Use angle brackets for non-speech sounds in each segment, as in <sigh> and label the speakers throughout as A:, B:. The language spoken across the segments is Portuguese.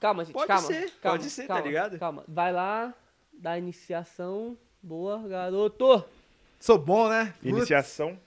A: Calma, gente,
B: Pode
A: calma.
B: ser,
A: calma,
B: pode ser, tá
A: calma,
B: ligado?
A: Calma. Vai lá, dá iniciação. Boa, garoto.
C: Sou bom, né? Putz,
D: Iniciação.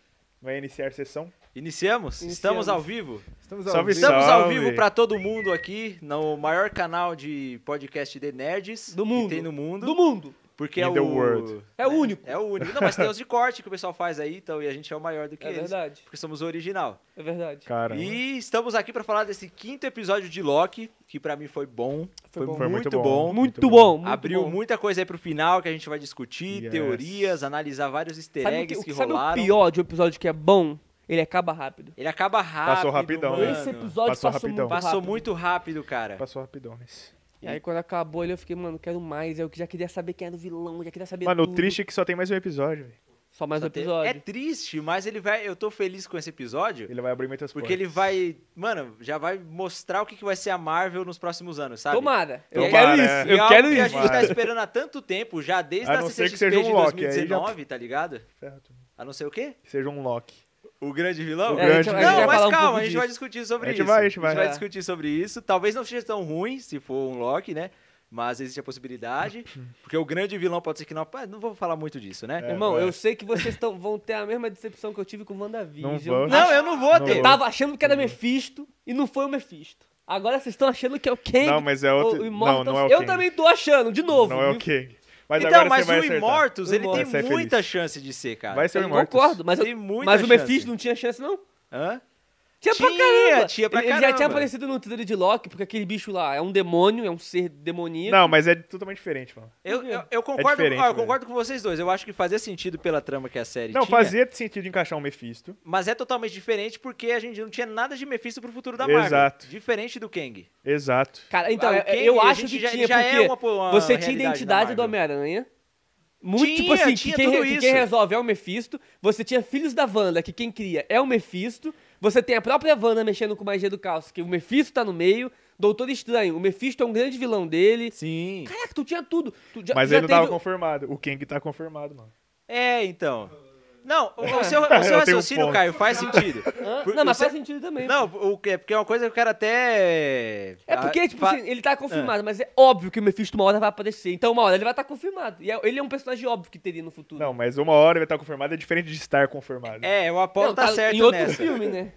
D: Vai iniciar a sessão.
B: Iniciamos?
A: Iniciamos.
B: Estamos ao vivo?
C: Estamos ao
D: Salve,
C: vivo.
B: Estamos ao
D: Salve.
B: vivo pra todo mundo aqui no maior canal de podcast de nerds
A: Do mundo.
B: que tem no mundo.
A: Do mundo.
B: Porque
D: In
B: é
D: the
B: o
D: world.
A: É o único.
B: É o único. Não, mas tem os de corte que o pessoal faz aí, então, e a gente é o maior do que
A: É
B: eles.
A: verdade.
B: Porque somos o original.
A: É verdade.
D: Cara.
B: E estamos aqui pra falar desse quinto episódio de Loki, que pra mim foi bom. Foi,
A: bom.
D: Foi
B: muito,
D: muito
B: bom.
D: bom.
A: Muito,
D: Muito
A: bom. muito
B: Abriu
A: bom.
B: muita coisa aí pro final que a gente vai discutir,
D: Yes.
B: teorias, analisar vários easter
A: Sabe, o
B: eggs
A: que,
B: que,
A: o que- sabe o
B: rolaram.
A: pior de um episódio que é bom? Ele acaba rápido.
B: Ele acaba rápido.
D: Passou rapidão,
B: mano.
D: né?
A: Esse episódio passou,
D: passou rapidão.
A: muito
B: Passou
A: rápido.
B: muito rápido, cara.
D: Passou rapidão nesse.
A: E aí quando acabou ele, eu fiquei, mano, quero mais. Eu já queria saber quem era o vilão, já queria saber
D: Mano,
A: tudo.
D: o triste é que só tem mais um episódio, velho.
A: Só mais um
B: Só teve-
A: episódio.
B: É triste, mas ele vai. Eu tô feliz com esse episódio.
D: Ele vai abrir muitas
B: Porque ele vai. Mano, já vai mostrar o que, que vai ser a Marvel nos próximos anos, sabe?
A: Tomara. Eu
B: Tomara,
A: quero
D: é.
A: isso. Eu
B: E é
A: quero
B: algo que a
A: isso.
B: gente tá esperando há tanto tempo, já desde
D: A
B: a,
D: não ser
B: CCXP
D: que seja um
B: de
D: Loki, aí já-
B: 2019, tá ligado?
D: Ferra tudo.
B: A não ser o quê? É,
D: Que Seja um Loki.
B: O grande vilão?
D: O grande
A: a gente,
D: vilão.
A: vai
B: Não, mas
A: falar um
B: calma,
A: pouco
B: a gente
A: disso.
B: vai discutir sobre
D: A gente
B: isso.
D: vai, a gente vai.
A: É.
B: discutir sobre isso. Talvez não seja tão ruim se for um Loki, né? Mas existe a possibilidade. Porque o grande vilão pode ser que não. Ah, Não vou falar muito disso, né?
D: É,
A: Irmão,
D: vai.
A: eu sei que vocês tão- vão ter a mesma decepção que eu tive com o WandaVision.
D: Não vão.
B: Não, eu não vou
D: Não
B: ter.
D: vou.
A: Tava achando que Tá era Mephisto e não foi o Mephisto. Agora vocês estão achando que é o Kang.
D: Não, mas é
A: ou
D: outro.
A: o
D: Não,
A: Immortals.
D: não é o
A: Eu
D: Kang.
A: também tô achando, de novo.
D: Não é o
A: viu?
D: Kang. Mas
B: então,
D: agora
B: mas
D: você vai
B: o
D: acertar.
B: Immortus,
A: O
B: ele tem
A: Immortus.
D: Vai ser feliz.
B: muita chance de ser, cara.
D: Vai ser o
A: Eu
D: Immortus.
A: concordo, mas, eu-
B: Tem muita
A: mas o
B: chance.
A: Mephisto não tinha chance, não.
B: Hã?
A: Tinha, pra
B: Tinha,
A: caramba.
B: tinha pra
A: ele já
B: caramba.
A: tinha aparecido no trailer de Loki, porque aquele bicho lá é um demônio, é um ser demoníaco.
D: Não, mas é totalmente diferente, mano.
B: Eu, eu, eu concordo,
D: É diferente,
B: ó, eu
D: velho.
B: concordo com vocês dois. Eu acho que fazia sentido pela trama que a série
D: Não,
B: tinha.
D: fazia sentido encaixar um Mephisto.
B: Mas é totalmente diferente porque a gente não tinha nada de Mephisto pro futuro da
D: Exato.
B: Marvel. Diferente do Kang.
D: Exato.
A: Cara, então,
B: Ah, o
A: eu-
B: Kang,
A: eu
B: a
A: acho
B: gente
A: que
B: já-
A: tinha,
B: já é
A: porque
B: uma- uma
A: você tinha
B: realidade da
A: identidade do
B: Marvel.
A: Homem-Aranha. Muito,
B: Tinha,
A: tipo assim,
B: tinha
A: que, quem,
B: tudo
A: que
B: isso.
A: quem resolve é o Mephisto. Você tinha Filhos da Wanda, que quem cria é o Mephisto. Você tem a própria Wanda mexendo com magia do caos, que o Mephisto tá no meio. Doutor Estranho, o Mephisto é um grande vilão dele.
B: Sim.
A: Caraca, tu tinha tudo. Tu já,
D: Mas
A: já
D: ele não tava
A: teve-
D: confirmado. O Kang tá confirmado, mano.
B: É, então. Não,
D: <laughs>
B: o, o seu, o seu
D: Eu tenho um
B: raciocínio,
D: ponto. um
B: Caio, faz
D: <laughs>
B: sentido.
A: Hã?
B: Por-
A: Não, mas
B: você-
A: faz sentido também.
B: Não, o, que- é porque é uma coisa que eu quero até. ah,
A: É porque, tipo
B: fa-
A: assim, ele tá confirmado, mas é óbvio que o Mephisto uma hora vai aparecer. Então, uma hora ele vai estar confirmado. E é- ele é um personagem óbvio que teria no futuro.
D: Não, mas uma hora ele tá confirmado é diferente de estar confirmado.
B: É, o Apolo
A: Não,
B: tá, certo
A: Em outro
B: nessa.
A: filme, né?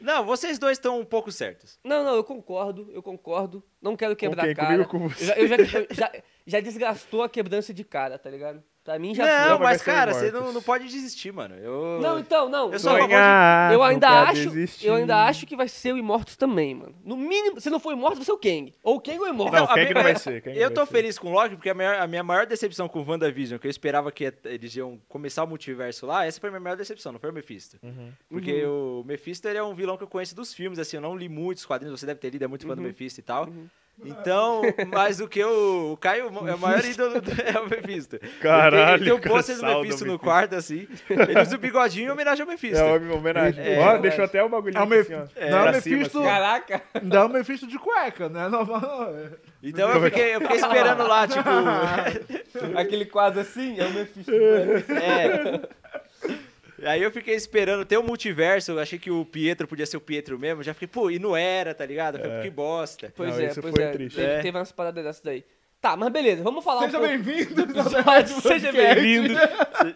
B: Não, vocês dois estão um pouco certos.
A: Não, não, eu concordo, eu concordo. Não quero quebrar
D: quem?
A: a cara.
D: Comigo ou com você?
A: Eu já- Eu, já, eu já, já desgastou a quebrança de cara, tá ligado? Pra mim já
B: não,
D: Não,
A: foi.
D: mas vai
B: mas,
D: ser
B: cara,
D: Immortus.
B: você não, não pode desistir, mano. Eu.
A: Não, então, não.
B: Eu sou a favor de-
D: Sonhar,
A: eu ainda
D: nunca
A: acho,
D: Ah, desistir.
A: eu ainda acho que vai ser o Imortus também, mano. No mínimo, se não for Imortus, vai ser o Kang. Ou o Kang ou o Imortus.
D: Não,
B: a
D: Kang
B: minha-
D: não vai ser, Kang
B: eu
D: não
B: tô
D: vai ser.
B: feliz com o Loki, porque a minha, a minha maior decepção com o WandaVision, que eu esperava que ia- eles iam começar o multiverso lá, essa foi a minha maior decepção, não foi o Mephisto.
D: Uhum.
B: Porque o Mephisto ele é um vilão que eu conheço dos filmes, assim, eu não li muitos quadrinhos, você deve ter lido, é muito fã do
D: Uhum.
B: Mephisto e tal. Então, mas o que eu. O Caio é o maior ídolo do, <laughs> é o Mephisto.
D: Caralho,
B: Ele tem um pôster do
D: casal do
B: Mephisto no
D: Mephisto.
B: quarto, assim. Ele usa o bigodinho em homenagem ao Mephisto.
D: É uma homenagem.
C: É,
D: Ó,
C: é.
D: deixou até o bagulho
C: É o Mef-
D: ó.
C: não,
D: Pra
C: o
D: cima,
C: Mephisto-
D: assim.
A: Caraca.
C: Dá o Mephisto de cueca, né? Não, não, é.
B: Então eu fiquei, eu fiquei esperando lá,
D: <laughs>
B: tipo.
A: Aquele quadro assim é o Mephisto.
B: É. Aí eu fiquei esperando ter um multiverso, eu achei que o Pietro podia ser o Pietro mesmo, já fiquei, pô, e não era, tá ligado? Eu falei,
D: É.
B: Que bosta.
A: Pois
D: Não,
A: é,
D: isso
A: pois
D: foi
A: é.
D: triste.
A: Teve,
B: É.
A: teve umas paradas dessas daí. Tá, mas beleza, vamos falar
C: Seja
A: um pouco.
B: <laughs>
C: bem-vindo.
A: episódio. Seja bem-vindo.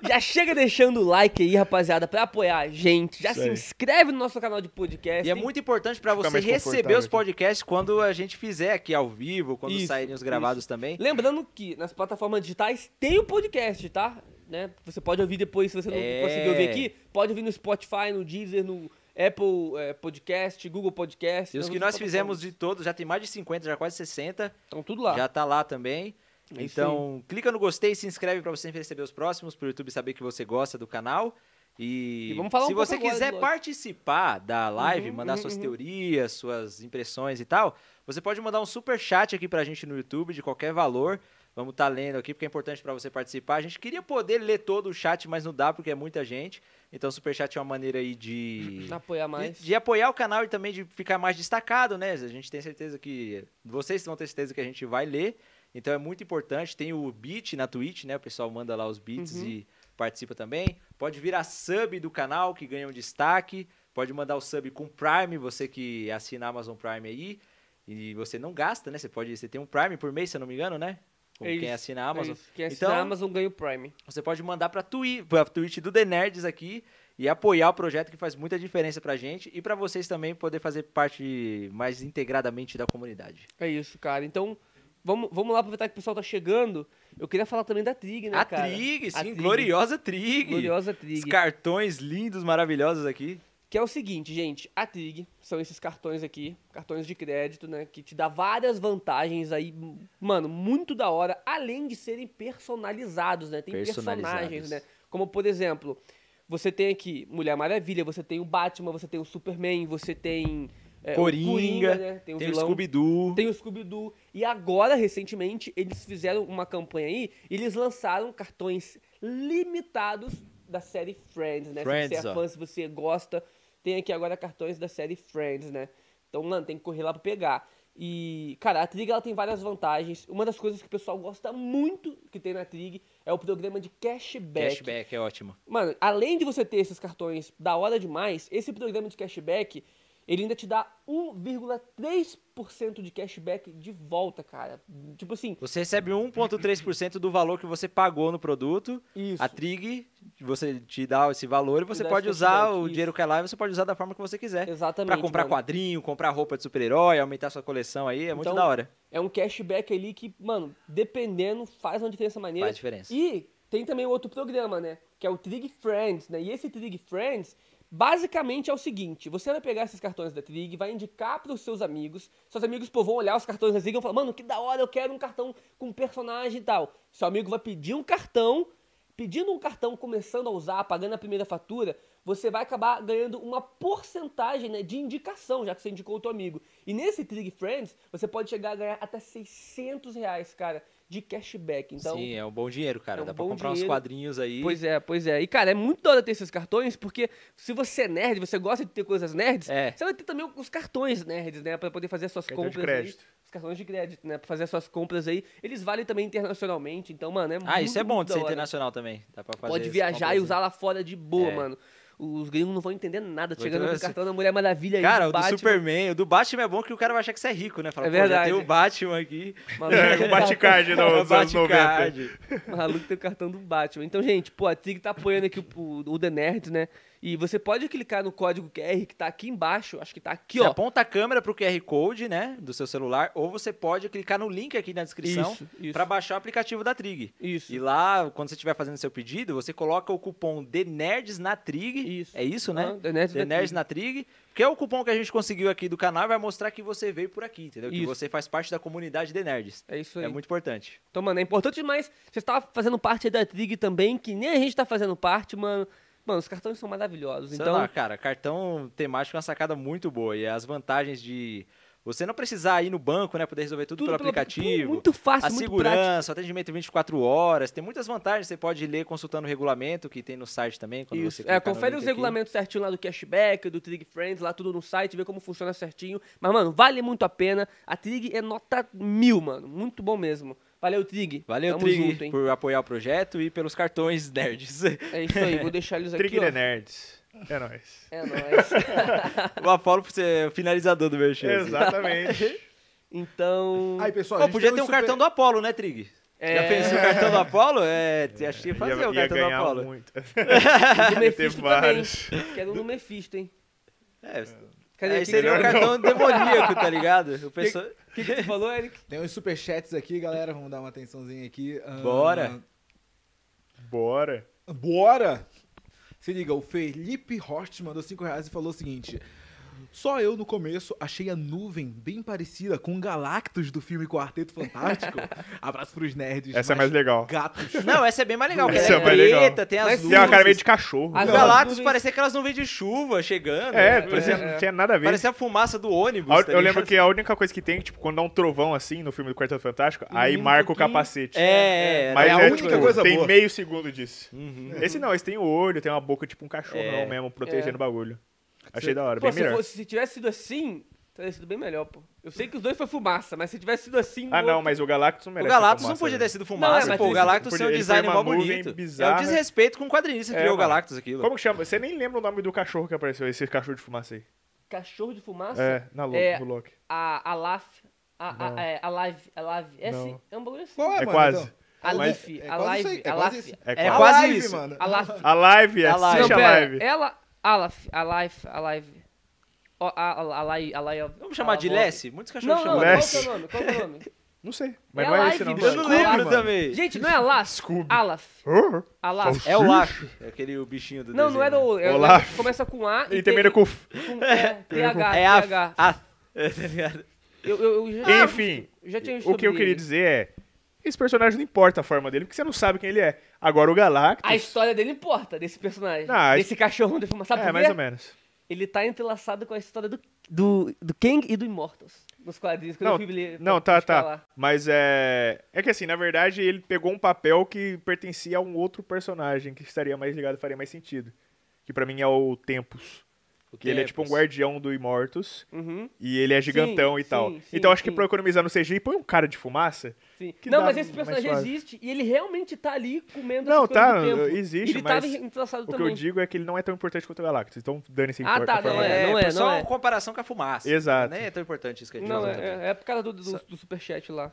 A: Já chega deixando o like aí, rapaziada, pra apoiar a gente. Já
D: Isso
A: se
D: aí.
A: inscreve no nosso canal de podcast.
B: E é muito importante pra
D: Fica
B: você
D: mais
B: receber
D: confortável né?
B: os
D: aqui.
B: podcasts quando a gente fizer aqui ao vivo, quando
A: Isso,
B: saírem os gravados também.
A: Lembrando que nas plataformas digitais tem o podcast, tá? Né? Você pode ouvir depois, se você não
B: É.
A: conseguiu ouvir aqui, pode ouvir no Spotify, no Deezer, no Apple eh, Podcast, Google Podcast.
B: E os
A: nas
B: que
A: outras
B: nós fizemos
A: plataformas.
B: de todos, já tem mais de 50, já quase 60,
A: Então tudo lá.
B: já tá lá também.
A: É isso
B: Então, clica no gostei, se inscreve pra você receber os próximos, pro YouTube saber que você gosta do canal. E,
A: E vamos falar
B: se
A: um pouco
B: você
A: agora
B: quiser
A: do Loki.
B: participar da live,
A: Uhum,
B: mandar
A: uhum,
B: suas
A: uhum.
B: teorias, suas impressões e tal, você pode mandar um super chat aqui pra gente no YouTube de qualquer valor. Vamos estar lendo aqui porque é importante pra você participar. A gente queria poder ler todo o chat, mas não dá porque é muita gente. Então, super chat é uma maneira aí de
A: Apoiar mais. É
B: de, de apoiar o canal e também de ficar mais destacado, né? A gente tem certeza que. Vocês vão ter certeza que a gente vai ler. Então é muito importante. Tem o beat na Twitch, né? O pessoal manda lá os beats
A: Uhum.
B: e participa também. Pode virar sub do canal, que ganha um destaque. Pode mandar o sub com Prime, você que assina Amazon Prime aí. E você não gasta, né? Você pode. Você tem um Prime por mês, se eu não me engano, né? Como
A: É
B: quem
A: isso,
B: assina a Amazon.
A: É isso. Quem assina
B: Então-
A: a Amazon ganha o Prime.
B: Você pode mandar pra Twi pra Twitch do The Nerds aqui e apoiar o projeto que faz muita diferença pra gente e pra vocês também poder fazer parte mais integradamente da comunidade.
A: É isso, cara. Então, vamos, vamos lá aproveitar que o pessoal tá chegando. Eu queria falar também da Trig, né,
B: a
A: cara?
B: Trig, sim,
A: A Trig.
B: gloriosa Trig.
A: Gloriosa
B: Os
A: Trig.
B: cartões lindos, maravilhosos aqui.
A: Que é o seguinte, gente, a Trig são esses cartões aqui, cartões de crédito, né, que te dá várias vantagens aí, m- mano, muito da hora, além de serem personalizados, né? Tem personagens,
B: Personalizados.
A: né? Como por exemplo, você tem aqui Mulher Maravilha, você tem o Batman, você tem o Superman, você tem é, o
B: Coringa,
A: né? Tem o
B: tem o
A: vilão.
B: Scooby-Doo.
A: Tem o Scooby-Doo. E agora, recentemente, eles fizeram uma campanha aí e eles lançaram cartões limitados da série Friends, né? se
B: Friends,
A: você é
B: ó.
A: fã, se você gosta, tem aqui agora cartões da série Friends, né? Então, mano, tem que correr lá pra pegar. E, cara, a Trig ela tem várias vantagens. Uma das coisas que o pessoal gosta muito que tem na Trig é o programa de cashback.
B: Cashback é ótimo.
A: Mano, além de você ter esses cartões da hora demais, esse programa de cashback, ele ainda te dá 1,3% de cashback de volta, cara. Tipo assim,
B: Você recebe 1,3% do valor que você pagou no produto.
A: isso.
B: A Trig, você te dá esse valor e você
A: dá
B: pode
A: esse
B: usar
A: cashback,
B: o
A: isso.
B: dinheiro que é lá e você pode usar da forma que você quiser.
A: Exatamente.
B: Pra comprar
A: mano.
B: quadrinho, comprar roupa de super-herói, aumentar sua coleção aí, é muito
A: Então,
B: da hora.
A: É um cashback ali que, mano, dependendo, faz uma diferença maneira.
B: Faz diferença.
A: E tem também outro programa, né? Que é o Trig Friends, né? E esse Trig Friends, basicamente é o seguinte: você vai pegar esses cartões da Trig, vai indicar para os seus amigos. Seus amigos, pô, vão olhar os cartões da Trig e vão falar: mano, que da hora, eu quero um cartão com personagem e tal. Seu amigo vai pedir um cartão. Pedindo um cartão, começando a usar, pagando a primeira fatura, você vai acabar ganhando uma porcentagem né, de indicação, já que você indicou o teu amigo. E nesse Trig Friends, você pode chegar a ganhar até 600 reais, cara, de cashback. Então,
B: Sim, é um bom dinheiro, cara.
A: é um
B: Dá pra
A: bom
B: comprar uns
A: dinheiro.
B: quadrinhos aí.
A: Pois é, pois é. E, cara, é muito da hora ter esses cartões, porque se você é nerd, você gosta de ter coisas nerds,
B: É.
A: você vai ter também os cartões nerds, né? Pra poder fazer as suas
D: Cartão de
A: compras.
D: crédito.
A: Aí, os cartões de crédito, né? Pra fazer as suas compras aí. Eles valem também internacionalmente, então, mano, é muito.
B: ah, isso é bom
A: muito
B: de ser
A: da hora.
B: internacional também. Dá pra fazer
A: Pode
B: as
A: viajar
B: compras
A: e
B: aí.
A: usar lá fora de boa,
B: É.
A: mano. Os gringos não vão entender nada.
B: Vai
A: Chegando
B: ter
A: com o
B: essa-
A: cartão da Mulher Maravilha aí,
B: Cara, o
A: do
B: do
A: Batman.
B: Superman, o do Batman é bom que o cara vai achar que você é rico, né? Fala,
A: É
B: pô, já
A: verdade.
B: tem o Batman aqui.
A: <laughs>
B: <laughs>
A: Maluco,
D: É, o Batcard dos anos 90.
B: Batcard.
A: <laughs> Maluco tem o cartão do Batman. Então, gente, pô, a Trig tá apoiando aqui o, o, o The Nerd, né? E você pode clicar no código QR que tá aqui embaixo, acho que tá aqui,
B: Você
A: ó.
B: aponta a câmera pro QR Code, né? Do seu celular, ou você pode clicar no link aqui na descrição
A: Isso, isso.
B: pra baixar o aplicativo da Trig.
A: Isso.
B: E lá, quando você estiver fazendo seu pedido, você coloca o cupom DNERDS na Trig.
A: Isso.
B: É isso, né?
A: Ah, The Nerds na
B: The Nerds
A: Trig.
B: na Trig. Que é o cupom que a gente conseguiu aqui do canal e vai mostrar que você veio por aqui, entendeu? Que
A: Isso.
B: você faz parte da comunidade The Nerds.
A: É isso aí.
B: É muito importante.
A: Então, mano, é importante demais. Você tá fazendo parte aí da Trig também, que nem a gente tá fazendo parte, mano. Mano, os cartões são maravilhosos.
B: Então,
A: então,
B: cara, cartão temático é uma sacada muito boa. E as vantagens de você não precisar ir no banco, né? Poder resolver tudo, pelo
A: pelo-
B: aplicativo.
A: Muito fácil,
B: a
A: muito prático.
B: segurança, o atendimento 24 horas, tem muitas vantagens. Você pode ler consultando o regulamento que tem no site também. Quando
A: Isso.
B: você
A: É,
B: clicar no
A: confere
B: link
A: os
B: aqui.
A: regulamentos certinho lá do cashback, do Trig Friends, lá tudo no site, vê como funciona certinho. Mas, mano, vale muito a pena. A Trig é nota mil, mano. Muito bom mesmo. Valeu, Trig.
B: Valeu,
A: Tamo
B: Trig,
A: junto, hein?
B: por apoiar o projeto e
A: <laughs>
B: pelos cartões nerds.
A: É isso aí, vou deixar eles aqui.
D: Trick
A: ó.
D: de Nerds. É nóis.
A: É nóis.
B: o Apolo por ser o finalizador do meu show. <laughs>
D: Exatamente. <laughs>
A: Então.
C: Aí, pessoal, a
B: Pô,
C: gente
B: podia
C: tem
B: ter um
C: super-
B: cartão do Apolo, né, Trig? Já
A: É. <laughs>
B: pensou o cartão do Apolo? É, achei que ia fazer
D: ia,
B: o
D: ia
B: cartão do
D: ganhar
B: Apolo.
D: muito.
A: do
D: Ia ter
A: Mephisto também.
D: vários.
A: Quero um do Mephisto, hein?
B: É,
A: Cadê?
B: aí
A: O que
B: seria um
A: que-
B: cartão demoníaco, tá ligado? Eu penso...
A: O que, que tu falou, Eric?
C: Tem uns superchats aqui, galera. Vamos dar uma atençãozinha aqui. Ah,
B: Bora.
D: Bora.
C: Bora! Se liga, o Felipe Host mandou 5 reais e falou o seguinte. Só eu, no começo, achei a nuvem bem parecida com Galactus do filme
B: <laughs>
C: Quarteto Fantástico. Abraço pros nerds.
D: Essa é mais legal.
C: Gatos.
B: Não, essa é bem mais legal. porque
D: Essa
B: ela
D: é mais legal.
B: preta, tem as
A: Mas
B: luzes.
D: Tem uma cara meio de cachorro.
A: As
B: Os
D: Não.
B: Galactus
A: Não.
B: parecia aquelas nuvens de chuva chegando.
D: É,
B: né?
D: parecia- não tinha nada a ver.
B: Parecia a fumaça do ônibus.
D: A-
B: tá
D: eu
B: ligado?
D: lembro que a única coisa que tem, tipo, quando dá um trovão assim no filme do Quarteto Fantástico, aí
A: um
D: marca o
A: pouquinho.
D: capacete.
B: É, é.
D: Mas
C: é a
D: é,
C: única
D: tipo,
C: coisa
D: tem
C: boa.
D: meio segundo disso.
B: Uhum.
D: Esse não, esse tem o olho, tem uma boca tipo um cachorrão
B: É.
D: mesmo, protegendo o bagulho. Achei da hora,
A: Pô,
D: bem
A: se,
D: melhor.
A: fosse- se tivesse sido assim, teria sido bem melhor, pô. Eu sei que os dois foi fumaça, mas se tivesse sido assim.
D: Ah,
A: o
D: não,
A: outro-
D: mas o Galactus não
B: O
D: merece.
B: Galactus
D: fumaça,
B: não podia
D: né?
B: ter sido fumaça,
A: Não, é,
B: pô.
A: mas
B: O
A: ele-
B: Galactus
D: ele
B: tem um
D: foi
B: design
D: uma
B: mó
D: nuvem
B: bonito. É um
D: bizarra.
B: desrespeito com o quadrinista,
D: É,
B: criou o
D: mano.
B: Galactus aquilo.
D: Como que chama? Você nem lembra o nome do cachorro que apareceu, esse cachorro de fumaça aí.
A: Cachorro de Fumaça?
D: É, na Loki.
A: É.
D: no Loki.
A: A, a Laf. A,
D: Não.
A: a, é, a Live. A Live. É
D: Não.
A: assim. É um bagulho assim.
C: Qual é,
D: É
C: mano?
D: quase.
C: então?
A: A
D: Mas-
A: Life.
C: É
A: a
C: quase isso aí,
A: Live.
C: é
A: A
C: quase
A: Life.
C: isso.
D: É
B: É
D: quase.
B: quase
C: Alive,
B: isso.
C: mano.
A: A É, Laf.
D: A live,
B: A live.
D: assiste
A: Não,
D: Ah, a
A: pera,
D: live.
A: Ela. A Life. A Life. A Life. Ó, A, a, a, Lai- a, Lai-
B: Vamos chamar
A: a
B: de
A: Love.
B: Lessie? Muitos cachorros
A: Não, não,
B: chamam
A: qual
B: Lessie.
A: que é o
D: Less.
A: nome? Qual que é
B: <laughs>
A: o nome?
D: Não sei. Mas
A: É
D: não
A: a
D: é esse, não.
A: live,
B: Eu
D: mano.
B: não
A: Scooby,
B: lembro
A: mano.
B: também.
A: Gente, não é Laf.
D: Scooby.
A: Alaf.
D: Hã?
A: Alaf.
B: É o Olaf, é aquele bichinho do
A: Não,
B: desenho.
A: não é do. é-
D: Olaf.
A: Começa com A e,
D: E termina com. f-
A: com é, TH.
B: É a...
A: TH.
B: a... É, tá ligado?
A: Eu, eu, eu já,
D: Enfim,
A: Ah, eu já tinha visto
D: o que eu
A: sobre
D: queria
A: ele.
D: dizer é. Esse personagem não importa a forma dele, porque você não sabe quem ele é. Agora o Galactus.
A: A história tá dele importa, desse personagem.
D: Ah,
A: desse cachorro de fumaça. Sabe
D: É,
A: por
D: mais
A: quê?
D: ou menos.
A: Ele tá entrelaçado com a história do, do, do Kang e do Immortals. Nos quadrinhos que eu
D: Não,
A: fui ler-
D: não,
A: pra-
D: tá,
A: pra
D: tá.
A: lá.
D: Mas é. É que assim, na verdade, ele pegou um papel que pertencia a um outro personagem que estaria mais ligado, faria mais sentido. Que pra mim é o Tempus.
B: O
D: Que ele é tipo um guardião do Imortus.
A: Uhum,
D: E ele é gigantão e
A: sim,
D: tal.
A: sim,
D: então acho que
A: sim.
D: pra economizar no CGI, põe um cara de fumaça.
A: sim.
D: Que
A: Não,
D: dá
A: mas esse
D: mais
A: personagem
D: suave.
A: existe e ele realmente tá ali comendo
D: Não,
A: essas coisas
D: tá,
A: do tempo.
D: existe,
A: Ele
D: mas
A: tava entrelaçado
D: O que
A: também.
D: eu digo é que ele não é tão importante quanto o Galactus. Então dane-se
A: Ah,
D: importa
A: tá,
D: a forma
A: não
D: dele.
A: é,
B: É,
A: não é,
B: só
A: não
B: uma
A: é.
B: comparação com a fumaça.
D: Exato.
B: Nem é tão importante isso que a gente
A: Não,
B: fala também.
D: né?
A: é, é por causa do, do, do superchat lá.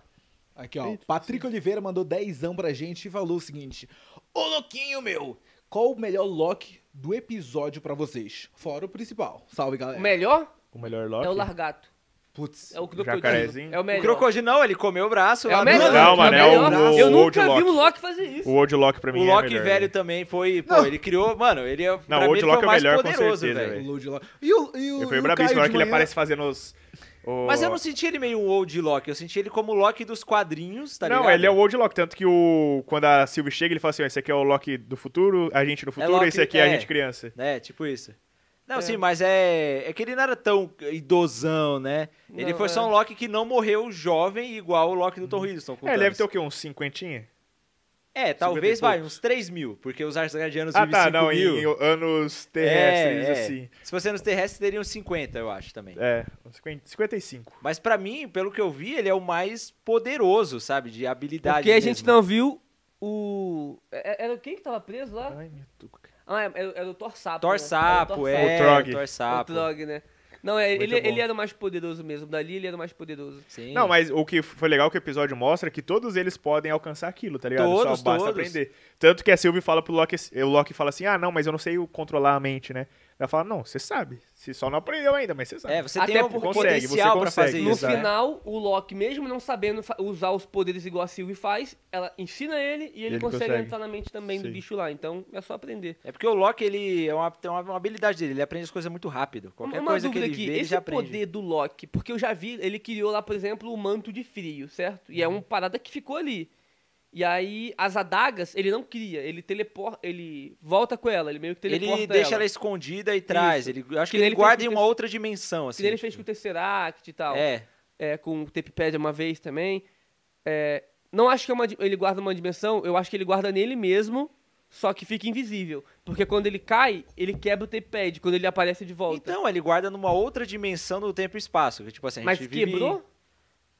C: Aqui, ó. Patrick Oliveira mandou dezão pra gente e falou o seguinte: Ô louquinho meu, qual o melhor Loki do episódio pra vocês? Fora o principal. Salve,
A: O
D: É.
C: galera.
A: melhor
D: O melhor Loki.
A: é o largato.
C: Putz.
A: É o crocodilo.
D: Jacarezinho.
A: É o
B: O
A: melhor.
B: crocodilo não, ele comeu o braço.
A: É o
B: lá do-
A: melhor.
D: Não, mano, é o-
A: melhor.
D: o
A: Eu
D: Old
A: nunca vi
D: Lock.
A: um Loki fazer isso.
D: O Old Lock pra mim
B: O
D: é
B: Loki
D: melhor,
B: velho
D: né?
B: também foi, pô, ele criou, mano, ele é, pra
D: Não, o
B: mim
D: Old
B: ele
D: Lock
B: foi
D: é o
B: mais
D: melhor, com
B: poderoso,
D: certeza,
B: velho.
C: O
D: velho.
C: Load Lock. E o, e o,
D: Ele
C: e
D: foi
C: o Caio
D: brabíssimo. Na hora que
C: de
D: ele
C: manhã-
D: aparece fazendo os. o-
B: Mas eu não senti ele meio um old Loki, eu senti ele como o Loki dos quadrinhos, tá
D: não,
B: ligado?
D: ele é o Old Lock, tanto que o quando a Sylvie chega, ele fala assim, ó, esse aqui é o Loki do futuro, a gente no futuro,
B: Loki-
D: esse aqui é a
B: é.
D: gente criança.
B: É, tipo isso. Não, sim, mas é. É que ele não era tão idosão, né? Ele
A: Não,
B: foi só
A: é.
B: um Loki que não morreu jovem, igual o Loki do Tom Hiddleston. com
D: É, ele
B: Thanos.
D: deve ter o quê? Uns cinquentinha?
B: É,
D: e
B: talvez vai,
D: poucos.
B: uns 3 mil, porque os arcadianos
D: Ah,
B: vivem
D: tá,
B: 5
D: não,
B: mil.
D: em, em anos
B: É,
D: terrestres,
B: é.
D: assim.
B: Se fosse nos terrestres, teriam 50, eu acho também.
D: É, uns 50, 55.
B: Mas pra mim, pelo que eu vi, ele é o mais poderoso, sabe? De habilidade.
A: Porque a gente
B: mesmo.
A: não viu o. é- Era quem que tava preso lá?
D: Ai, meu Deus.
A: Ah, é- era, era o Thor Sapo. né?
B: Thor
A: Era o
B: Sapo,
A: Thor
B: é.
D: O Trog.
A: Sapo.
B: Thor Sapo.
A: O Trog, né? Não, é,
D: Muito
A: ele,
D: bom.
A: ele era o mais poderoso mesmo. Dali ele era o mais poderoso.
B: Sim.
D: Não, mas o que foi legal que o episódio mostra é que todos eles podem alcançar aquilo, tá ligado?
B: Todos,
D: Só basta
B: todos.
D: aprender. Tanto que a Sylvie fala pro Loki, o Loki fala assim, ah, não, mas eu não sei o- controlar a mente, né? Ela fala, não, você sabe, você só não aprendeu ainda, mas você sabe.
B: É, você
A: Até
B: tem o
A: porque-
D: Consegue, você
B: potencial pra
D: consegue,
B: fazer
A: No
B: isso.
D: exato.
B: né?
A: final, o Loki, mesmo não sabendo fa- usar os poderes igual a Sylvie faz, ela ensina ele e ele,
D: Ele
A: consegue,
D: consegue.
A: entrar na mente também do
D: Sim.
A: bicho lá. Então é só aprender.
B: É porque o Loki, ele é uma, tem uma, uma habilidade dele, ele aprende as coisas muito rápido. Qualquer
A: Uma
B: coisa que
A: dúvida
B: ele
A: aqui,
B: vê, ele
A: esse
B: já aprende.
A: poder do Loki, porque eu já vi, ele criou lá, por exemplo, o manto de frio, certo? E é
B: Uhum.
A: uma parada que ficou ali. E aí, as adagas, ele não cria, ele teleporta, ele volta com ela, ele meio que
B: Ele
A: teleporta
B: deixa ela escondida e traz.
A: Isso.
B: Ele, eu acho
A: Que
B: que,
A: nem
B: ele,
A: ele fez com
B: guarda em
A: o
B: uma
A: Tess-
B: outra dimensão,
A: Que
B: assim.
A: nem ele fez com o
B: tipo.
A: Tesseract e tal.
B: É,
A: é, com o Tepipédia uma vez também. É, não acho que é uma di- ele guarda uma dimensão, eu acho que ele guarda nele mesmo, só que fica invisível. Porque quando ele cai, ele quebra o Tepipad, quando ele aparece de volta.
B: Então, ele guarda numa outra dimensão do tempo e espaço. que, Tipo assim, a
A: Mas
B: gente vive
A: quebrou?
B: Em,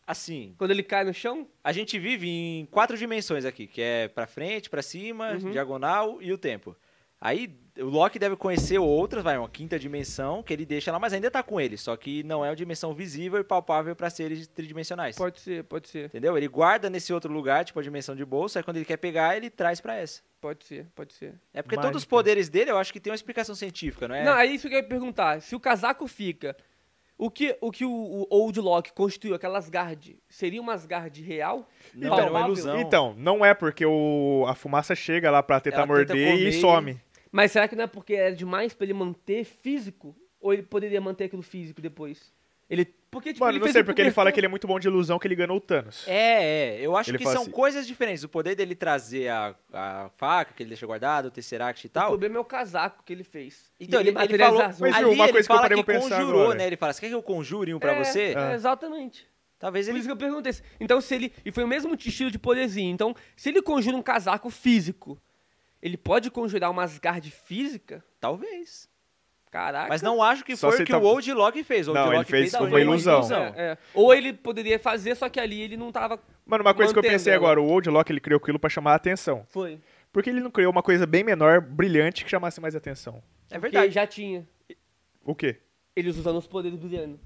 B: assim,
A: Quando ele cai no chão?
B: a gente vive em quatro dimensões aqui, que é pra frente, pra cima, diagonal e o tempo. Aí o Loki deve conhecer outras, vai, uma quinta dimensão, que ele deixa lá, mas ainda tá com ele, só que não é uma dimensão visível e palpável pra seres tridimensionais.
A: Pode ser, pode ser,
B: Entendeu? Ele guarda nesse outro lugar, tipo a dimensão de bolsa, aí quando ele quer pegar, ele traz pra essa.
A: pode ser, pode ser.
B: É porque
D: Mágica.
B: todos os poderes dele, eu acho que tem uma explicação científica, não é?
A: Não, é isso que eu ia perguntar. Se o casaco fica, o que o, que o, o Old Loki construiu, aquela Asgard, seria uma Asgard real?
B: Não,
A: Palpável?
B: era uma ilusão.
D: Então, não é porque o, a fumaça chega lá pra tentar
B: Ela tenta
D: morder
B: comer
D: e
B: e- <laughs> Tipo,
D: some.
A: Mas será que não é porque era demais pra ele manter físico? Ou ele poderia manter aquilo físico depois? Ele. Porque, tipo,
D: Mano,
A: ele
D: não
A: fez
D: sei,
A: um
D: porque ele fala que
A: cobertor-
D: ele é muito bom de ilusão, que ele enganou o Thanos.
B: É, é. Eu acho
D: Ele
B: que
D: fala
B: são
D: assim-
B: coisas diferentes. O poder dele trazer a, a faca que ele deixa guardada, o Tesseract e
D: um
A: O
B: tal.
A: problema é o casaco que ele fez.
B: Então,
A: E
B: ele, ele falou.
A: materializar as
D: Mas,
A: ondas.
D: viu,
B: ali
D: uma
B: ele
D: coisa que eu
B: fala
D: parei
B: que
D: pra pensar
B: conjurou,
D: agora.
B: né? Ele fala: Você quer que eu conjure um pra
A: É,
B: você?
A: é, Exatamente.
B: Talvez
A: Por
B: ele.
A: isso que eu perguntei. Então, se ele. E foi o mesmo estilo de poderzinho. Então, se ele conjura um casaco físico, ele pode conjurar uma Asgard física?
B: Talvez.
A: Caraca.
B: Mas não acho que
D: Só
B: foi
D: se
B: o que
D: tá-
B: o Old Lock fez. O Old
D: Não, ele
B: Lock
D: fez
B: fez
D: com
B: a-
D: uma ilusão.
A: É, é. Ou ele poderia fazer, só que ali ele não tava.
D: Mano, uma coisa que eu
A: Mantendo
D: pensei
A: ela.
D: agora, o Old Lock, ele criou aquilo pra chamar a atenção.
A: Foi.
D: Por que ele não criou uma coisa bem menor, brilhante, que chamasse mais atenção?
B: É
A: Porque
B: verdade.
A: já tinha.
D: O quê?
A: Eles usando os poderes do Adriano.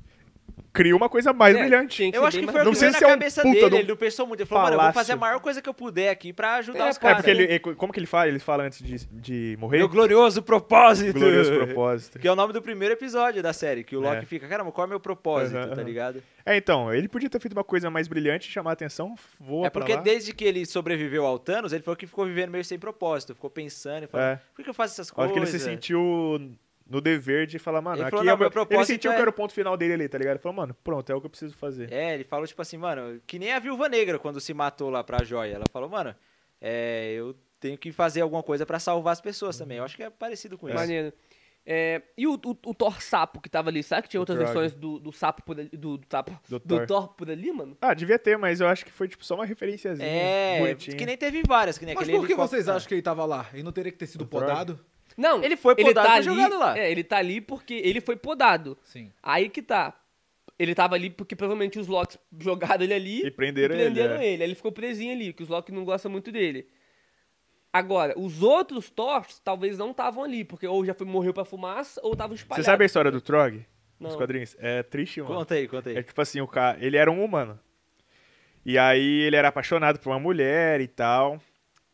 D: Cria uma coisa mais
A: É,
D: brilhante.
A: tinha
B: Eu acho
A: bem
B: que
A: mais
B: foi o
D: Não
B: que
D: sei
A: brilhante.
B: veio na
D: se é um
B: cabeça
D: puta
B: dele.
D: de um
B: Ele não pensou muito. Ele falou, mano, eu vou
D: palácio.
B: fazer a maior coisa que eu puder aqui pra ajudar
A: É,
B: os
A: cara,
D: É
B: caras.
D: porque ele, é, como que ele fala? Ele fala antes de, de morrer?
B: Meu glorioso propósito.
D: Glorioso propósito.
B: Que é o nome do primeiro episódio da série, que o Loki
D: É.
B: fica, caramba, qual é o meu propósito,
D: Aham,
B: tá
D: aham.
B: ligado?
D: É, então, ele podia ter feito uma coisa mais brilhante, chamar a atenção, voa
B: é porque
D: pra lá.
B: desde que ele sobreviveu ao Thanos, ele falou que ficou vivendo meio sem propósito, ficou pensando e falando,
D: É.
B: por que eu faço essas
D: Eu
B: coisas?
D: Acho que ele se sentiu no dever de falar, mano,
B: é. Ele
D: aqui
B: falou,
D: é
B: não,
D: o
B: meu
D: meu... Ele
B: propósito
D: sentiu
B: é-
D: que era o ponto final dele ali, tá ligado? Ele falou, mano, pronto, é o que eu preciso fazer.
B: É, ele falou tipo assim, mano, que nem a Viúva Negra quando se matou lá pra joia. Ela falou, mano, é, eu tenho que fazer alguma coisa pra salvar as pessoas também. Eu acho que é parecido com isso.
A: Maneiro. É, e o, o, o Thor sapo que tava ali, sabe que tinha outras
D: Throg.
A: versões do, do sapo por ali, do, do, sapo,
D: Do
A: do,
D: Thor.
A: Thor. por ali, mano?
D: Ah, devia ter, mas eu acho que foi tipo só uma referenciazinha.
B: É,
D: bonitinha.
B: que nem teve várias, que
D: né?
B: nem
C: Mas
B: aquele
C: por que
B: helicóptero-
C: vocês acham que ele tava lá? Ele não teria que ter sido
D: O Throg?
C: podado?
A: Não, tá
B: Ele foi podado, foi jogado lá.
A: É, ele tá ali porque ele foi podado.
C: Sim.
A: Aí que tá. Ele tava ali porque provavelmente os Locks <laughs> jogaram ele ali
D: E prenderam ele, é.
A: ele. Aí ele ficou presinho ali, que os Locks não gostam muito dele. Agora, os outros Thors talvez não estavam ali, porque ou já foi, morreu pra fumaça ou estavam
D: Você
A: espalhados.
D: sabe a história do Trog? Os
A: Não.
D: quadrinhos? É triste, mano.
B: Conta aí, conta aí.
D: É tipo assim, o cara, ele era um humano. E aí ele era apaixonado por uma mulher e tal.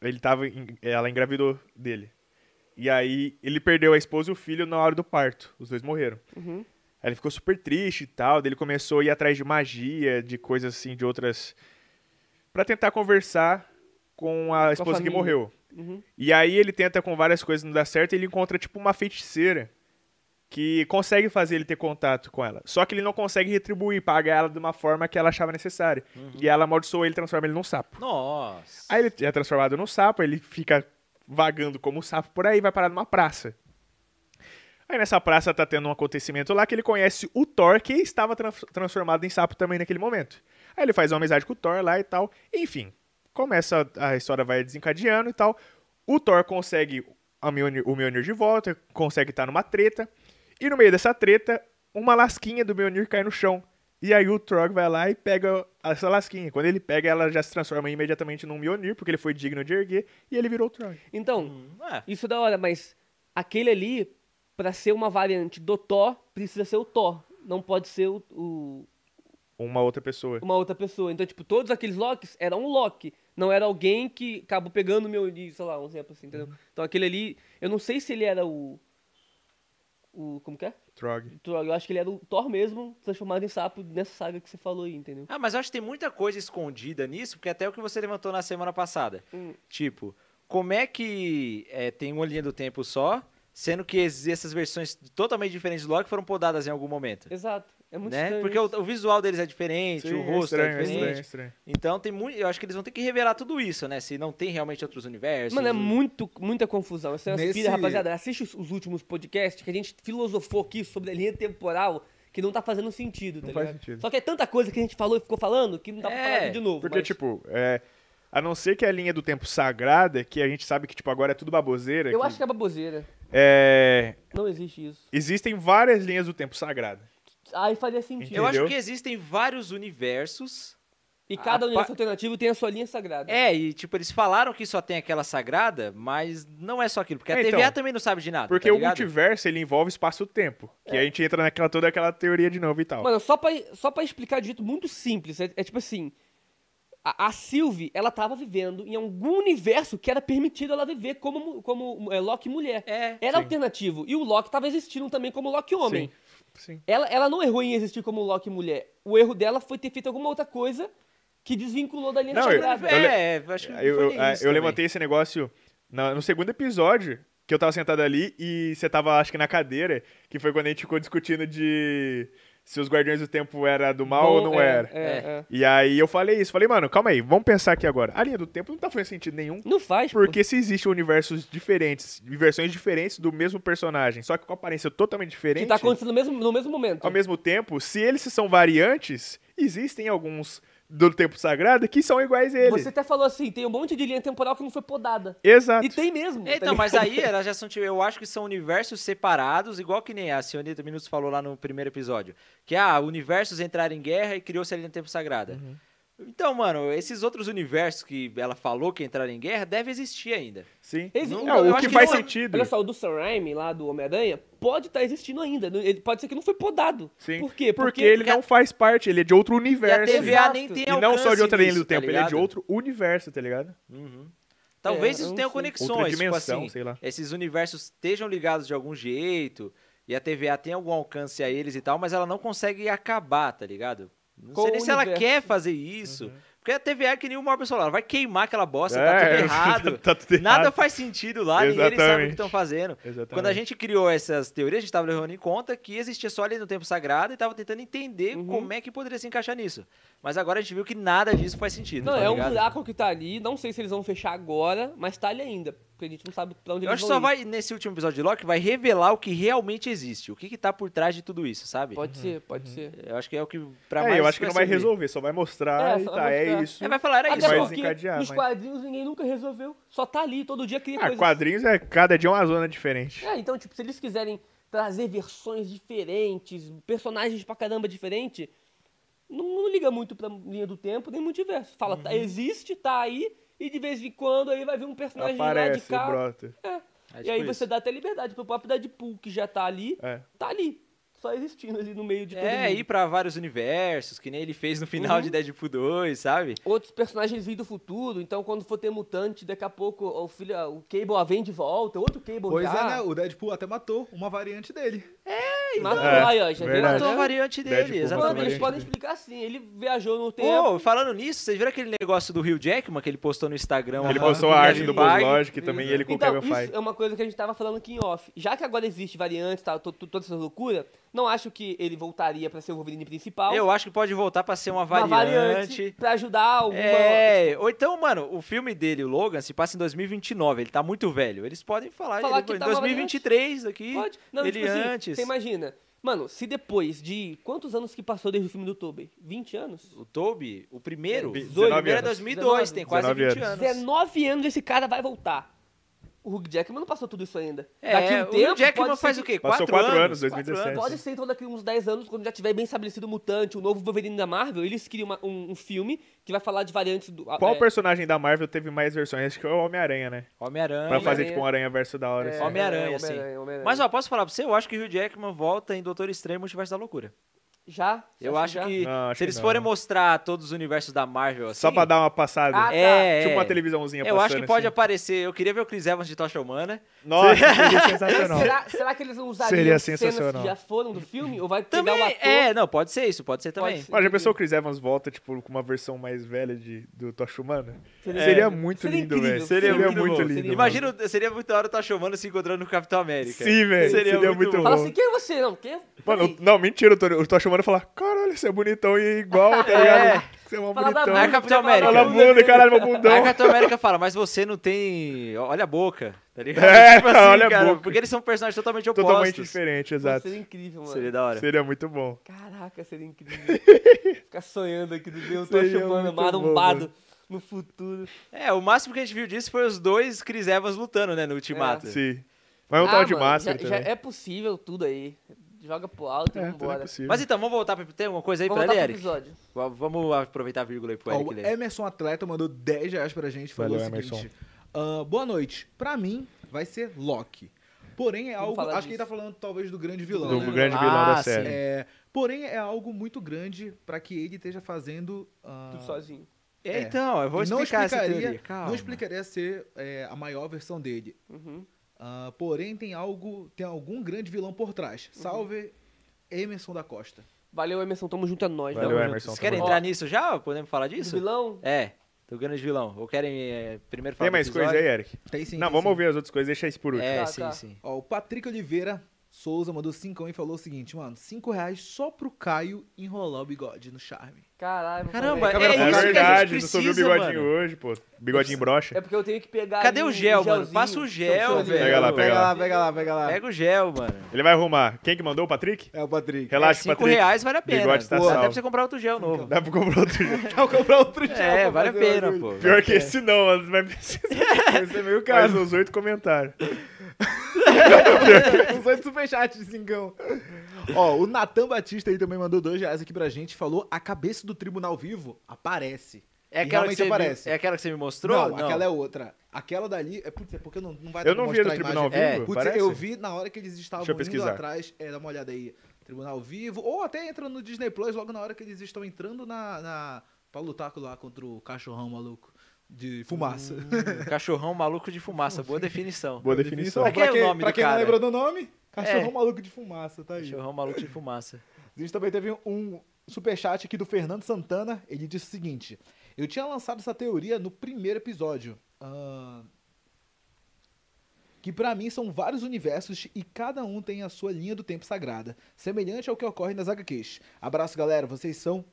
D: Ele tava, em- ela engravidou dele. E aí ele perdeu a esposa e o filho na hora do parto. Os dois morreram. Aí ele ficou super triste e tal. Daí ele começou a ir atrás de magia, de coisas assim, de outras Pra tentar conversar com a esposa que
A: família.
D: morreu.
A: Uhum.
D: E aí ele tenta com várias coisas não dá certo, e ele encontra tipo uma feiticeira que consegue fazer ele ter contato com ela. Só que ele não consegue retribuir, pagar ela de uma forma que ela achava necessária. E ela amaldiçoa ele, transforma ele num sapo.
B: Nossa.
D: Aí ele é transformado num sapo, ele fica vagando como um sapo por aí, vai parar numa praça. Aí nessa praça tá tendo um acontecimento lá que ele conhece o Thor, que estava tran- transformado em sapo também naquele momento. Aí ele faz uma amizade com o Thor lá e tal. Enfim, começa a história vai desencadeando e tal. O Thor consegue a Mjolnir- o Mjolnir de volta, consegue estar numa treta. E no meio dessa treta, uma lasquinha do Mjolnir cai no chão. E aí o Trog vai lá e pega essa lasquinha. Quando ele pega, ela já se transforma imediatamente num Mjolnir, porque ele foi digno de erguer, e ele virou o Trog.
A: Então,
B: Hum,
D: Ah.
B: é.
A: Isso é da hora, mas aquele ali, pra ser uma variante do Thor, precisa ser o Thor. Não pode ser o, o-
D: Uma outra pessoa.
A: uma outra pessoa. Então, tipo, todos aqueles Locks eram um Loki. Não era alguém que acabou pegando o meu, sei lá, um exemplo assim, entendeu? Então aquele ali, eu não sei se ele era o. O. Como que é?
D: Trog.
A: Thor, Eu acho que ele era o Thor mesmo, transformado em sapo nessa saga que você falou aí, entendeu?
B: Ah, mas eu acho que tem muita coisa escondida nisso, porque até o que você levantou na semana passada.
A: Hum.
B: Tipo, como é que é, tem uma linha do tempo só, sendo que es- essas versões totalmente diferentes do Loki foram podadas em algum momento?
A: Exato. É muito
B: né?
A: estranho
B: Porque
A: isso.
B: o, o visual deles é diferente,
D: Sim,
B: o
D: é
B: rosto é,
D: estranho, é
B: diferente.
D: estranho, é estranho.
B: Então tem muito. Eu acho que eles vão ter que revelar tudo isso, né? Se não tem realmente outros universos. Hum.
A: Mano, é
B: o-
A: muito, muita confusão. Essa é uma
C: Nesse-
A: aspira, rapaziada. Assiste os, os últimos podcasts que a gente filosofou aqui sobre a linha temporal que não tá fazendo sentido, tá
D: Não faz
A: ligado?
D: sentido.
A: Só que é tanta coisa que a gente falou e ficou falando que não dá pra
B: É,
A: falar aqui de novo.
D: Porque,
A: mas
D: tipo, é, a não ser que a linha do tempo sagrada, que a gente sabe que tipo, agora é tudo baboseira.
A: eu acho que é baboseira.
D: é,
A: Não existe isso.
D: Existem várias linhas do tempo sagrada.
A: Aí faria sentido.
B: Eu acho
D: entendeu?
B: que existem vários universos.
A: E cada
B: Ah,
A: universo
B: pa-
A: alternativo tem a sua linha sagrada.
B: É, e tipo, eles falaram que só tem aquela sagrada, mas não é só aquilo. Porque a
D: É, então.
B: TVA também não sabe de nada.
D: Porque
B: tá
D: o
B: ligado?
D: multiverso, ele envolve espaço-tempo. Que a gente entra naquela toda aquela teoria de novo e tal.
A: Mano, só pra, só pra explicar de jeito muito simples, é, é tipo assim. A, a Sylvie, ela tava vivendo em algum universo que era permitido ela viver como, mu- como é, Loki mulher.
B: É.
A: Era alternativo. E o Loki tava existindo também como Loki homem.
D: Sim.
A: Ela, ela não errou em existir como Loki mulher. O erro dela foi ter feito alguma outra coisa que desvinculou da linha
D: Não, eu-
A: sagrada.
D: eu le-
B: É, eu acho que
D: Eu,
B: foi
D: eu,
B: isso
D: ah, eu
B: também.
D: levantei esse negócio na- no segundo episódio, que eu tava sentado ali e você tava, acho que, na cadeira, que foi quando a gente ficou discutindo de se os Guardiões do Tempo era do mal ou
A: Bom,
D: não
A: é,
D: era.
A: é,
B: É.
A: é.
D: E aí eu falei isso, falei, mano, calma aí, vamos pensar aqui agora. A linha do tempo não tá fazendo sentido nenhum.
A: Não faz, pô.
D: Porque se existem universos diferentes, e versões diferentes do mesmo personagem, só que com aparência totalmente
A: Que
D: diferente,
A: tá acontecendo no mesmo, no mesmo momento.
D: ao mesmo tempo, se eles são variantes, existem alguns do tempo sagrado que são iguais a ele.
A: Você até falou assim, tem um monte de linha temporal que não foi podada.
D: Exato.
A: E tem mesmo. tá
B: Então,
A: ligado?
B: mas aí
A: <laughs>
B: elas já são, tipo, eu acho que são universos separados, igual que nem a Sionita Minutos é, falou lá no primeiro episódio. Que ah, universos entraram em guerra e criou-se a linha do tempo sagrada. Então, mano, esses outros universos que ela falou que entraram em guerra devem existir ainda.
D: Sim.
A: Exi-
D: Não,
A: então, eu
D: o
A: acho
D: que
A: que
D: faz
A: não é-
D: sentido.
A: Olha só, o do Sam Raimi, lá do Homem-Aranha, pode estar existindo ainda. não- ele- Pode ser que não foi podado.
D: Sim.
A: Por quê?
D: Porque, ele
B: porque a-
D: não faz parte, ele é de outro
B: E a
D: universo.
B: TVA
A: Exato.
B: nem tem
D: E não só de
B: alcance
D: outra linha do
B: nisso, tá
D: tempo, ele é de
B: ligado?
D: outro universo, tá ligado?
B: Uhum. Talvez
A: É, eu
B: isso
A: não
B: tenha
A: sei.
B: conexões,
D: Outra
B: tipo
D: dimensão,
B: assim,
D: sei lá.
B: esses universos estejam ligados de algum jeito e a TVA tem algum alcance a eles e tal, mas ela não consegue acabar, tá ligado? Não
A: Com
B: sei
A: o
B: nem se ela
A: universo.
B: quer fazer isso,
A: Uhum.
B: porque a TVA é que nem o Morbius Solar, vai queimar aquela bosta, tá
D: É, <laughs>
B: tudo errado,
D: tá tudo errado.
B: nada faz sentido lá, ninguém eles sabem o que
D: Exatamente.
B: estão fazendo.
D: Exatamente.
B: Quando a gente criou essas teorias, a gente estava levando em conta que existia só ali no tempo sagrado e estava tentando entender
A: Uhum.
B: como é que poderia se encaixar nisso. Mas agora a gente viu que nada disso faz sentido.
A: Não,
B: tá
A: é um
B: ligado?
A: buraco que tá ali. Não sei se eles vão fechar agora, mas tá ali ainda. Porque a gente não sabe pra onde
B: Eu
A: eles
B: acho que
A: vão
B: só
A: ir.
B: vai, nesse último episódio de Loki, vai revelar o que realmente existe, o que, que tá por trás de tudo isso, sabe?
A: Pode ser, pode ser.
B: Eu acho que é o que pra
D: É,
B: mais.
D: eu acho que não vai
B: servir.
D: resolver, só vai mostrar
A: É,
D: e
A: só
D: tá,
A: vai mostrar.
D: é isso.
B: É, vai falar, era
A: Até
B: isso.
D: vai
A: porque
D: desencadear,
A: nos
D: mas-
A: quadrinhos ninguém nunca resolveu. Só tá ali, todo dia cria
D: Ah,
A: coisas.
D: quadrinhos é cada dia uma zona diferente.
A: É, então, tipo, se eles quiserem trazer versões diferentes, personagens pra caramba diferente, não, não liga muito pra linha do tempo nem multiverso. Fala, tá, existe, tá aí, e de vez em quando aí vai vir um personagem lá de
D: Aparece,
A: cá.
D: brota.
A: É.
B: É
A: e aí
B: tipo
A: você
B: isso.
A: dá até liberdade pro próprio Deadpool, que já tá ali,
D: É.
A: tá ali. Só existindo ali no meio de todo
B: É,
A: mundo.
B: ir pra vários universos, que nem ele fez no final
A: Uhum.
B: de Deadpool 2, sabe?
A: Outros personagens vêm do futuro, então quando for ter mutante, daqui a pouco o filho, o Cable a vem de volta, outro Cable
C: Pois
A: já.
C: é, né? O Deadpool até matou uma variante dele.
A: Mas
D: É,
A: aí, ó, já viu?
D: verdade.
B: Matou a variante dele,
D: Deadpool né, matou
A: Mano,
D: a
B: exatamente.
A: eles
D: variante
A: podem
D: dele.
A: explicar assim, ele viajou no tempo.
B: Ô, falando nisso, vocês viram aquele negócio do Rio Jackman que ele postou no Instagram? uma
D: Ele
B: foto
D: postou
B: do
D: a arte
B: Kevin
D: do Boss
B: Feige?
D: Logic também, ele com o
A: então,
D: Kevin
A: isso
D: Feige.
A: é uma coisa que a gente tava falando aqui em off. Já que agora existe variantes, tá, to- to- toda essa loucura, não acho que ele voltaria pra ser o Wolverine principal.
B: Eu acho que pode voltar pra ser uma
A: uma
B: variante.
A: variante pra ajudar alguma...
B: É, ou então, mano, o filme dele, o Logan, se passa em 2029, ele tá muito velho. Eles podem falar,
A: Falar
B: ele,
A: que
B: em
A: tá uma
B: 2023 aqui,
A: Pode? Não,
B: ele
A: tipo assim,
B: antes.
A: você imagina. Mano, se depois de... Quantos anos que passou desde o filme do Tobey? 20 anos?
B: O Toby, o primeiro,
D: Vi-
B: o primeiro
D: 19
B: é
D: anos.
B: 2002, tem quase
D: 19
B: 20 anos.
A: 19 anos esse cara vai voltar. O Hugh Jackman não passou tudo isso ainda.
B: É,
A: Daqui um
B: o
A: tempo,
B: Jackman
A: pode ser
B: faz
A: que-
B: o quê? 4
D: Passou quatro anos,
B: Quatro
D: 2017.
B: anos.
A: Pode ser, então, daqui uns 10 anos, quando já tiver bem estabelecido o mutante, o novo Wolverine da Marvel, eles criam uma- um, um filme que vai falar de variantes do.
D: Qual
A: é,
D: personagem da Marvel teve mais versões? Acho que é o Homem-Aranha, né? Pra
B: Homem-Aranha.
D: fazer tipo um aranha verso da hora.
A: é,
D: assim.
B: Homem-Aranha,
A: é,
B: assim.
A: Homem-Aranha, Homem-Aranha.
B: Mas ó, posso falar pra você? Eu acho que o Hugh Jackman volta em Doutor Estranho e Multiverso da Loucura.
A: Já? Você
B: Eu
A: acha
B: acho
A: já?
B: que
D: Não, acho
B: se eles
D: que não.
B: forem mostrar todos os universos da Marvel assim,
D: Só pra dar uma passada.
A: Ah, tá.
B: é,
D: tipo
B: é.
D: uma televisãozinha
B: Eu acho
D: passando,
B: que pode
D: assim.
B: aparecer. Eu queria ver o Chris Evans de Tocha Humana.
D: Nossa, seria
B: <laughs>
D: sensacional.
A: Será, será que eles não usariam
D: Tá Seria
A: cenas
D: sensacional.
A: que já foram do filme? Ou vai pegar
B: Também.
A: o ator?
B: É, não, pode ser isso, pode ser
A: Pode
B: também.
A: ser.
D: Mas já pensou que o Chris Evans volta, tipo, com uma versão mais velha de, do Tocha Humana?
A: Seria-
D: Seria,
A: é.
D: muito
A: Seria
D: lindo,
A: incrível,
D: velho.
A: seria
D: Seria
A: muito
D: muito
A: bom,
D: lindo.
A: seria-
D: mano.
B: Imagina, seria muito da hora o Tachomano se encontrando no Capitão América.
D: Sim, velho.
B: Seria
D: Seria,
B: muito
D: muito,
B: bom.
D: bom.
A: Fala assim, quem é você? Não, quem
D: Mano,
A: peraí.
D: eu- não, mentira, o Tony- o Tocha Humana fala, caralho, você é bonitão e igual, tá
B: É.
D: ligado? Você é um
A: Fala da
D: bonitão.
B: Aí o Capitão América.
D: Fala bunda, caralho, meu
B: Aí o
D: bundão.
B: Capitão América fala, mas você não tem. Olha a boca, tá ligado?
D: <laughs> É, olha a boca.
B: Porque eles são personagens totalmente opostos.
D: Totalmente diferente, exato.
A: Seria incrível, mano.
B: Seria da hora.
D: Seria muito bom.
A: Caraca, seria
D: <laughs>
A: incrível. Ficar sonhando aqui do Deus, tô
D: Seria
A: chamando
D: muito bom,
A: marombado no futuro.
B: É, o máximo que a gente viu disso foi os dois Chris Evans lutando, né, no Ultimato.
D: Sim. Mas é um
A: Ah,
D: tal de
A: mano,
D: máscara
A: já, já
D: também.
A: é possível tudo aí. Joga pro alto e
D: É, tudo é
A: vambora.
D: possível.
B: Mas então, vamos voltar pra. Tem alguma coisa aí
A: Vamos
B: pra
A: voltar
B: ele,
A: pro
B: Eric?
A: episódio.
B: Va- Vamos aproveitar a vírgula aí pro
C: Ó, é,
B: Eric
C: o
B: ler.
C: Emerson Atleta mandou 10 reais pra gente. Falou
D: Valeu,
C: o seguinte: "Ah, Boa noite. Pra mim, vai ser Loki. Porém, é
A: Vamos
C: algo.
A: falar
C: Acho
A: disso.
C: que ele tá falando talvez do grande
D: Do
C: vilão. né?
D: grande
B: Ah,
D: vilão da
B: sim.
D: série.
C: É, porém, é algo muito grande pra que ele esteja fazendo. ah,
A: Tudo sozinho.
B: É,
C: é.
B: Então, eu vou
C: e não
B: explicar essa
C: explicaria-
B: teoria. Calma.
C: Não explicaria ser é, a maior versão dele.
A: Uhum.
C: Ah, porém, tem algo. Tem algum grande vilão por trás. Salve Emerson da Costa.
A: Valeu, Emerson. Tamo junto, é nóis.
D: Valeu,
A: tamo junto.
D: Emerson.
B: Vocês querem
A: Ó.
B: entrar nisso já? Podemos falar disso?
A: Do vilão?
B: É, do grande vilão. Ou querem eh, primeiro falar
D: Tem
B: do
D: mais coisa
B: episódio?
D: aí, Eric?
C: Tem sim.
D: não,
C: tem
D: vamos
C: sim.
D: ouvir as outras coisas, deixa isso por último.
B: É,
A: Tá,
B: sim,
A: tá.
B: sim.
C: Ó, o Patrick Oliveira Souza mandou cincão e falou o seguinte, mano, cinco reais só pro Caio enrolar o bigode no charme.
A: Caralho. vou
B: Caramba,
A: fazer.
B: É
D: É,
B: isso que a gente
D: verdade,
B: precisa,
D: não subiu o bigodinho
B: mano.
D: hoje, pô. Bigodinho brocha.
A: É porque eu tenho que pegar.
B: Cadê
A: ali
B: o
A: um
B: gel, mano?
A: gelzinho.
B: Passa o gel,
A: Deixa eu
B: velho.
A: ver.
D: Pega lá, pega lá.
C: pega lá, pega lá.
B: Pega o gel, mano.
D: Ele vai arrumar. Quem que mandou? O Patrick?
C: É o Patrick.
D: Relaxa,
B: é, cinco
D: Patrick.
B: reais vale a pena.
D: Bigode tá
B: Pô, até
D: salvo.
B: pra você comprar outro gel novo.
D: Dá pra comprar outro jogo.
C: Vou comprar outro
B: É, vale a pena,
D: um
B: pô.
D: Pior que esse não, mano. Vai precisar.
C: Esse é meio
D: Faz uns oito comentários.
C: Os dois superchats, Zingão. Ó, o Natan Batista aí também mandou dois reais aqui pra gente. Falou: a cabeça do tribunal vivo aparece.
B: É
C: E
B: aquela, que
C: realmente
B: você
C: aparece.
B: me, é aquela que você me mostrou?
C: Não, aquela é outra. Aquela dali, é, putz, é porque não, não vai
D: Eu
C: dar pra
D: não vi a do
C: mostrar a
D: Tribunal
C: imagem.
B: Vivo,
C: É, putz,
D: parece?
C: eu vi na hora que eles estavam
D: Deixa eu
C: indo
D: pesquisar.
C: atrás, é, dá uma olhada aí, Tribunal Vivo, ou até entra no Disney Plus logo na hora que eles estão entrando na, na pra lutar lá contra o cachorrão maluco de fumaça.
B: <laughs>
C: <laughs>
B: Cachorrão maluco de fumaça. Boa definição.
D: Boa definição.
B: Pra quem é o nome
C: pra
B: do
C: quem
B: cara?
C: não lembrou do nome, cachorrão
B: É.
C: maluco de fumaça, tá aí.
B: Cachorrão maluco de
D: <laughs>
B: fumaça.
C: A gente também teve um superchat aqui do Fernando Santana. Ele disse o seguinte: Eu tinha lançado essa teoria no primeiro episódio. ah, que pra mim são vários universos e cada um tem a sua linha do tempo sagrada, semelhante ao que ocorre nas HQs. Abraço, galera. Vocês são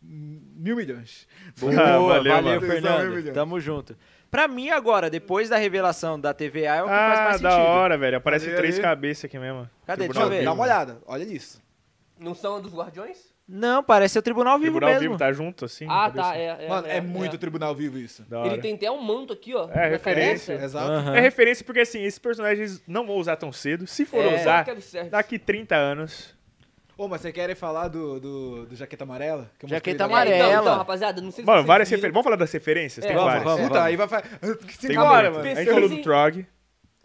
C: mil milhões.
B: Boa,
D: Ah, valeu,
B: valeu,
D: mano.
C: Mil
B: Fernando.
C: milhões.
B: Tamo junto. Pra mim, agora, depois da revelação da TVA, é o que faz
D: Ah,
B: mais
D: da
B: sentido.
D: hora, velho. Aparece
C: Ali,
D: três
C: ali.
D: cabeças aqui mesmo.
B: Cadê?
D: Tribunal
B: Deixa eu ver.
D: Vivo.
C: Dá uma olhada, olha isso.
A: Não são a dos guardiões?
B: Não, parece ser o Tribunal Vivo
D: Tribunal
B: mesmo.
D: Vivo tá junto, assim?
A: Ah,
D: cabeça.
A: tá. É, é,
C: Mano, é, muito
A: é.
C: tribunal vivo isso.
D: Da hora.
A: Ele tem até um manto aqui, ó.
D: É,
A: na
D: referência.
A: cabeça.
C: Exato.
B: Aham.
D: É referência porque, assim, esses personagens não vão usar tão cedo. Se for
A: É,
D: usar,
A: quero service.
D: daqui 30 anos.
C: Ô, mas vocês querem falar do, do, do Jaqueta Amarela? Que eu mostrei
B: Jaqueta
C: da-
A: É, então,
B: Amarela.
A: então, rapaziada, não sei se
D: Mano,
A: vocês
D: várias
A: viram.
D: referências. Vamos falar das referências?
A: É,
D: tem
A: vamos,
D: várias.
B: vamos.
C: Puta, aí vai falar.
D: Tem
A: Agora,
D: muita.
A: mano.
D: A gente falou
A: Pesquisem-
D: do Trog,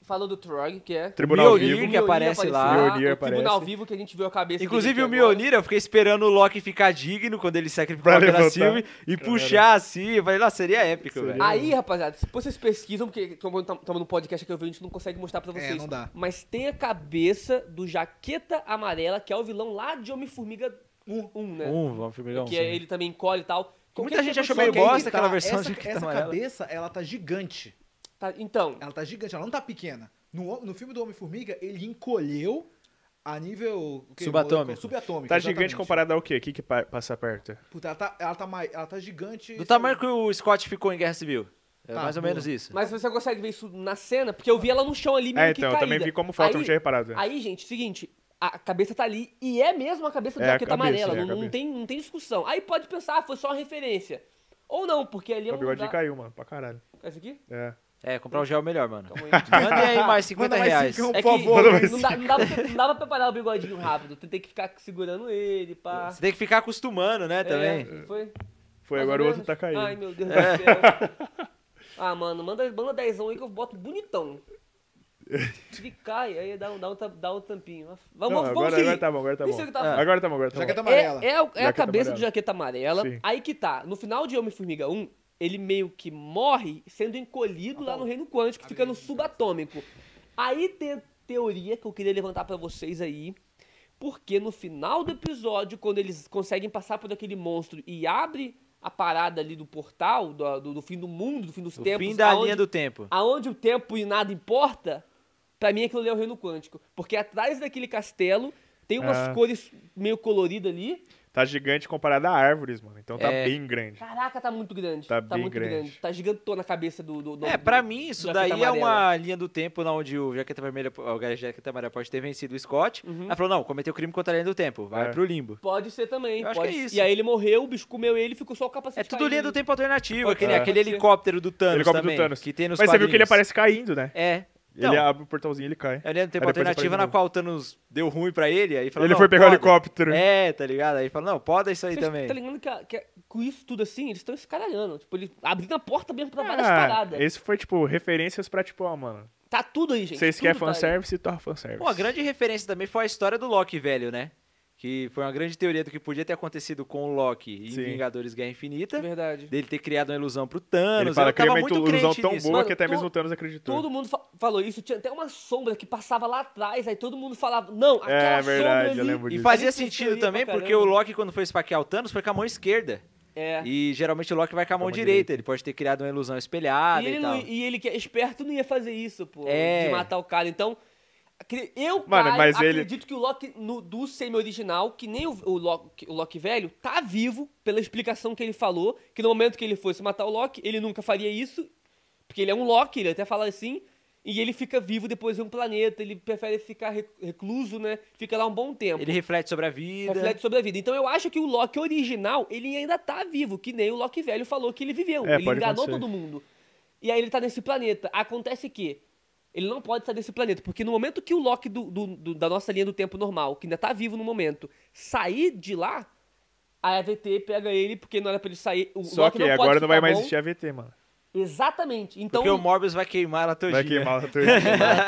D: Tá
A: Falou do Trog, que é.
D: Tribunal
B: Mjolnir,
D: Vivo.
B: que aparece lá.
D: Mjolnir
A: o Tribunal
D: aparece.
A: Vivo que a gente viu a cabeça
B: Inclusive,
A: dele
B: o
A: aqui é agora.
B: Mionir, eu fiquei esperando o Loki ficar digno quando ele sacrificou
D: Pra
B: aquela
D: levantar.
B: Sylvie e puxar assim. Eu falei, nossa, seria épico,
D: Seria.
B: velho.
A: Aí, rapaziada, se vocês pesquisam, porque como estamos no podcast que eu vi, a gente não consegue mostrar
B: É,
A: pra vocês.
C: não dá.
A: Mas tem a cabeça do Jaqueta Amarela, que é o vilão lá de Homem-Formiga 1, né?
B: Um, vamos, formigão.
D: então,
A: que
B: sim.
A: é- ele também encolhe e tal. Qualquer
B: Muita gente
A: tipo de
B: achou
C: Só
B: meio
C: que aí que
B: bosta aquela versão
C: essa,
B: de tá Capitão
C: essa
B: Amarelo.
C: cabeça, ela tá gigante.
A: Tá, então,
C: Ela tá gigante, ela não tá pequena. No, no filme do Homem-Formiga, ele encolheu a nível... o quê?
B: Subatômico.
C: Subatômico,
D: Tá
C: exatamente.
D: gigante comparado ao quê? O que que pa- passa perto?
C: Puta, ela tá, ela tá, mai- ela tá gigante...
B: Do tamanho que o Scott ficou em Guerra Civil. É
C: Tá,
B: mais ou
C: boa.
B: menos isso.
A: mas você consegue ver isso na cena? Porque eu vi ela no chão ali meio
D: É,
A: que
D: então, eu também
A: caída.
D: vi como foto,
A: aí,
D: não tinha reparado. é.
A: Aí, gente, seguinte, a cabeça tá ali e é mesmo a cabeça do
D: É a
A: Jaqueta
D: cabeça,
A: Amarela,
D: é a
A: não, não
D: cabeça.
A: tem, não tem discussão. Aí pode pensar, ah, foi só uma referência. Ou não, porque ali é
D: O
A: um
D: bigodinho
A: lugar...
D: caiu, mano, pra caralho.
A: É isso aqui?
D: É.
B: É, comprar o gel é melhor, mano.
A: Calma Então, aí.
B: <laughs> Mandem aí mais 50
C: Manda mais
B: reais.
C: cincão.
A: É
C: Por
A: que
C: favor,
D: mas-
A: não, dá- não dava, pra- não dava pra parar o bigodinho rápido. Tu tem que ficar segurando ele, pá.
B: Você tem que ficar acostumando, né, também.
A: É, foi?
D: Foi,
A: Mais
D: agora
A: ou
D: o outro
A: menos.
D: tá caindo.
A: Ai, meu Deus do céu. Ah, mano, manda, manda dezão aí que eu boto
D: <laughs>
A: bonitão. Ele cai, aí dá um, dá um, tam- dá um tampinho. Vamos,
D: Não,
A: vamos
D: agora,
A: seguir.
D: agora tá bom, agora tá
A: Isso
D: bom.
A: é o
B: Ah,
A: que eu tava
D: Agora tá bom, agora tá
C: Jaqueta
D: bom.
C: amarela.
A: É, é, o- é a
D: Jaqueta
A: cabeça
D: amarela.
A: de jaqueta amarela.
D: Sim.
A: Aí que tá. No final de Homem-Formiga 1, ele meio que morre sendo encolhido lá no reino quântico,
B: Tá
A: fica no subatômico. Aí tem a teoria que eu queria levantar pra vocês aí. Porque no final do episódio, quando eles conseguem passar por aquele monstro e abre a parada ali do portal, do, do- do fim do mundo, do fim dos
B: O
A: tempos.
B: fim da
A: aonde- Ah,
B: linha do tempo.
A: aonde o tempo e nada importa, pra mim aquilo ali é o reino quântico. Porque atrás daquele castelo tem umas
D: Ah.
A: cores meio coloridas ali.
D: Tá gigante comparado a árvores, mano. Então tá
B: É.
D: bem grande.
A: Caraca, tá muito grande.
D: Tá bem
A: muito
D: grande.
A: Tá gigantona a cabeça do. do, do
B: É,
A: do-
B: pra mim, isso
A: da
B: daí
A: fita
B: é
A: amarela.
B: uma linha do tempo na onde o Jaqueta Vermelha, o cara de Jaqueta Amarela pode ter vencido o Scott. Ela falou, não, cometeu crime contra a linha do tempo, vai
D: É.
B: pro limbo.
A: Pode ser também.
B: Eu acho
A: pode
B: que é
A: ser.
B: isso.
A: E aí ele morreu, o bicho comeu ele, ficou só o
B: É
A: capacete.
D: Tipo,
B: tudo
A: caído
B: linha do
A: ali.
B: tempo alternativo,
A: Pode
B: aquele,
A: ser,
B: aquele
A: pode ser.
B: helicóptero do Thanos
D: É. Helicóptero
B: também,
D: do Thanos.
B: que tem nos
D: Mas você viu que ele
B: quadrinhos.
D: aparece caindo, né?
B: É, então,
D: ele abre o portãozinho e ele cai.
B: é a linha do tempo
D: Aí depois
B: alternativa
D: aparece
B: na
D: de
B: qual o Thanos deu ruim pra ele, aí falou,
D: Ele
B: não,
D: foi pegar o
B: poda.
D: helicóptero.
B: É, tá ligado? Aí falou, não, poda isso aí
A: Vocês
B: também.
A: Tá ligado que, a- que a- com isso tudo assim, eles estão escaralhando. Tipo, eles abrindo a porta mesmo pra várias
D: Ah,
A: paradas.
D: Esse foi, tipo, referências pra, tipo, ó, mano.
A: Tá tudo aí, gente.
D: Vocês querem
A: tudo tá aí.
D: fanservice, torra fanservice.
B: Uma grande referência também foi a história do Loki velho, né? Que foi uma grande teoria do que podia ter acontecido com o Loki em
D: Sim.
B: Vingadores Guerra Infinita.
A: Verdade.
B: Dele ter criado uma ilusão pro Thanos.
D: Ele fala,
B: eu
D: cria
B: tava
D: uma
B: muito
D: ilusão
B: crente
D: tão
B: nisso.
D: boa
A: Mano,
D: que até mesmo
A: tu-
D: o Thanos acreditou.
A: Todo mundo fa- falou isso, tinha até uma sombra que passava lá atrás, aí todo mundo falava, não, aquela
D: É verdade,
A: sombra
D: eu
A: ali.
D: lembro
B: E
D: disso.
B: fazia
A: Parece
B: sentido
A: teoria pra
B: também,
A: caramba.
B: porque o Loki, quando foi esfaquear o Thanos, foi com a mão esquerda.
A: É. E,
B: E geralmente o Loki vai com a mão,
D: mão
B: direita.
D: direita.
B: Ele pode ter criado uma ilusão espelhada e,
A: ele
B: tal.
A: não, e ele que é esperto não ia fazer isso, pô,
B: É.
A: de matar o cara. Então, acre- eu,
D: Mano,
A: Caio,
D: mas ele-
A: acredito que o Loki no, do semi-original, que nem o, o, Loki, o Loki velho, tá vivo pela explicação que ele falou, que no momento que ele fosse matar o Loki, ele nunca faria isso, porque ele é um Loki, ele até fala assim, e ele fica vivo depois em um planeta, ele prefere ficar rec- recluso, né, fica lá um bom tempo.
B: Ele reflete sobre a vida.
A: Reflete sobre a vida. Então eu acho que o Loki original, ele ainda tá vivo, que nem o Loki velho falou que ele viveu.
D: É,
A: ele
D: pode
A: enganou
D: acontecer.
A: todo mundo. E aí ele tá nesse planeta. Acontece que Ele não pode sair desse planeta, porque no momento que o Loki do- do- do- da nossa linha do tempo normal, que ainda tá vivo no momento, sair de lá, a EVT pega ele, porque não era pra ele sair. O
D: Só
A: Loki
D: que
A: não pode
D: agora não vai
A: ficar
D: mais
A: bom.
D: existir a VT, mano.
A: Exatamente. Então,
B: Porque o
A: <laughs>
B: Morbius vai queimar ela todinha.
D: Vai
B: <laughs>
D: queimar a teoria.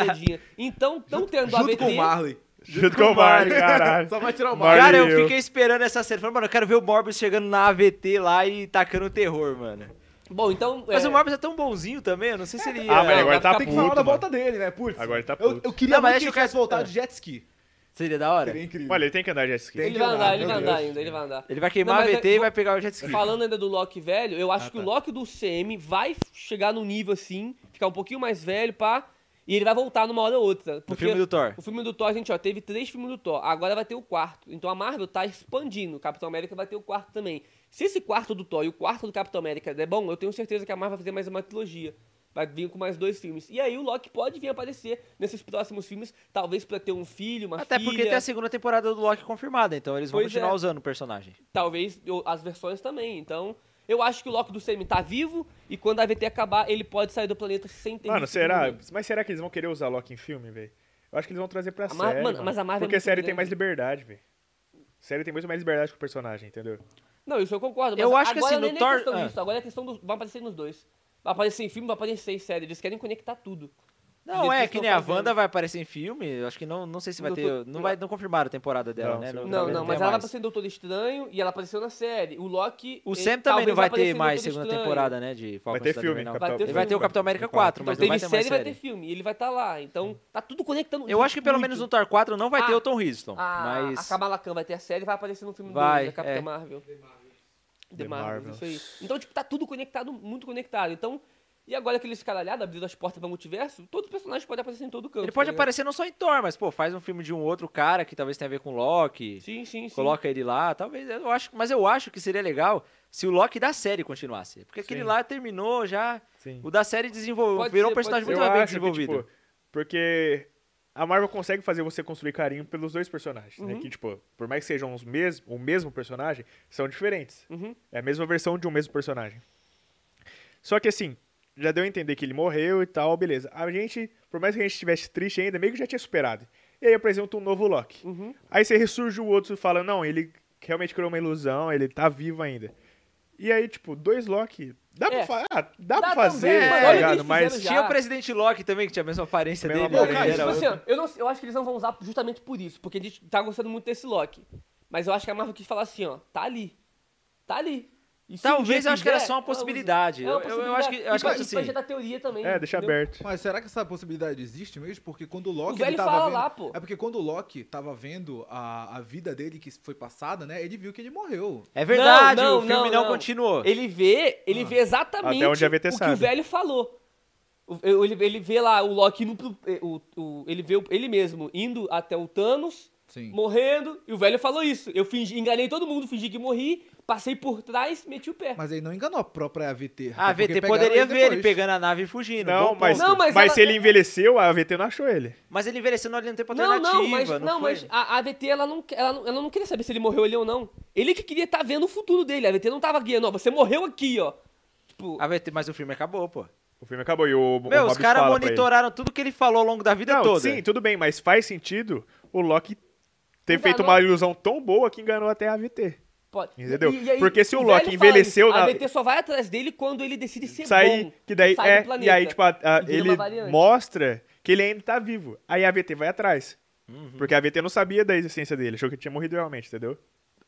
A: Tadinha. então, não tendo a
C: Junto
A: AVT,
C: com o Marley.
D: Junto com o Mario, caralho. Ah, Tá
C: Só vai tirar o
D: Mar-
C: Marley.
B: Cara, eu
D: Valeu.
B: fiquei esperando essa cena. Falei, mano, eu quero ver o Morbius chegando na AVT lá e tacando terror, mano.
A: Bom, então.
B: Mas
A: é,
B: o Morbius é tão bonzinho também, eu não sei se ele.
D: Ah, mas
B: é,
A: vai
D: agora tá
A: ficar
C: Tem que
D: puto,
C: falar da
D: mano.
C: volta dele, né? Putz.
D: Agora ele tá
C: Eu,
D: puto.
C: eu queria
B: Não, mas
C: muito
B: acho
C: que ele
B: que eu- É.
C: tivesse voltado
B: Ah.
C: de jet ski.
B: Seria da hora.
C: Seria incrível.
D: Olha, ele tem que andar de jet ski.
A: Ele vai andar, ele
C: é
A: vai
C: Meu Deus.
A: andar ainda, ele vai andar.
B: Ele vai queimar
A: Não,
B: a
A: mas
B: AVT
A: eu-
B: e vai pegar o jet ski.
A: Falando ainda do Loki velho, eu acho
C: Ah,
A: que o
C: tá.
A: Loki do CM vai chegar num nível assim, ficar um pouquinho mais velho, pá, e ele vai voltar numa hora ou outra.
B: No
A: Porque
B: filme do Thor.
A: o filme do Thor, gente, ó, teve três filmes do Thor, agora vai ter o quarto. Então a Marvel tá expandindo, Capitão América vai ter o quarto também. Se esse quarto do Thor e o quarto do Capitão América der bom, eu tenho certeza que a Marvel vai fazer mais uma trilogia. Vai vir com mais dois filmes. E aí o Loki pode vir aparecer nesses próximos filmes, talvez pra ter um filho, uma
B: Até porque
A: filha.
B: tem a segunda temporada do Loki confirmada, então eles vão
A: Pois
B: continuar
A: é.
B: usando o personagem.
A: talvez eu- as versões também. Então, eu acho que o Loki do Semi tá vivo e quando a VT acabar, ele pode sair do planeta sem ter
D: Mano,
A: risco
D: será?
A: nenhum.
D: Mas será que eles vão querer usar Loki em filme, velho? Eu acho que eles vão trazer pra
A: A Mar-
D: série.
A: mano, mas a Marvel é
D: Porque
A: muito
D: série tem
A: grande.
D: mais liberdade, velho. Série tem muito mais liberdade com o personagem, entendeu?
A: Não, isso eu concordo. Mas
B: Eu acho que,
A: agora
B: assim,
A: não é
B: no
A: nem
B: Thor-
A: questão
B: ah.
A: disso. Agora é questão do. Vai aparecer nos dois. Vai aparecer em filme, vai aparecer em série. Eles querem conectar tudo. Do
B: Não,
A: jeito
B: é
A: eles
B: que
A: tão
B: nem a
A: fazendo.
B: Wanda vai aparecer em filme, eu acho que não, não sei se vai
A: Não
B: ter,
A: tô-
B: não vai, não confirmaram a temporada dela,
D: Não,
B: né?
D: sim.
A: Não,
B: talvez
A: não, mas
B: tenha
A: ela vai
B: mais.
A: aparecer em Doutor Estranho e ela apareceu na série. O Loki.
B: O
A: ele-
B: Sam também não
A: talvez
B: vai
A: apareça
B: ter
A: em
B: mais
A: Doutor
B: segunda
A: Estranho.
B: temporada, né? De Falcon
D: Vai ter
B: e Soldado
D: filme,
B: Invernal.
A: Vai ter
B: Ele vai ter o
A: filme.
B: Capitão América
D: Vai ter
B: 4,
A: Então
B: mas não
A: teve
B: vai ter mais
A: série e vai ter
B: série.
A: filme. E ele vai estar lá. Então, tá tudo conectando.
B: Eu acho que pelo menos no Thor 4 não vai ter
A: Ah,
B: o Tom Hiddleston,
A: A, a
B: mas...
A: Kamala Khan vai ter a série e vai aparecer no filme
B: Vai,
A: do da Capitã
B: é.
A: Marvel. The
D: The
A: Marvel,
D: Marvels.
A: isso aí. Então, tipo, tá tudo conectado, muito conectado. Então, e agora aqueles caralhados abrindo as portas pra multiverso, todo personagem pode aparecer em todo canto.
B: Ele pode
A: tá ligado?
B: aparecer não só em Thor, mas, pô, faz um filme de um outro cara que talvez tenha a ver com Loki,
A: Sim, sim, sim.
B: coloca ele lá, talvez, eu acho, mas eu acho que seria legal se o Loki da série continuasse, porque aquele
D: Sim.
B: lá terminou já,
D: Sim.
B: o da série desenvolveu,
A: Pode
B: virou
A: ser,
B: um personagem
A: pode
B: muito
A: ser.
B: mais bem
D: que,
B: desenvolvido.
D: tipo, porque a Marvel consegue fazer você construir carinho pelos dois personagens,
A: Uhum.
D: né? Que, tipo, por mais que sejam os mes o mesmo personagem, são diferentes.
A: Uhum.
D: É a mesma versão de um mesmo personagem. Só que, assim, já deu a entender que ele morreu e tal, beleza. A gente, por mais que a gente estivesse triste ainda, meio que já tinha superado. E aí apresenta um novo Loki.
A: Uhum.
D: Aí você ressurge o outro e fala, não, ele realmente criou uma ilusão, ele tá vivo ainda. E aí, tipo, dois Loki... Dá
A: É.
D: pra fa- ah,
A: Dá
D: dá pra fazer,
A: também,
D: tá
A: mas olha o que
D: ligado?
A: eles
D: Mas
A: fizeram já.
B: Tinha o presidente Loki também, que tinha a mesma aparência
D: Mesma
B: dele.
A: Pô,
D: aparência.
B: né?
A: cara,
D: Era
A: tipo assim,
B: Era outro.
A: ó, eu, não, eu acho que eles não vão usar justamente por isso, porque a gente tá gostando muito desse Loki. Mas eu acho que a Marvel quis falar assim, ó, tá ali. Tá ali. E se um
B: Talvez
A: dia
B: eu acho que era só uma
A: ela usa.
B: possibilidade.
A: É uma
B: Eu- eu- eu acho que- eu
A: possibilidade.
B: acho que
A: E pra-
B: assim-
A: e pra gente da teoria também.
D: É, deixa
A: entendeu?
D: aberto.
C: Mas será que essa possibilidade existe mesmo? Porque quando o Loki.
A: O velho
C: ele tava
A: fala
C: vendo-
A: lá, pô.
C: É porque quando o Loki tava vendo a, a vida dele que foi passada, né? Ele viu que ele morreu.
B: É verdade,
A: Não,
B: o
A: não,
B: filme não, Ah.
A: não.
B: continuou.
A: Ele vê, ele vê exatamente
D: Até onde a VT
A: o que
D: sabe.
A: o velho falou. O- Ele, ele vê lá o Loki indo pro, eh, o, o- ele vê o- ele mesmo indo até o Thanos,
C: Sim.
A: morrendo, e o velho falou isso. Eu fingi, enganei todo mundo, fingi que morri, passei por trás, meti o pé.
C: Mas ele não enganou a própria AVT.
B: Ah, A
C: porque
B: VT
C: pegaram
B: poderia ver ele
C: depois.
B: pegando a nave e fugindo.
D: Não,
B: bom
D: mas,
B: ponto.
A: Não, mas
D: mas,
A: ela-
D: se ele envelheceu, a VT não achou ele.
B: Mas ele envelheceu na linha do tempo
A: não,
B: alternativa.
A: não, mas, não,
B: foi?
A: mas a, a VT ela não, ela, não, ela não queria saber se ele morreu ali ou não. Ele que queria estar vendo o futuro dele. A VT não tava guiando, ó, você morreu aqui, ó. Tipo,
B: A VT, Ah, mas o filme acabou, pô.
D: O filme acabou e o
B: Meu,
D: o
B: os
D: Hobbit
B: caras
D: fala pra ele.
B: monitoraram tudo que ele falou ao longo da vida
D: não,
B: toda.
D: Sim, tudo bem, mas faz sentido o Loki ter
A: Enganou.
D: feito uma ilusão tão boa que enganou até a VT.
A: Pode.
D: Entendeu?
A: E- e aí,
D: Porque se o
A: velho
D: Loki
A: fala
D: envelheceu
A: isso,
D: na-
A: A VT só vai atrás dele quando ele decide ser
D: Sai,
A: bom.
D: que daí
A: sai do
D: é, e
A: planeta,
D: aí tipo a- a-
A: e vira uma
D: ele
A: variante.
D: mostra que ele ainda tá vivo. Aí a VT vai atrás. Porque a VT não sabia da existência dele, achou que ele tinha morrido realmente, entendeu?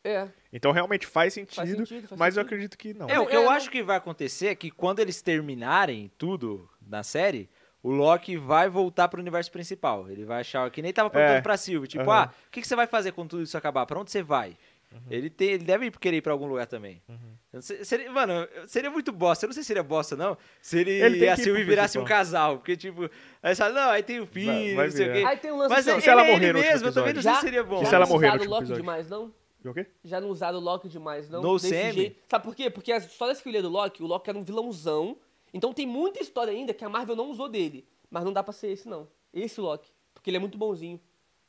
A: É.
D: Então realmente faz sentido,
A: sentido, faz
D: mas eu
A: sentido.
D: acredito que não.
B: É, o que
A: É,
B: eu
A: não.
B: acho que vai acontecer é que quando eles terminarem tudo na série, o Loki vai voltar pro universo principal. Ele vai achar que nem tava perguntando
D: É.
B: pra Sylvie, tipo,
D: Aham.
B: ah, o que, que você vai fazer quando tudo isso acabar? Pra onde você vai?
A: Uhum.
B: Ele, tem, ele deve ir- querer ir pra algum lugar também. Eu não sei- seria- mano, seria muito bosta. Eu não sei se seria bosta, não. Se ele,
D: Ele tem que
B: e a
D: ir pro
B: Sylvie virasse um
D: principal.
B: casal. Porque, tipo, aí você fala, não, aí tem o filho,
D: Vai- vai
B: não sei o
D: virar.
B: quê.
A: Aí tem um lance
B: Mas
A: assim,
B: ele,
A: ó,
D: se ela
B: ele é
D: morrer
B: ele
D: no último
B: mesmo, eu também não sei
A: já,
B: se seria bom.
A: já
D: se ela
A: não
D: morrer no
A: usaram o
D: último
A: Loki
D: episódio?
A: demais, não?
D: O quê?
A: Já não usaram o Loki demais, não?
B: No
A: Desse
B: Sam?
A: jeito. Sabe por quê? Porque as histórias que eu lia do Loki, o Loki era um vilãozão. Então tem muita história ainda que a Marvel não usou dele. Mas não dá pra ser esse, não. Esse Loki. Porque ele é muito bonzinho.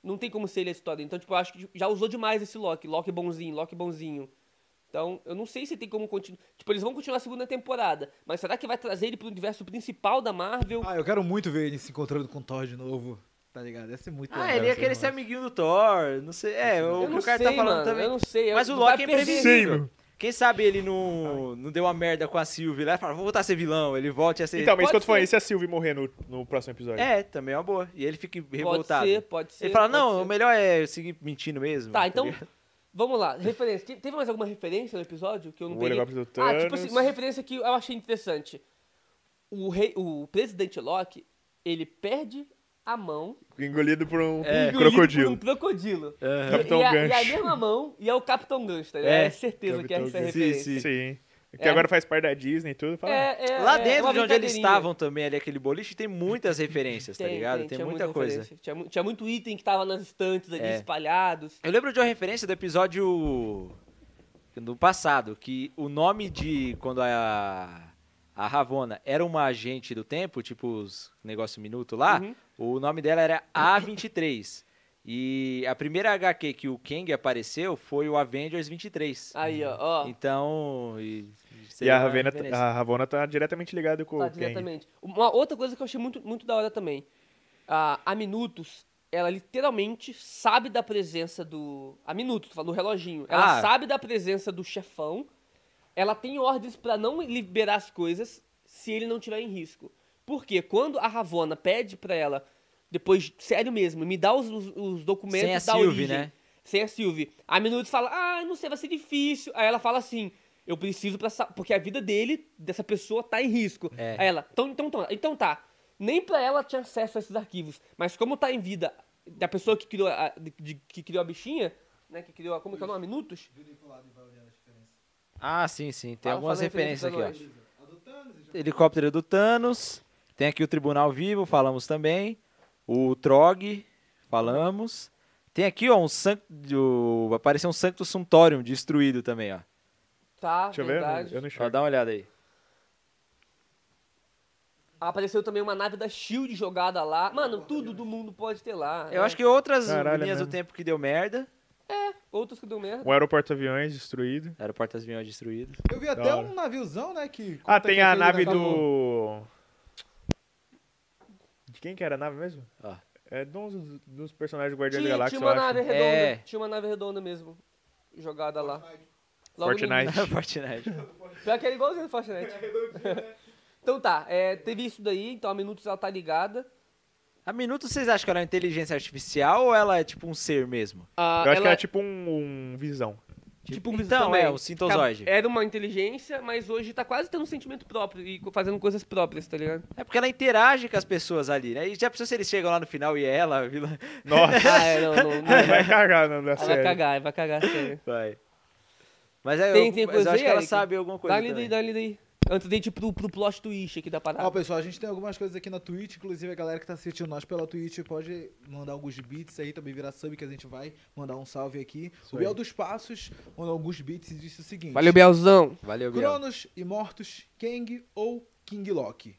A: Não tem como ser ele a história. Então, tipo, eu acho que já usou demais esse Loki. Loki bonzinho, Loki bonzinho. Então, eu não sei se tem como continuar. Tipo, eles vão continuar a segunda temporada, mas será que vai trazer ele pro universo principal da Marvel?
C: Ah, eu quero muito ver ele se encontrando com o Thor de novo. Tá ligado? Ia ser muito
B: Ah,
C: legal
B: ele ia
C: esse
B: querer ser
C: negócio.
B: amiguinho do Thor, não sei. É, o que
A: não
B: o cara
A: sei,
B: tá falando
A: mano,
B: também.
A: Eu não sei.
B: Mas
A: eu-
B: o
A: vai
B: Loki é
A: perder-
D: Sim,
B: imprevisível.
D: meu.
B: Quem sabe ele não, não deu uma merda com a Sylvie lá e fala, vou voltar a ser vilão, ele volte a ser.
D: Então, mas isso que eu
A: é, pode
D: tô falando,
A: ser.
D: e se a Sylvie morrer no, no próximo episódio?
B: É, também é uma boa. E ele fica
A: Pode
B: revoltado.
A: ser, pode ser.
B: ele fala,
A: pode
B: não,
A: ser.
B: o melhor é eu seguir mentindo mesmo.
A: Tá, então.
B: ligado?
A: Vamos lá, referência. Te- Teve mais alguma referência no episódio que eu não
D: O
A: peguei?
D: olho do
A: ah,
D: Thanos.
A: tipo assim, uma referência que eu achei interessante. O, rei, o presidente Loki, ele perde a mão
D: Engolido por um
B: É,
A: engolido
D: crocodilo.
A: por um crocodilo.
B: Aham.
A: E-
D: Capitão
A: e, a,
D: Gancho.
A: e a mesma mão e é o Capitão Gancho, tá ligado?
B: É,
A: É, certeza que é
D: Capitão
A: essa
D: Gancho.
A: referência.
B: Sim.
D: Sim. Que
A: É.
D: agora faz parte da Disney e tudo. Fala,
A: É, é,
B: Lá
A: é
B: dentro
A: uma
B: de onde eles
A: brincadeirinha.
B: estavam também, ali aquele boliche,
A: <laughs>
B: tem muitas referências, tá ligado? Tem,
A: tinha
B: muita coisa.
A: referência. Tinha, mu- tinha muito item que tava nas estantes ali,
B: É.
A: espalhados.
B: Eu lembro de uma referência do episódio do passado, que o nome de quando a a Ravona era uma agente do tempo, tipo os negócio minuto lá,
A: Uhum.
B: o nome dela era A23. E a primeira HQ que o Kang apareceu foi o Avengers 23.
A: Aí, ó, ó.
B: Então, e,
D: E
B: seria
D: a
B: uma
D: Ravena,
B: referência.
D: a Ravona tá diretamente ligada com
A: Tá,
D: o Kang.
A: diretamente. Uma outra coisa que eu achei muito, muito da hora também. A, a Minutos, ela literalmente sabe da presença do. A Minutos, tu falou do reloginho. Ela
B: Ah.
A: sabe da presença do chefão. Ela tem ordens pra não liberar as coisas se ele não tiver em risco. Porque quando a Ravona pede pra ela, depois, sério mesmo, me dá os, os, os documentos
B: Sem a
A: da
B: Sylvie,
A: origem.
B: né?
A: Sem a Sylvie. A Minutos fala, ah, não sei, vai ser difícil. Aí ela fala assim, eu preciso pra... sa- Porque a vida dele, dessa pessoa, tá em risco.
B: É.
A: Aí ela, então, então, então, então tá. Nem pra ela tinha acesso a esses arquivos. Mas como tá em vida da pessoa que criou a, de- de- que criou a bichinha, né? Que criou a... Como que é o nome? Minutos?
B: Ah, sim, sim, tem
A: Fala-
B: algumas
A: fala a referência
B: referências
A: pra
B: aqui, ó.
A: nós.
B: Helicóptero do Thanos. Tem aqui o Tribunal Vivo, falamos também. O Trog, falamos. Tem aqui, ó, um sanct... o- apareceu um Sanctus Suntorium destruído também, ó.
A: Tá,
D: Deixa eu ver,
A: verdade.
D: eu não
B: ó.
D: enxergo.
B: Dá uma olhada aí.
A: Apareceu também uma nave da SHIELD jogada lá. Mano, tudo do mundo pode ter lá. né?
B: Eu acho que outras
D: Caralho, é
B: linhas do
D: mesmo.
B: tempo que deu merda.
A: Outros que deu merda.
D: Um aeroporto aviões destruído.
B: Era portas aviões <laughs> destruídas.
C: Eu vi até
D: Da hora.
C: um naviozão, né? Que
D: Ah, tem a nave
C: Acabou.
D: do. De quem que era a nave mesmo?
B: Ó.
D: É de um dos, dos personagens do Guardiões da
A: Tinha,
D: Galáxia,
A: tinha
D: eu
A: uma
D: acho.
A: nave redonda.
B: É.
A: Tinha uma nave redonda mesmo. Jogada lá. Logo no
D: Fortnite.
B: Fortnite.
A: Pior que era igualzinho do Fortnite. <laughs> então tá, é, teve isso daí, então a Minutos ela tá ligada.
B: A Minuto, vocês acham que ela é uma inteligência artificial ou ela é tipo um ser mesmo?
A: Ah,
D: Eu acho que era tipo um, um
A: <laughs>
D: visão.
A: tipo um
B: então,
A: também.
B: é, um sintozoide.
A: Era uma inteligência, mas hoje tá quase tendo um sentimento próprio e co- fazendo coisas próprias, tá ligado?
B: É porque ela interage com as pessoas ali, né? E já pensou se eles chegam lá no final e é ela, a vilã?
A: <laughs>
D: Nossa,
A: Ah, é, não, não, não. Vai
D: <laughs> vai cagar não da série.
A: cagar, vai cagar, sério.
B: <laughs> Vai. Mas, é,
A: Tem-
B: eu,
A: tem
B: mas
A: coisa
B: eu acho
A: aí,
B: que ela
A: Eric?
B: sabe alguma coisa
A: Dá-lhe
B: também.
A: daí, dá-lhe daí. Antes de ir pro, pro plot twist aqui da
C: Ó,
A: parada.
C: pessoal, a gente tem algumas coisas aqui na Twitch, inclusive a galera que tá assistindo nós pela Twitch pode mandar alguns beats aí, também virar sub que a gente vai mandar um salve aqui. o Biel dos Passos mandou alguns beats e disse o seguinte:
A: Valeu, Bielzão.
B: Valeu, Biel.
C: Cronos, Imortus, Kang ou King Loki?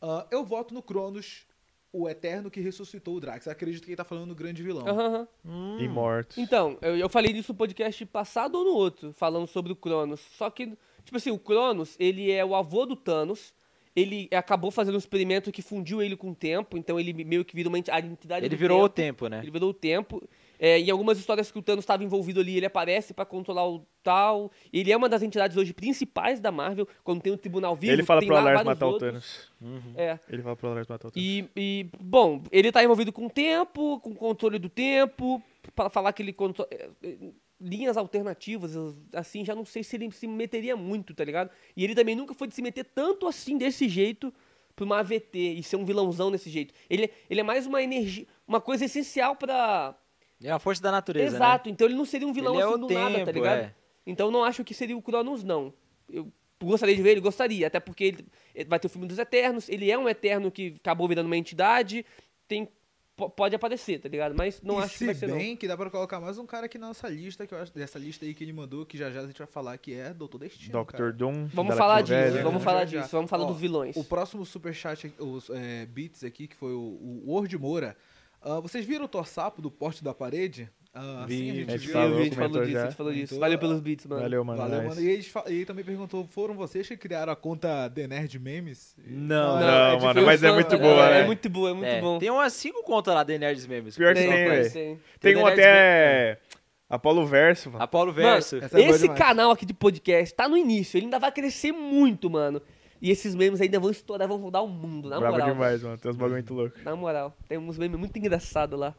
C: Ah, eu voto no Cronos, o eterno que ressuscitou o Drax. Acredito que ele tá falando do grande vilão.
A: Aham, aham.
D: E mortos.
A: Então, eu, eu falei disso no podcast passado ou no outro, falando sobre o Cronos. Só que, tipo assim, o Cronos, ele é o avô do Thanos. Ele acabou fazendo um experimento que fundiu ele com o tempo, então ele meio que vira uma enti- a entidade
B: Ele
A: do
B: virou o
A: tempo.
B: tempo,
A: <laughs>
B: né?
A: Ele virou o tempo. É, em algumas histórias que o Thanos estava envolvido ali, ele aparece pra controlar o tal. Ele é uma das entidades hoje principais da Marvel. Quando tem o Tribunal Vivo,
D: ele fala
A: tem
D: pro
A: lá
D: Alars
A: vários
D: matar o
A: outros.
D: Thanos.
A: É.
D: Ele fala pro Alars matar o Thanos.
A: E, e, bom, ele tá envolvido com o tempo, com o controle do tempo, para falar que ele contro- eh, eh, linhas alternativas, assim, já não sei se ele se meteria muito, tá ligado? E ele também nunca foi de se meter tanto assim desse jeito pra uma AVT e ser um vilãozão desse jeito. Ele, ele é mais uma energia, uma coisa essencial pra.
B: É a força da natureza, né?
A: Exato, então ele não seria um vilão
B: Ele é
A: assim
B: o
A: do nada,
B: tempo,
A: tá ligado?
B: é.
A: Então não acho que seria o Cronos, não. Eu gostaria de ver ele, gostaria, até porque ele ele vai ter o filme dos Eternos, ele é um Eterno que acabou virando uma entidade, tem, po- pode aparecer, tá ligado? Mas não
C: e
A: acho
C: se
A: que vai ser,
C: bem que dá pra colocar mais um cara aqui na nossa lista, que eu acho, dessa lista aí que ele mandou, que já já a gente vai falar que é Doutor Destino. cara.
D: Dr. Doom.
A: não. Vamos
D: Dalek
A: falar disso,
D: Velho.
A: vamos
C: Já,
A: falar
C: já.
A: disso, vamos falar
C: Ó,
A: dos vilões.
C: O próximo superchat, os é, beats aqui, que foi o, o Word Moura. Ah, vocês viram o torsapo do poste da parede? Ah, assim
D: Vi,
C: a gente
D: a gente
C: viu.
D: falou,
A: a gente
D: comentou
A: falou disso,
D: já.
A: a gente falou disso.
C: Comentou.
A: Valeu pelos beats, mano.
D: Valeu, mano. é
C: Valeu,
D: nice.
C: mano. E ele, fa- e ele também perguntou: foram vocês que criaram a conta The Nerd Memes?
B: Não,
D: Não,
A: é de-
D: mano,
A: foi um
D: mas é
A: fã,
D: muito
A: cara.
D: boa,
A: É,
D: né?
A: muito boa, é muito
B: É,
A: bom.
B: Tem umas cinco contas lá de Nerds Memes.
D: Pior que
B: Tem,
D: tem,
B: rapaz.
D: velho.
A: tem.
D: Tem um
B: The Nerds
D: até. Apolo Verso, mano.
B: Apolo Verso.
C: Essa é boa
A: Esse
C: demais.
A: canal aqui de podcast tá no início, ele ainda vai crescer muito, mano. E esses memes ainda vão estourar, vão rodar o mundo, na
D: Brabo
A: moral.
D: demais, mano. Tem uns bagulho muito louco.
A: Na moral, tem uns memes muito engraçados lá.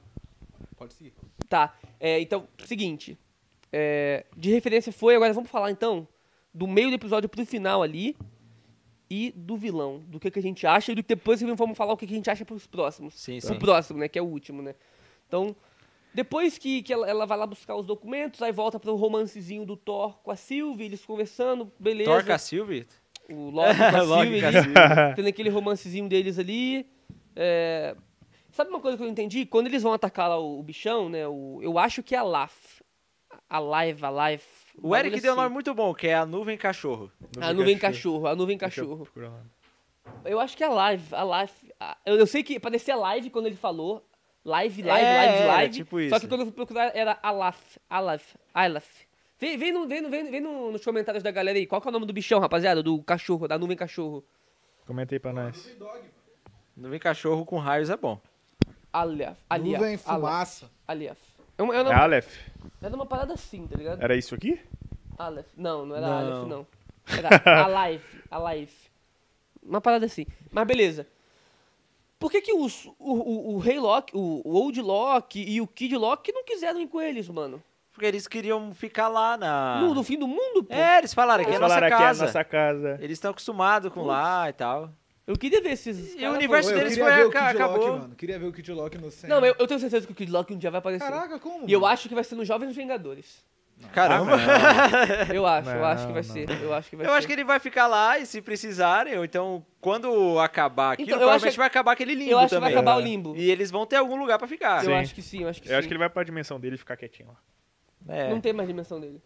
C: Pode seguir.
A: Tá, é, então, seguinte. É, de referência foi, agora vamos falar então do meio do episódio pro final ali e do vilão, do que, que a gente acha e do que depois vamos falar o que, que a gente acha pros próximos.
B: Sim,
A: Pro
B: sim.
A: próximo, né, que é o último, né. Então, depois que, que ela, ela vai lá buscar os documentos, aí volta pro romancezinho do Thor com a Sylvie, eles conversando, beleza.
B: Torca a Silvia.
A: O <laughs> Loki com a
B: Loki
A: Sylvie,
B: com a
A: eles- <laughs>
D: Sylvie.
A: tendo aquele romancezinho deles ali. É, Sabe uma coisa que eu não entendi? Quando eles vão atacar lá o, o bichão, né? O... Eu acho que é a Laf. A Live, a Live.
B: O Eric deu um
A: assim.
B: nome muito bom, que é a Nuvem Cachorro.
A: A nuvem Ah, cachorro, a nuvem cachorro.
D: Deixa eu procurar o nome.
A: Eu acho que é a live, a live. a- Eu, eu sei que parecia live quando ele falou. Live, live,
B: É,
A: live,
B: era
A: live.
B: tipo
A: Só
B: isso.
A: que quando eu fui procurar era Alaf, Alaf, Alaf. Vem, vem, no, vem, no, vem, vem no- nos comentários da galera aí. Qual que é o nome do bichão, rapaziada? Do cachorro, da nuvem cachorro.
D: Comenta aí pra nós.
B: Nuvem Cachorro com raios é bom.
A: Aliaf. Aliaf.
C: Nuvem
A: Aliaf.
C: fumaça.
A: Aliaf. É uma, era,
D: É
A: uma,
D: Aleph?
A: era uma parada assim, tá ligado?
B: É.
D: Era isso aqui?
A: Aleph. Não, não era
B: Não.
A: Aleph, não.
B: <laughs>
A: Era Alive. Alive. Uma parada assim. Mas beleza. Por que, que os, o, o, o Rei Loki, o, o Old Loki e o Kid Loki não quiseram ir com eles, mano?
B: Porque eles queriam ficar lá na.
A: No, no fim do mundo, pô.
B: Ah. É, eles falaram aqui
D: Eles
B: é a nossa
D: falaram aqui, é a
B: casa.
D: nossa casa.
B: Eles estão acostumados com lá e tal.
A: Eu queria ver esses.
B: E o
A: caras,
B: universo
A: pô.
C: Pô,
B: deles
C: queria
B: foi-
C: ver o
B: aca-
C: Kid
B: acabou.
C: Loki, mano. Queria ver o Kid Loki no cena.
A: Não, eu, eu tenho certeza que o Kid Loki um dia vai aparecer.
C: Caraca, como?
A: E eu
C: mano?
A: acho que vai ser nos Jovens Vingadores.
B: Caramba.
A: Eu acho, eu
D: Não,
A: acho que vai
D: não.
A: ser. Eu acho que Ah, vai
B: <laughs> eu
A: ser.
B: acho que ele vai ficar lá e se precisarem, ou então quando acabar aquilo,
A: Então, eu
B: provavelmente
A: acho que-
B: vai acabar aquele limbo
A: Eu acho que
B: também.
A: vai acabar o
D: É.
A: limbo.
B: E eles vão ter algum lugar pra ficar.
A: Eu
D: Sim.
A: acho que sim, eu acho que
D: Eu acho que
A: sim.
D: ele vai pra dimensão dele e ficar quietinho lá.
B: É.
A: Não tem mais dimensão dele.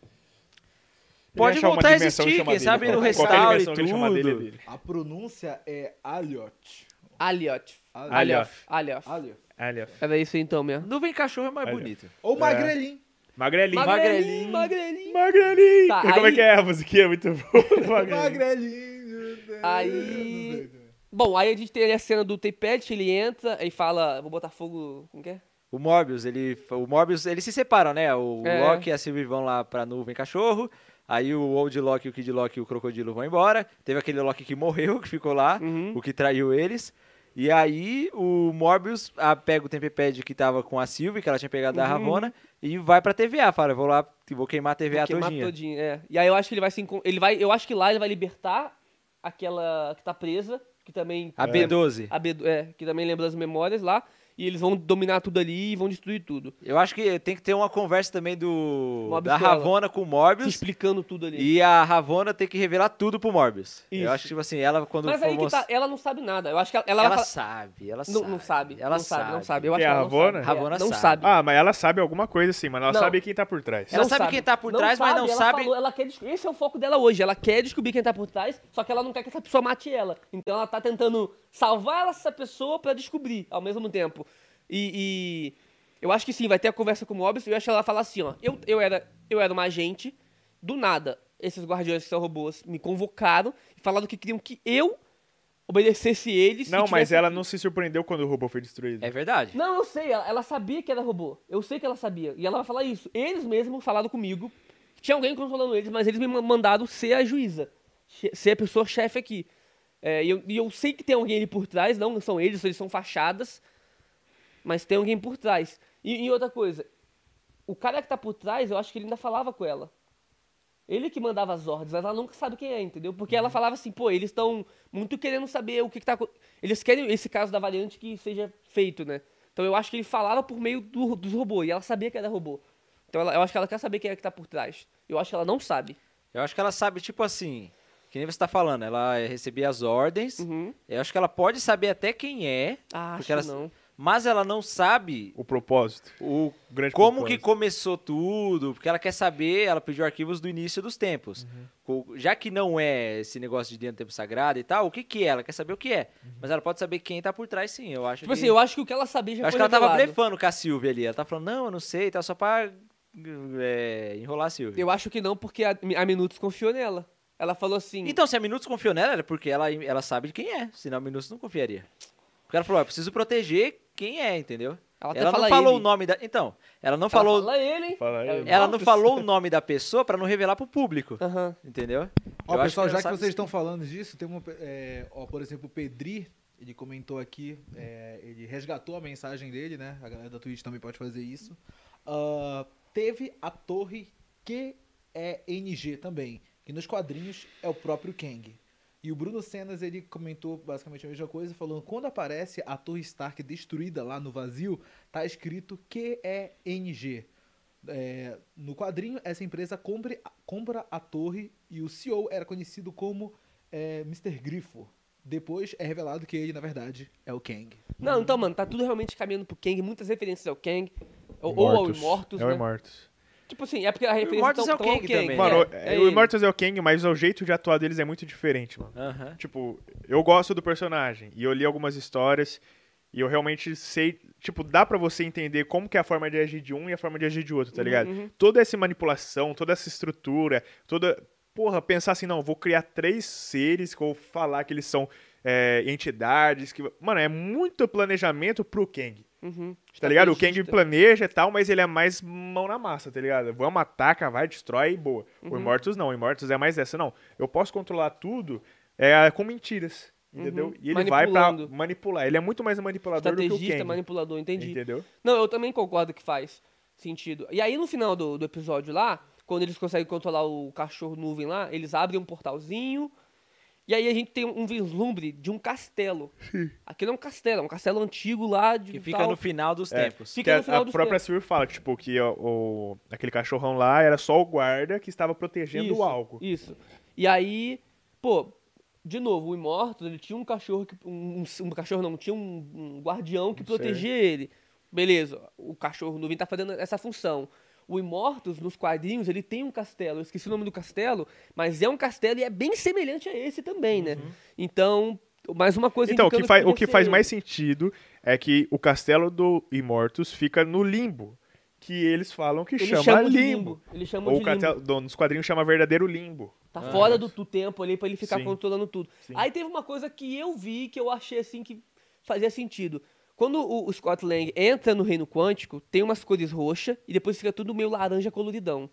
D: Ele
B: Pode
D: achar uma
B: voltar a
D: dimensão e
B: existir,
D: chamar
B: quem
D: dele.
B: sabe no
D: Qualquer
B: restauro
D: dimensão
B: e
D: que ele chamar dele é
B: tudo.
D: dele.
C: A pronúncia é Aliot.
A: Aliot.
D: Ali- Alioth.
A: Alioth.
C: Aliot.
D: Aleph.
A: Era isso então mesmo.
B: Nuvem cachorro é mais
D: Olha.
B: bonito.
C: Ou Magrelin.
D: Magrelinho.
A: Magrelinho,
B: Magrelinho.
A: magrelinho.
D: Magrelinho.
A: Tá,
D: Como é
A: aí-
D: que é a musiquinha? Muito boa. do
C: <laughs>
D: Magrelinho.
C: Magrelin.
A: Aí- Bom, aí a gente tem ali a cena do Tepete, ele entra e fala, vou botar fogo, como que é?
B: O Morbius, ele. O Morbius, eles se separam, né? O
A: É.
B: Loki e a Sylvie vão lá pra nuvem cachorro. Aí o Old Loki, o Kid Loki e o Crocodilo vão embora. Teve aquele Loki que morreu, <laughs> que ficou lá,
A: Uhum.
B: o que traiu eles. E aí o Morbius ah, pega o Tempepad que tava com a Sylvie, que ela tinha pegado
A: Uhum.
B: da Ravona, e vai pra TVA. Fala, vou lá, vou queimar a TVA
A: Queimar
B: todinha.
A: todinho, é. E aí eu acho que ele vai se encon- ele vai, eu acho que lá ele vai libertar aquela que tá presa, que também
B: A B12.
A: a B- é, que também lembra das memórias lá, e eles vão dominar tudo ali e vão destruir tudo.
B: Eu acho que tem que ter uma conversa também do.
A: Morbius
B: da
A: com ela.
B: Ravona com o
A: Se
B: Morbius.
A: explicando tudo ali.
B: E a Ravona tem que revelar tudo pro Morbius.
A: Isso.
B: Eu acho que, tipo assim, ela quando
A: Mas
B: for
A: aí que
B: mostrar-
A: tá, ela não sabe nada. Eu acho que ela, ela
B: Ela,
A: vai falar-
B: sabe, ela
A: não, não sabe.
B: Ela
A: não sabe, não sabe. Eu
D: E
A: acho
D: a
A: que ela não
D: Ravonna?
A: sabe. É,
B: Ravonna
A: não
B: sabe.
A: sabe.
D: Ah, mas ela sabe alguma coisa sim, mas ela
A: Não.
D: sabe quem tá por trás.
B: Ela
A: Não
B: sabe quem tá por trás, mas não
A: ela
B: sabe-
A: falou, ela quer descobrir. Esse é o foco dela hoje. Ela quer descobrir quem tá por trás, só que ela não quer que essa pessoa mate ela. Então ela tá tentando salvar essa pessoa pra descobrir ao mesmo tempo. E, e eu acho que sim, vai ter a conversa com o Morbius. E eu acho que ela fala assim: ó, eu, eu, era, eu era uma agente, do nada, esses guardiões que são robôs me convocaram e falaram que queriam que eu obedecesse eles. e
D: Não, mas
A: tivesse-
D: ela não se surpreendeu quando o robô foi destruído.
B: É verdade.
A: não, eu sei, ela, ela sabia que era robô. Eu sei que ela sabia. E ela vai falar isso. Eles mesmos falaram comigo. Tinha alguém controlando eles, mas eles me ma- mandaram ser a juíza. che- Ser a pessoa chefe aqui. É, e, eu, e eu sei que tem alguém ali por trás, não são eles, eles são fachadas. Mas tem alguém por trás. E, e outra coisa, o cara que tá por trás, eu acho que ele ainda falava com ela. Ele que mandava as ordens, mas ela nunca sabe quem é, entendeu? Porque ela falava assim, pô, eles estão muito querendo saber o que, que tá. acon- Eles querem esse caso da variante que seja feito, né? Então eu acho que ele falava por meio do- dos robôs, e ela sabia que era robô. Então ela- eu acho que ela quer saber quem é que tá por trás. Eu acho que ela não sabe.
B: Eu acho que ela sabe, tipo assim, que nem você tá falando, ela eh, recebia as ordens.
A: Uhum.
B: Eu acho que ela pode saber até quem é.
A: Ah, acho
B: porque ela,
A: que não.
B: mas ela não sabe
D: O propósito.
B: o
D: O grande
B: como que
D: propósito.
B: começou tudo, porque ela quer saber, ela pediu arquivos do início dos tempos.
A: Uhum.
B: Co- Já que não é esse negócio de dentro do tempo sagrado e tal, o que que é? Ela quer saber o que é. Mas ela pode saber quem tá por trás, sim. Eu acho
A: Uhum. Tipo
B: que...
A: assim, eu acho que o que ela sabia já
B: Eu
A: foi
B: acho que ela tava
A: revelado.
B: blefando com a Silvia ali. Ela tá falando, não, eu não sei, tá só pra é, enrolar a Silvia.
A: Eu acho que não, porque a, a Minutos confiou nela. Ela falou assim.
B: Então, se a Minutos confiou nela, era porque ela, ela sabe de quem é. Senão a Minutos não confiaria. Porque ela falou, ó, eu preciso proteger quem é, entendeu?
A: Ela
B: Ela,
A: até
B: não
A: fala
B: falou
A: ele.
B: o nome da... Então, ela não
A: ela
B: falou...
A: Fala "É ele, hein?
D: Fala ele.
B: Ela não
A: Nossa.
B: falou o nome da pessoa pra não revelar pro público,
A: Aham.
B: entendeu?
C: Ó,
B: Eu acho
C: pessoal,
B: ela
C: já que
B: sabe
C: vocês
B: sim.
C: estão falando disso, tem uma. pe- é, ó, por exemplo, o Pedri, ele comentou aqui, é, ele resgatou a mensagem dele, né? A galera da Twitch também pode fazer isso. Ah, teve a torre QENG também, que nos quadrinhos é o próprio Kang. E o Bruno Cenas, ele comentou basicamente a mesma coisa, falando quando aparece a Torre Stark destruída lá no vazio, tá escrito QENG. É, no quadrinho, essa empresa compre- compra a torre e o CEO era conhecido como é, Mr. Grifo. Depois é revelado que ele, na verdade, é o Kang.
A: Não, então, mano, tá tudo realmente caminhando pro Kang, muitas referências ao Kang. Ou, ou ao
D: Mortos.
A: Imortus,
D: é
A: né?
D: o Imortus.
A: Tipo assim, é porque a referência
B: Immortus
A: tão,
B: é o
A: tão ao
B: Kang
A: Kang.
B: também, né?
D: Mano,
A: é, é
D: o
A: ele.
D: Immortus é o Kang, mas o jeito de atuar deles é muito diferente, mano.
B: Aham.
D: Tipo, eu gosto do personagem e eu li algumas histórias e eu realmente sei, tipo, dá pra você entender como que é a forma de agir de um e a forma de agir de outro, tá ligado? Toda essa manipulação, toda essa estrutura, toda porra, pensar assim, não, vou criar três seres que eu vou falar que eles são é, entidades que, mano, é muito planejamento pro Kang.
A: Uhum.
D: Tá ligado? O Kang
A: Estrategista.
D: planeja e tal, mas ele é mais mão na massa, tá ligado? Vamos, ataca, vai, destrói e boa.
A: Uhum.
D: O Immortus não, o Immortus é mais dessa. Não, eu posso controlar tudo é, com mentiras, entendeu?
A: Uhum.
D: E ele vai pra
A: Manipulando.
D: manipular. Ele é muito mais manipulador do que o
A: Estrategista,
D: Kang,
A: manipulador, entendi.
D: entendeu?
A: Não, eu também concordo que faz sentido. E aí no final do, do episódio lá, quando eles conseguem controlar o cachorro nuvem lá, eles abrem um portalzinho. E aí a gente tem um vislumbre de um castelo. Aquilo é um castelo, é um castelo antigo lá de um
B: Que fica
A: tal.
B: no final dos
C: É.
B: tempos.
A: Fica
D: Que a,
A: no final
D: a
A: dos
D: própria
A: tempos.
D: Sylvie fala que, tipo, que o, o- aquele cachorrão lá era só o guarda que estava protegendo
A: Isso,
D: algo.
A: Isso. E aí, pô, de novo, o Imortus, ele tinha um cachorro que. Um, um- um cachorro não, tinha um, um guardião que
D: Certo.
A: protegia ele. Beleza, o cachorro nuvem tá fazendo essa função. O Imortus, nos quadrinhos, ele tem um castelo. Eu esqueci o nome do castelo, mas é um castelo e é bem semelhante a esse também, né? Então, mais uma coisa
D: Uhum. Então, o
A: indicando
D: que, faz, o
A: podia
D: que
A: ser
D: faz
A: ele.
D: mais sentido é que o castelo do Imortus fica no limbo, que eles falam que
A: Eles
D: chama
A: chamam de
D: limbo.
A: limbo. Eles chamam
D: Ou
A: de
D: o
A: limbo.
D: castelo, do- nos quadrinhos chama verdadeiro limbo.
A: Tá
B: Ah,
A: fora do, do tempo ali pra ele ficar
D: é. Sim.
A: controlando tudo.
D: Sim.
A: Aí teve uma coisa que eu vi que eu achei assim que fazia sentido. Quando o, o Scott Lang entra no reino quântico, tem umas cores roxas e depois fica tudo meio laranja coloridão.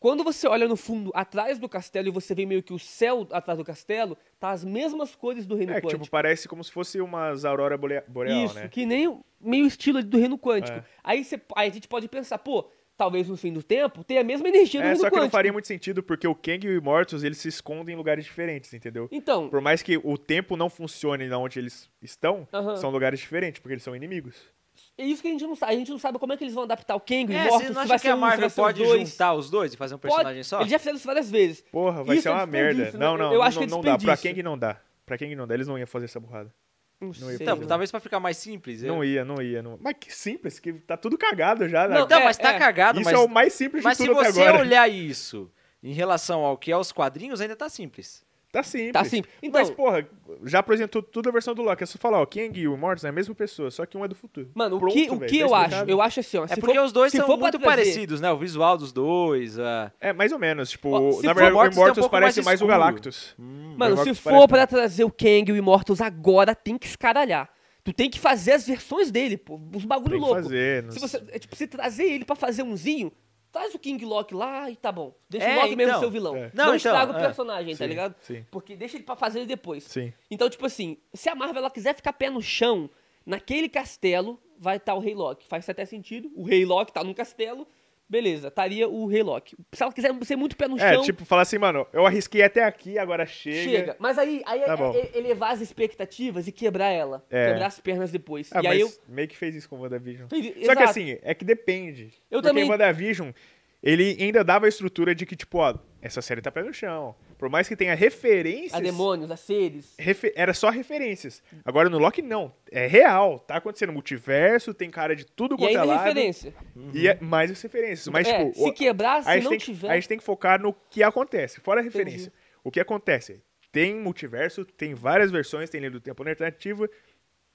A: Quando você olha no fundo, atrás do castelo, e você vê meio que o céu atrás do castelo, tá as mesmas cores do reino
D: É, que,
A: quântico.
D: tipo, parece como se fosse umas aurora bolea- boreal,
A: Isso,
D: né?
A: que nem o- meio estilo ali do reino quântico.
D: É.
A: Aí, você, aí a gente pode pensar, pô, talvez no fim do tempo tenha a mesma energia do
D: É,
A: reino
D: só que não
A: quântico.
D: faria muito sentido porque o Kang e o Immortus, eles se escondem em lugares diferentes, entendeu?
A: Então,
D: Por mais que o tempo não funcione na onde eles estão,
A: Aham.
D: são lugares diferentes, porque eles são inimigos.
A: É isso que a gente não sabe. A gente não sabe como é que eles vão adaptar o Kang, o
B: É,
A: Morto,
B: você
A: se
B: não
A: vai
B: acha que
A: ser
B: a
A: um, se vai
B: Marvel
A: ser os
B: pode
A: dois.
B: juntar os dois e fazer um personagem só?
A: Eles já fizeram isso várias vezes.
D: Porra, vai
A: Isso
D: ser
A: é
D: uma merda.
A: desperdício, né?
D: Não, não,
A: Eu
D: não,
A: acho que é
D: não dá. Pra
A: desperdício.
D: Kang não dá. Pra Kang não dá, eles não iam fazer essa burrada.
A: Não
D: ia
A: sei,
D: pra
B: Então,
A: mano.
B: talvez pra ficar mais simples. é.
D: Não ia, não ia, não. Mas que simples, que tá tudo cagado já. né?
A: Não,
B: Então, mas
A: é,
B: tá
A: é.
B: cagado,
D: Isso
B: mas
D: é o mais simples
B: Mas
D: de
B: se
D: tudo até
B: você
D: agora.
B: olhar isso em relação ao que é os quadrinhos, ainda tá simples.
D: Tá simples.
A: Tá simples. Então-
D: Mas, porra, já apresentou tudo a versão do Loki. É só falar, ó, Kang e o Mortis é a mesma pessoa, só que um é do futuro.
A: Mano, o
D: Pronto,
A: que, o
D: velho,
A: que
D: tá
A: eu acho?
D: explicado.
A: Eu acho assim, ó.
B: É
A: se
B: porque
A: for-
B: os dois
A: se
B: são
A: for pra
B: muito
A: trazer-
B: parecidos, né? O visual dos dois. A...
D: É, mais ou menos. Tipo,
A: Ó, se
D: na
B: for
D: verdade, o
B: Mortis, tem um
D: Immortus
B: pouco
D: parece
B: mais
D: mais o
B: escuro.
D: Galactus.
A: Mano,
D: Agora
A: se
D: que parece-
A: for pra trazer o Kang e o Immortals agora, tem que escaralhar. Tu tem que fazer as versões dele, pô. Os bagulho
D: Tem que
A: louco.
D: fazer. não
A: Se
D: sei.
A: você, é, tipo, se trazer ele pra fazer umzinho, traz o King Lock lá e tá bom. Deixa
B: É,
A: o Loki mesmo
B: então.
A: ser o vilão.
D: É.
A: Não,
B: Não, então,
A: estraga o
B: é.
A: personagem, tá
D: Sim,
A: ligado?
D: sim.
A: Porque deixa ele pra fazer ele depois.
D: Sim.
A: Então, tipo assim, se a Marvel ela quiser ficar pé no chão, naquele castelo vai estar o Rei Loki. Faz até sentido. O Rei Loki tá num castelo, beleza, estaria o Rei Loki. Se ela quiser ser muito pé no
D: É,
A: chão,
D: tipo, falar assim, mano, eu arrisquei até aqui, agora chega.
A: chega. Mas aí, aí
D: Tá
A: é-
D: bom.
A: é- elevar as expectativas e quebrar ela.
D: É.
A: Quebrar as pernas depois.
D: Ah,
A: e aí eu.
D: mas meio que fez isso com o WandaVision.
A: Fez-
D: Só
A: exato.
D: que assim, é que depende.
A: Eu
D: porque
A: também-
D: o WandaVision, ele ainda dava a estrutura de que, tipo, ó, Essa série tá pé no chão. Por mais que tenha referências.
A: A demônios, a seres.
D: refe- era só referências. Agora no Loki, não. É real. Tá acontecendo multiverso, tem cara de tudo
A: E
D: quanto é
A: ainda
D: lado.
A: referência.
D: E é mais as referências. Mas,
A: é,
D: tipo, o-
A: se quebrar,
D: a
A: se
D: gente
A: não
D: tem que-
A: tiver.
D: a gente tem que focar no que acontece, fora a referência.
A: Entendi.
D: O que acontece? Tem multiverso, tem várias versões, tem linha do tempo alternativa.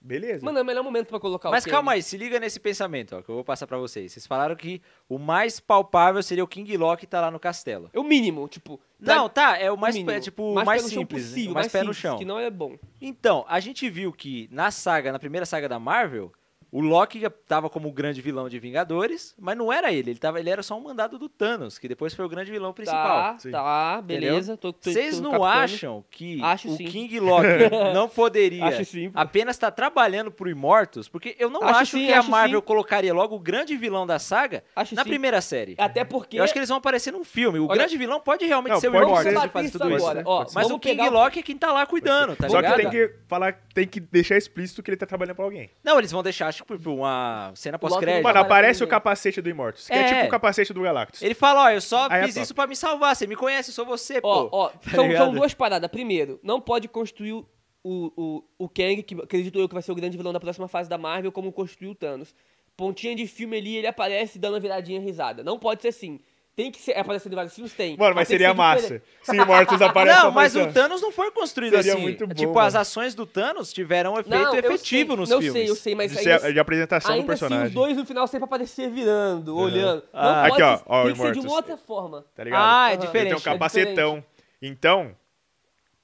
D: Beleza.
A: Mano, é o melhor momento pra colocar
B: Mas
A: o
B: calma aí, se liga nesse pensamento, ó, que eu vou passar pra vocês. Vocês falaram que o mais palpável seria o King Loki tá lá no castelo.
A: É o mínimo, tipo.
B: Não,
A: tá-
B: tá, é o mais,
A: mínimo.
B: é, tipo, o mais
A: pé no chão
B: simples,
A: possível,
B: o mais pé no
A: simples,
B: chão.
A: Que não é bom.
B: Então, a gente viu que na saga, na primeira saga da Marvel, o Loki tava como o grande vilão de Vingadores, mas não era ele, ele, tava, ele era só um mandado do Thanos, que depois foi o grande vilão principal.
A: Tá,
D: Sim.
A: tá, beleza. tô- tô-
B: Vocês
A: tô
B: não
A: captando.
B: acham que
A: Acho
B: o
A: sim.
B: King Loki
A: <laughs>
B: não poderia
A: Acho sim, pô.
B: apenas estar trabalhando pro Imortus? Porque eu não acho,
A: Acho sim,
B: que a
A: acho
B: Marvel
A: sim.
B: colocaria logo o grande vilão da saga
A: Acho
B: na
A: sim.
B: primeira série.
A: Até porque.
B: Eu acho que eles vão aparecer num filme. O
A: Olha-
B: grande vilão pode realmente
D: Não,
B: ser o
D: pode
B: Imortus
D: ser.
B: que
A: Bater
B: faz
A: isso
B: tudo isso.
A: agora, ó,
B: Mas
A: vamos
B: o King
A: pegar o-
B: Loki é quem tá lá cuidando, tá
D: Só
B: ligado?
D: que tem que falar, tem que deixar explícito que ele tá trabalhando pra alguém.
B: Não, eles vão deixar, acho que, por uma cena
A: Loki
B: pós-crédito.
A: não
D: Mano,
A: trabalha pra
D: aparece o
A: ninguém.
D: capacete do Immortus, que é,
B: É.
D: tipo o capacete do Galactus.
B: Ele fala, ó, eu só
D: Aí é
B: fiz
D: top.
B: isso pra me salvar, você me conhece, eu sou você,
A: Ó,
B: pô.
D: <laughs>
A: ó,
B: <laughs>
A: então,
B: tá
A: são,
B: ligado?
A: são duas paradas. Primeiro, não pode construir o, o, o Kang, que acredito eu que vai ser o grande vilão da próxima fase da Marvel, como construiu o Thanos. Pontinha de filme ali, ele aparece dando uma viradinha risada. Não pode ser assim. Tem que ser. Aparecendo em vários filmes? Tem.
D: Mano, mas
A: tem que
D: seria
A: ser
D: massa.
A: diferente.
D: Se
A: <laughs>
D: o Immortus aparece
B: Ah, não,
D: só
B: mas o
D: aparecendo.
B: Thanos não foi construído
D: Seria
B: assim.
D: muito bom, né?
B: tipo, as
D: mano.
B: ações do Thanos tiveram um efeito
A: Não, eu
B: efetivo
A: sei,
B: nos
A: não
B: filmes.
A: sei, eu sei, mas
D: de,
A: ainda,
D: ser- é de apresentação do
A: ainda assim,
D: personagem.
A: os dois no final sempre aparecer virando, olhando. Não
D: Ah,
A: pode
D: aqui, ó,
A: ser-
D: ó,
A: tem que ser de uma
D: Immortus.
A: outra forma.
D: Tá ligado?
B: Ah, é
A: Aham.
D: ele tem um
B: diferente.
A: é cap-
D: capacetão. então,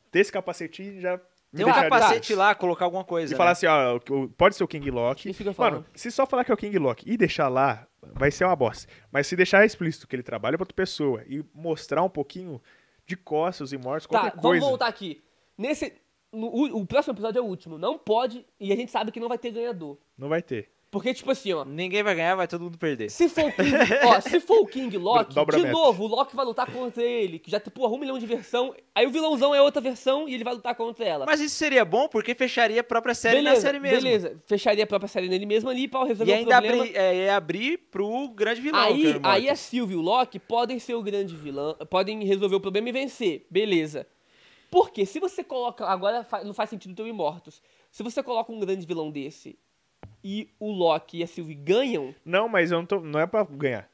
D: desse capacetinho já. me
B: Tem um
D: deixaria-
B: capacete lá, colocar alguma coisa.
D: E falar
B: né?
D: assim, ó, o- o- pode ser o King Loki.
A: Isso que eu ia
D: Mano,
A: falar.
D: se só falar que é o King Loki e deixar lá, vai ser uma bosta. Mas se deixar explícito que ele trabalha pra outra pessoa e mostrar um pouquinho de costas e mortos,
A: Tá,
D: qualquer
A: vamos
D: coisa.
A: voltar aqui. Nesse. no- o, o próximo episódio é o último. Não pode, e a gente sabe que não vai ter ganhador.
D: Não vai ter.
A: Porque, tipo assim, ó.
B: Ninguém vai ganhar, vai todo mundo perder.
A: Se for o King,
B: <laughs>
A: ó, se for o King Loki,
D: Do- dobra a
A: de
D: meta.
A: novo, o Loki vai lutar contra ele, que já pô, um milhão de versão. Aí o vilãozão é outra versão e ele vai lutar contra ela.
B: Mas isso seria bom porque fecharia a própria série na série mesmo.
A: beleza. Fecharia a própria série nele mesmo ali pra resolver
B: E
A: o
B: ainda
A: problema.
B: abri, é, é abrir pro grande vilão. que é
A: Aí, aí
B: o
A: assim,
B: Immortus.
A: a Sylvie e o Loki podem ser o grande vilão, podem resolver o problema e vencer, beleza. Porque se você coloca. Agora fa- não faz sentido ter o Imortus. Se você coloca um grande vilão desse e o Loki e a Sylvie ganham.
D: Não, mas eu não, tô- não é pra ganhar.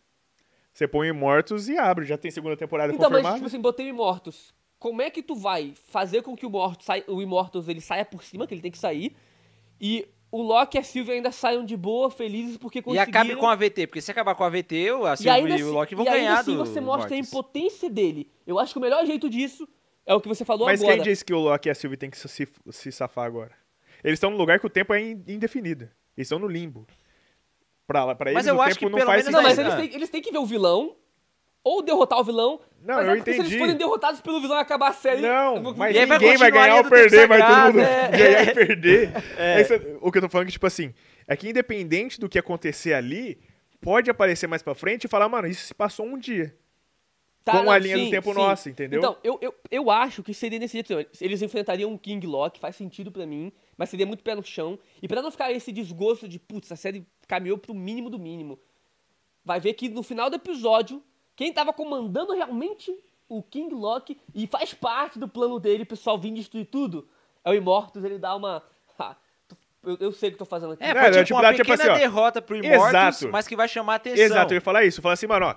D: Você põe mortos e abre. Já tem segunda temporada
A: Então, mas
D: confirmada.
A: tipo assim, botei o Imortus. Como é que tu vai fazer com que o Mortus, sai- o Imortus ele saia por cima, que ele tem que sair, e o Loki e a Sylvie ainda saiam de boa, felizes porque
B: E
A: conseguiram...
B: acabe com a VT, porque se acabar com a VT, eu- a
A: E ainda
B: Sylvie e
A: assim,
B: o Loki vão
A: e ainda
B: ganhar
A: assim
B: do
A: você mostra a
B: Immortus.
A: impotência dele. Eu acho que o melhor jeito disso é o que você falou
D: Mas
A: agora.
D: quem disse que o Loki e a Sylvie tem que se, se safar agora? Eles estão num lugar que o tempo é in- indefinido. Eles estão no limbo. Pra, lá- pra eles
B: Mas eu
D: o
B: acho
D: tempo
B: que
D: não
B: pelo
D: faz
B: menos
A: Não, mas
B: Ah.
A: eles têm, eles têm que ver o vilão ou derrotar o vilão.
D: Não,
A: mas
D: eu
A: é porque se
D: entendi.
A: eles forem derrotados pelo vilão e acabar a série. eu
D: Não,
A: vou-
D: mas
B: E aí vai
D: ninguém vai
B: continuar a
D: ganhar ou
B: linha do
D: perder,
B: tempo
D: vai todo
B: sagrado,
D: mundo
B: é.
D: <laughs> ganhar e
B: <laughs>
D: perder. Essa- o que eu tô falando é que, tipo assim, é que independente do que acontecer ali, pode aparecer mais pra frente e falar, mano, isso se passou um dia.
A: Tá,
D: com a linha do tempo nossa, entendeu?
A: Então, eu, eu, eu acho que seria nesse jeito. Eles enfrentariam um King Loki, faz sentido pra mim, mas seria muito pé no chão. E pra não ficar esse desgosto de, putz, a série caminhou pro mínimo do mínimo. Vai ver que no final do episódio, quem tava comandando realmente o King Loki e faz parte do plano dele, o pessoal vir destruir tudo, é o Imortus, ele dá uma. <laughs> "Ah, tu- eu, eu sei o que eu tô fazendo aqui.
B: É,
D: Não,
B: foi
D: é,
B: tipo
D: tipo,
B: uma
D: dá, tipo
B: pequena
D: assim, ó.
B: derrota pro Immortus,
D: Exato.
B: mas que vai chamar a atenção.
D: Exato, eu ia falar isso. Falar assim, mano, ó,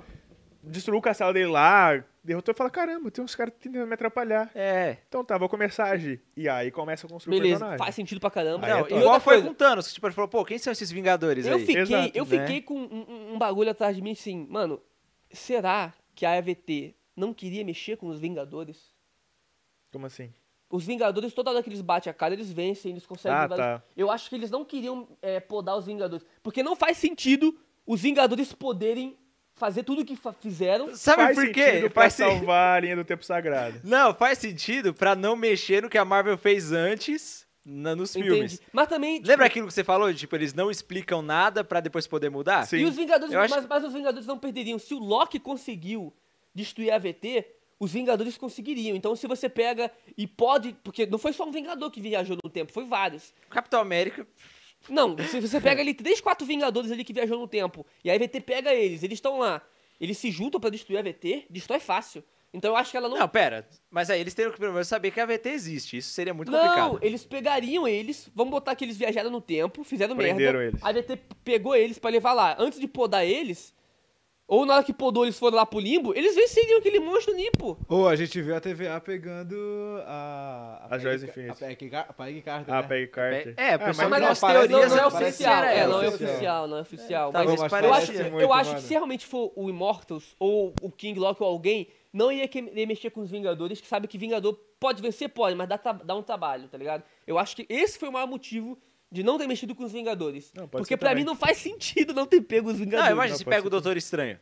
D: destruiu o castelo dele lá, derrotou e fala, caramba, tem uns caras tentando me atrapalhar.
B: É.
D: Então tá, vou começar a agir. E aí começa a construir o
A: Beleza,
D: personagem.
A: faz sentido pra caramba.
D: Aí é
B: Não,
D: top.
A: E outra
B: igual foi
A: coisa,
B: com o Thanos, que tipo, ele falou, pô, quem são esses Vingadores
A: Eu
B: aí?
A: fiquei,
D: Exato,
A: eu
B: né?
A: fiquei com um, um- um bagulho atrás de mim assim, mano, será que a EVT não queria mexer com os Vingadores?
D: Como assim?
A: Os Vingadores, toda hora que eles batem a cara, eles vencem, eles conseguem.
D: Ah,
A: vários-
D: tá.
A: Eu acho que eles não queriam é, podar os Vingadores. Porque não faz sentido os Vingadores poderem fazer tudo o que fa- fizeram.
B: Sabe
D: faz
B: por quê?
D: sentido pra
B: Faz sen-
D: salvar a linha do tempo sagrado.
B: Não, faz sentido pra não mexer no que a Marvel fez antes na- nos filmes.
A: Entende? Mas também. tipo,
B: Lembra aquilo que você falou? Tipo, eles não explicam nada pra depois poder mudar?
D: Sim.
A: E os Vingadores,
B: Eu acho-
A: mas, mas os Vingadores não perderiam. Se o Loki conseguiu destruir a VT, os Vingadores conseguiriam. Então, se você pega e pode. Porque não foi só um Vingador que viajou no tempo, foi vários.
B: O Capitão América.
A: Não, se você pega ali três, quatro Vingadores ali que viajou no tempo. E a VT pega eles, eles estão lá. Eles se juntam pra destruir a VT, destrói fácil. Então eu acho que ela não.
B: Não, pera. Mas aí eles teriam que pelo menos saber que a VT existe. Isso seria é muito
A: Não,
B: complicado.
A: eles pegariam eles, vamos botar que eles viajaram no tempo, fizeram
D: Prenderam
A: merda.
D: eles.
A: A VT pegou eles pra levar lá. Antes de podar eles, ou na hora que podou eles foram lá pro limbo, eles venceriam aquele monstro limpo.
C: Ou a gente viu a TVA pegando a.
D: A Joias
C: Peggy-
D: Infinitas.
C: A Peggy Car- a Peggy Carter.
D: Ah,
C: né?
D: Peggy Carter.
B: É,
D: mas
B: pessoal,
A: Mas
B: não,
A: não,
B: as
A: não,
B: teorias
A: não é
B: eram-
A: oficial,
B: parece-
A: é, não é
C: é
A: oficial, não é oficial.
B: tá
A: Mas
B: bom,
A: eu
B: mas
A: eu acho,
B: parece
A: que-
C: muito,
A: eu acho que
C: mano.
A: se realmente for o Immortals ou o King Loki ou alguém, não ia que- ia mexer com os Vingadores, que sabe que Vingador pode vencer, pode, mas dá, tra- dá um trabalho, tá ligado? Eu acho que esse foi o maior motivo de não ter mexido com os Vingadores.
D: Não, pode
A: porque
D: ser
A: pra
D: também.
A: mim não faz sentido não ter pego os
B: Não,
A: Vingadores.
B: imagina
D: Não,
B: se
D: pode
B: pega
D: ser
B: o Doutor Estranho.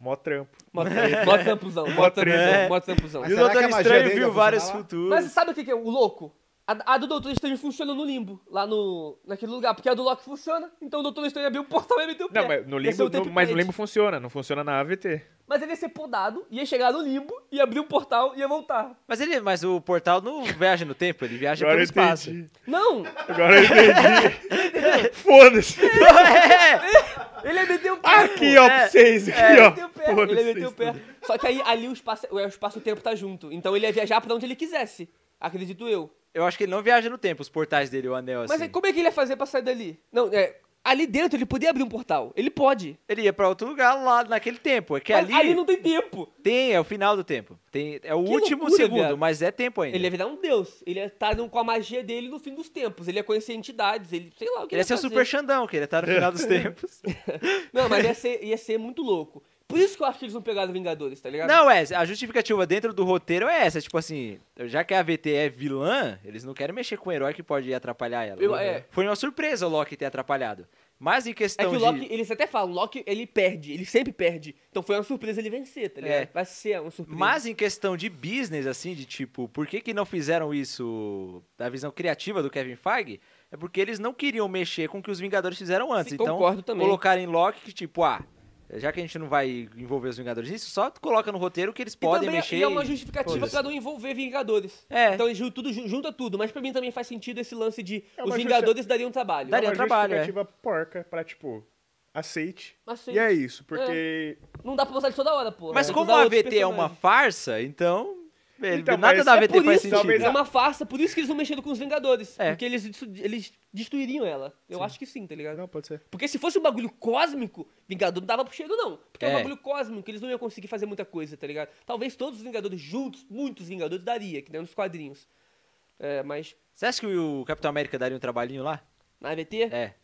D: Mó trampo.
A: Mó trampo- mó
B: <laughs>
A: trampuzão, mó trampuzão, mó trampuzão.
C: Mas
B: E o
C: será
B: Doutor
C: que a magia
B: Estranho
C: dele
B: viu
C: vai
B: vários
C: funcionar lá?
B: futuros.
A: Mas sabe o que, que é o louco? A, a do Doutor Estranho funciona no limbo, lá no, naquele lugar, porque a do Loki funciona, então o Doutor Estranho abriu o portal e meteu o pé.
D: Não, mas no
A: Ia ser É. o
D: limbo, no-
A: tempo
D: mas no
A: perdido.
D: limbo funciona, não funciona na AVT.
A: Mas ele ia ser podado, ia chegar no limbo, ia abrir um portal e ia voltar.
B: Mas ele, mas o portal não viaja no tempo, ele viaja
D: Agora
B: pelo
D: eu
B: espaço.
D: entendi.
A: Não!
D: Agora eu entendi.
A: <laughs>
D: Foda-se.
B: <laughs> É,
A: Ele ia meter o pé!
D: Aqui,
A: pô.
D: ó, pra vocês. Aqui,
A: É. Ele ia
D: ó.
A: meter o pé, ele ia meter o
D: Foda-se.
A: pé. Só que aí ali o espaço, o espaço e o tempo tá junto. Então ele ia viajar pra onde ele quisesse. Acredito eu.
B: eu acho que ele não viaja no tempo, os portais dele, o anel assim.
A: Mas aí, como é que ele ia fazer pra sair dali? Não, é. Ali dentro ele podia abrir um portal. Ele pode.
B: Ele ia pra outro lugar lá naquele tempo. É que
A: Mas
B: ali,
A: não tem tempo.
B: tem, é o final do tempo. Tem, é o
A: Que
B: último
A: loucura,
B: segundo,
A: viado.
B: mas é tempo ainda.
A: Ele ia virar um deus. Ele ia estar no- com a magia dele no fim dos tempos. Ele ia conhecer entidades. Ele, sei lá o que
B: Ele ia ser é o
A: fazer. Tá
B: Super Xandão, que ele ia estar no <laughs> final dos
A: <laughs>
B: tempos.
A: Não,
B: <laughs>
A: mas ia ser, ia ser muito louco. Por isso que eu acho que eles não pegaram Vingadores, tá ligado?
B: Não, é, a justificativa dentro do roteiro é essa, tipo assim, já que a VT é vilã, eles não querem mexer com o herói que pode atrapalhar ela.
A: Eu- é.
B: Foi uma surpresa o Loki ter atrapalhado. Mas em
A: É
B: questão
A: que o
B: de...
A: Loki, eles até falam, o Loki, ele perde, ele sempre perde. Então foi uma surpresa ele vencer, tá ligado?
B: É.
A: Vai ser uma surpresa.
B: Mas em questão de business, assim, de tipo, por que, que não fizeram isso da visão criativa do Kevin Feige? É porque eles não queriam mexer com o que os Vingadores fizeram antes.
A: Sim,
B: então,
A: concordo também.
B: colocaram em Loki que, tipo, ah, já que a gente não vai envolver os Vingadores nisso, só coloca no roteiro que eles
A: E
B: podem
A: também
B: mexer.
A: é uma
B: e-
A: justificativa
B: Foda-se.
A: pra não envolver Vingadores.
B: É.
A: Então eles ju- tudo, ju- junta tudo. Mas pra mim também faz sentido esse lance de
D: É
A: os
D: uma
A: Vingadores dariam trabalho.
B: Daria
D: uma
B: trabalho, é.
D: justificativa porca pra, tipo, aceite.
A: Aceite. É.
D: E é isso, porque...
A: Não dá pra mostrar de toda hora, pô.
B: Mas
A: Tem que
B: como
A: usar
B: a
A: outros
B: VT é uma
A: personagens.
B: farsa, então. ele-
D: Então,
B: nada
D: mas
B: da
D: é
B: VT
A: por
B: faz
A: isso,
B: sentido.
D: talvez
A: É uma farsa, por isso que eles não mexendo com os Vingadores.
B: É.
A: Porque eles, destu- eles destruiriam ela. Eu acho que sim, tá ligado?
D: Ah, Não, pode ser.
A: Porque se fosse um bagulho cósmico, Vingador não dava pro cheiro, não. Porque é um
B: É.
A: bagulho cósmico, eles não iam conseguir fazer muita coisa, tá ligado? Talvez todos os Vingadores juntos, muitos Vingadores, daria, que nem nos quadrinhos. É, mas
B: Você acha que o Capitão América daria um trabalhinho lá?
A: na AVT,
B: É.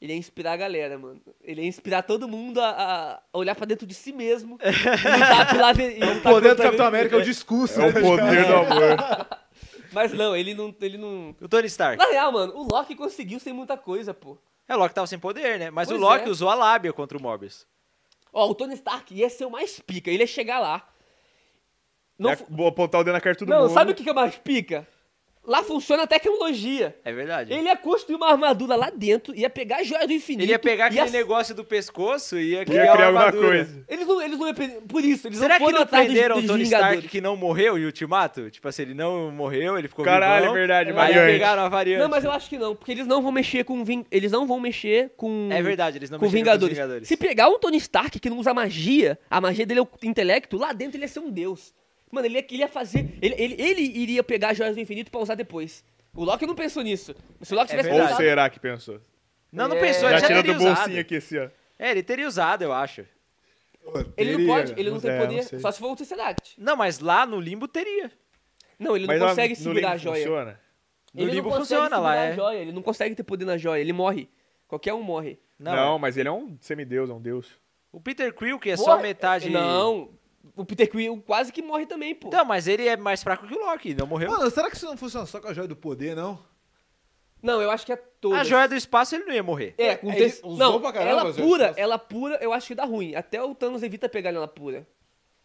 A: ele ia inspirar a galera, mano. Ele ia inspirar todo mundo a, a olhar pra dentro de si mesmo. e lutar pela Ave-
C: <laughs>
A: e lutar
C: É. O poder do
A: contra a
C: Capitão
A: Ave-
C: América é o discurso.
D: É o
C: <laughs>
D: <laughs> poder do amor.
A: Mas não, ele não, ele não...
B: O Tony
A: <laughs>
B: Stark.
A: Na real, mano, o Loki conseguiu sem muita coisa, pô.
B: É, o Loki tava sem poder, né? Mas
A: Pois
B: o Loki
A: é.
B: usou a lábia contra o Morbius.
A: Ó, o Tony Stark ia ser o mais pica, ele ia chegar lá. Não,
D: É,
A: fu-
D: Vou apontar o dedo na cara de todo
A: Não,
D: mundo.
B: né?
A: sabe o que que é mais pica? Lá funciona a tecnologia.
B: É verdade.
A: Ele ia construir uma armadura lá dentro, ia pegar a joia do infinito.
B: Ele ia pegar aquele
A: ia-
B: negócio do pescoço e ia
D: Ia
B: criar,
A: é
D: criar
B: uma
D: alguma
B: armadura.
D: coisa.
A: Eles não, eles não iam pre- Por isso, eles
B: Será
A: não
B: que
A: foram
B: não
A: atrás dos-
B: prenderam o
A: dos
B: Tony
A: Vingadores.
B: Stark que não morreu em Ultimato? Tipo assim, ele não morreu, ele ficou
D: Caralho,
B: vivão,
D: é verdade,
B: Aí
D: variante.
B: pegaram a variante.
A: Não, mas eu acho que não, porque eles não vão mexer com Ving- eles não vão mexer com
B: É verdade, eles não
A: com
B: mexeram
A: Vingadores.
B: com os Vingadores.
A: Se pegar um Tony Stark que não usa magia, a magia dele é o intelecto, lá dentro ele ia ser um deus. Mano, ele ia, ele ia fazer, ele, ele, ele iria pegar as joias do infinito pra usar depois. O Loki não pensou nisso. Se o Loki tivesse
D: Ou
B: É verdade.
A: pensado,
D: será que pensou?
B: Não, não
A: É.
B: pensou, ele
D: Já
B: já
D: tirou
B: teria
D: do
B: usado.
D: bolsinho aqui, assim, ó.
B: É, ele teria usado, eu acho.
A: ele não pode, ele não
D: Mas
A: tem
D: é, não
A: poder,
D: sei.
A: só se for o Tesseract.
B: Não, mas lá no Limbo teria.
A: Não, ele não
D: Mas, ó,
A: consegue
D: no
A: segurar a
D: limbo
A: joia.
D: Funciona.
B: No
A: ele
B: Limbo
A: não consegue
B: funciona lá,
A: segurar a
B: é.
A: joia, ele não consegue ter poder na joia, ele morre. Qualquer um morre.
D: Não,
B: é.
D: mas ele é um semideus, é um deus.
B: O Peter Quill, que é só
A: Porra,
B: metade...
A: Não, o Peter Quill quase que morre também, pô.
B: Então, mas ele é mais fraco que o Loki, não morreu.
C: Mano, será que isso não funciona só com a joia do poder, não?
A: Não, eu acho que é todas.
B: a joia do espaço ele não ia morrer.
A: É, com
C: Ele
A: terce-
C: usou
A: Não,
C: pra caramba,
A: ela
C: Zé.
A: pura, ela pura, eu acho que dá ruim. Até o Thanos evita pegar ela pura.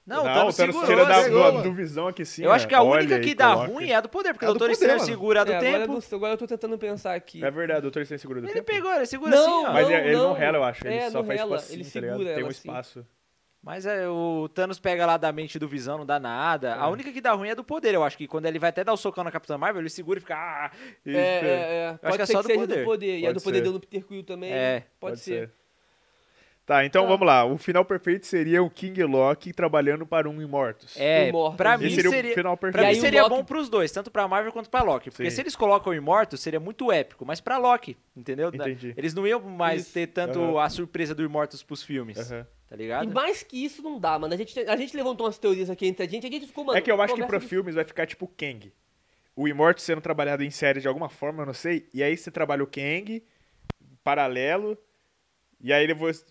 B: Não,
D: não
B: Thanos
D: o Thanos
B: segurou.
D: tira da,
C: segurou,
D: do,
C: mano.
D: do visão aqui, assim, sim.
B: eu acho que a única que dá ruim é a do poder, porque
C: É
B: o
C: a do
B: Doutor
C: poder,
B: Estranho
C: mano.
B: segura a do
A: É, agora, eu
B: tempo.
A: não- agora eu tô tentando pensar aqui.
D: É verdade, o Doutor Estranho segura do
B: Ele
D: tempo.
B: pegou, ele segura
A: Não,
B: assim, ó.
D: Mas
A: não,
D: é- ele é não,
A: não.
D: rela, eu acho. Ele
A: É,
D: só
A: não
D: faz tipo
A: rela,
D: assim,
A: ele
D: tá ligado?
A: segura
D: Tem
A: ela
D: um
A: assim.
D: espaço.
B: Mas é, o Thanos pega lá da mente do Visão, não dá nada. A única que dá ruim é do poder, eu acho que quando ele vai até dar o socão na Capitã Marvel, ele segura e fica... Ah, e-
A: É, é, é. Pode
B: que é
A: ser
B: só
A: que
B: do
A: seja
B: poder.
A: do poder. E a
D: Pode
A: do poder
D: ser.
A: deu no Peter Quill também.
B: É,
A: pode, ser.
D: Tá, então
A: Tá.
D: vamos lá. O final perfeito seria o King Loki trabalhando para um Imortus.
B: É,
A: Imortus.
B: pra
A: Esse
B: mim
D: seria
B: seria,
D: o final
B: pra
D: perfeito.
B: mim
A: E aí o
B: seria
A: Loki-
B: bom pros dois, tanto pra Marvel quanto pra Loki. Porque
D: Sim.
B: se eles colocam o Immortus, seria muito épico, mas pra Loki, entendeu? Né?
D: Entendi.
B: Eles não iam mais ter tanto
D: Aham.
B: a surpresa do Immortus pros filmes,
D: Aham.
B: tá ligado?
A: E mais que isso não dá, mano. A gente, a gente levantou umas teorias aqui entre a gente, a gente ficou, mano.
D: É que eu acho que pra
A: conversa de-
D: filmes vai ficar tipo Kang. O Immortus sendo trabalhado em série de alguma forma, eu não sei. E aí você trabalha o Kang, paralelo. E aí depois.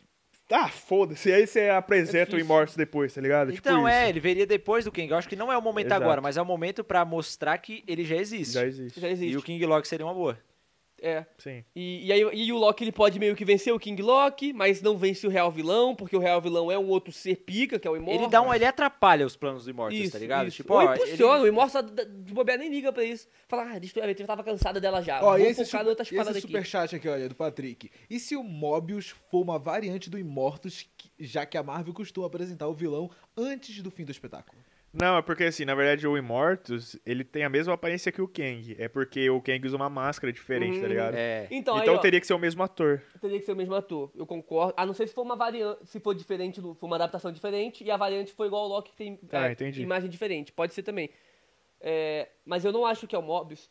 D: Ah, foda-se. E aí você apresenta o
A: difícil.
D: Immortus depois, tá ligado?
B: Então,
D: tipo
B: é,
D: isso.
B: ele veria depois do King. Eu acho que não é o momento
D: Exato.
B: agora, mas é o momento pra mostrar que ele já existe.
D: Já existe.
A: Já é existe.
B: E o King Loki seria uma boa.
A: É.
D: Sim.
A: E, e aí, e o Loki ele pode meio que vencer o King Loki, mas não vence o real vilão, porque o real vilão é um outro ser pica, que é o Immortus.
B: Ele dá um, ele atrapalha os planos do Immortus,
A: Isso,
B: tá ligado?
A: isso.
B: Tipo,
A: Ou
B: ó,
A: impulsiona,
B: ele-
A: o Immortus tá- tá- de bobear nem liga pra isso. Fala, ah, deixa eu, eu tava cansada dela já.
C: Ó,
A: Vou
C: e
A: focar
C: esse, su-
A: Tá em outras
C: esse
A: paradas aqui.
C: superchat aqui, olha, do Patrick. E se o Mobius for uma variante do Imortus, que- já que a Marvel costuma apresentar o vilão antes do fim do espetáculo?
D: Não, é porque assim, na verdade o Immortus, ele tem a mesma aparência que o Kang. É porque o Kang usa uma máscara diferente, tá ligado?
B: É.
A: Então,
D: Então,
A: aí, ó, teria...
D: teria que ser o mesmo ator.
A: que ser o mesmo ator. Eu concordo. A não ser se for uma variante, se for diferente, do- for uma adaptação diferente, e a variante foi igual ao Loki que tem
D: Ah,
A: é,
D: entendi.
A: imagem diferente. Pode ser também. É, mas eu não acho que é o Mobius.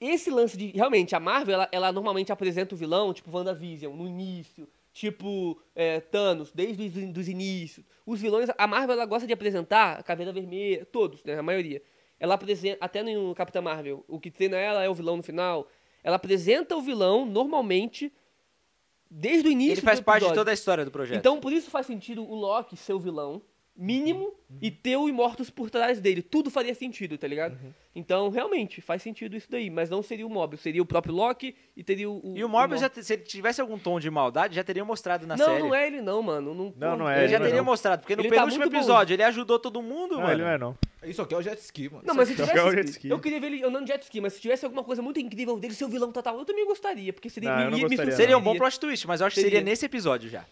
A: Esse lance de. Realmente, a Marvel, ela, ela normalmente apresenta o vilão, tipo WandaVision, no início. Tipo é, Thanos, desde os in- dos inícios. Os vilões. A Marvel, ela gosta de apresentar a Caveira Vermelha, todos, né? A maioria. Ela apresenta. Até no Capitão Marvel, o que treina ela é o vilão no final. Ela apresenta o vilão, normalmente, desde o início
B: Ele faz
A: do
B: parte de
A: episódio.
B: toda a história do projeto.
A: Então, por isso faz sentido o Loki ser o vilão mínimo
D: Uhum.
A: e ter o Imortus por trás dele. Tudo faria sentido, tá ligado?
D: Uhum.
A: Então, realmente, faz sentido isso daí. Mas não seria o Mobius, seria o próprio Loki e teria o.
B: e o Morbius, já
A: Mor-
B: te- se ele tivesse algum tom de maldade, já teria mostrado na
A: Não,
B: série.
A: não é ele, não, mano. Não, porra,
D: não é
B: Ele
D: ele
B: já
D: não é
B: teria
D: não.
B: mostrado, porque no
A: Ele tá
B: penúltimo
A: muito
B: episódio ele ajudou todo mundo,
D: Não,
B: mano.
D: ele não é não.
C: Isso aqui é o jet ski, mano.
A: Não, mas se
D: Só
A: tivesse.
D: que é o jet ski.
A: Eu queria ver ele andando de jet ski, mas se tivesse alguma coisa muito incrível dele, seu vilão total, eu também gostaria, porque seria.
D: Não,
A: me-
D: eu não
A: me
D: gostaria, não.
B: Seria um bom
A: surpreenderia.
B: plot twist, mas eu acho que seria
A: Seria.
B: nesse episódio já.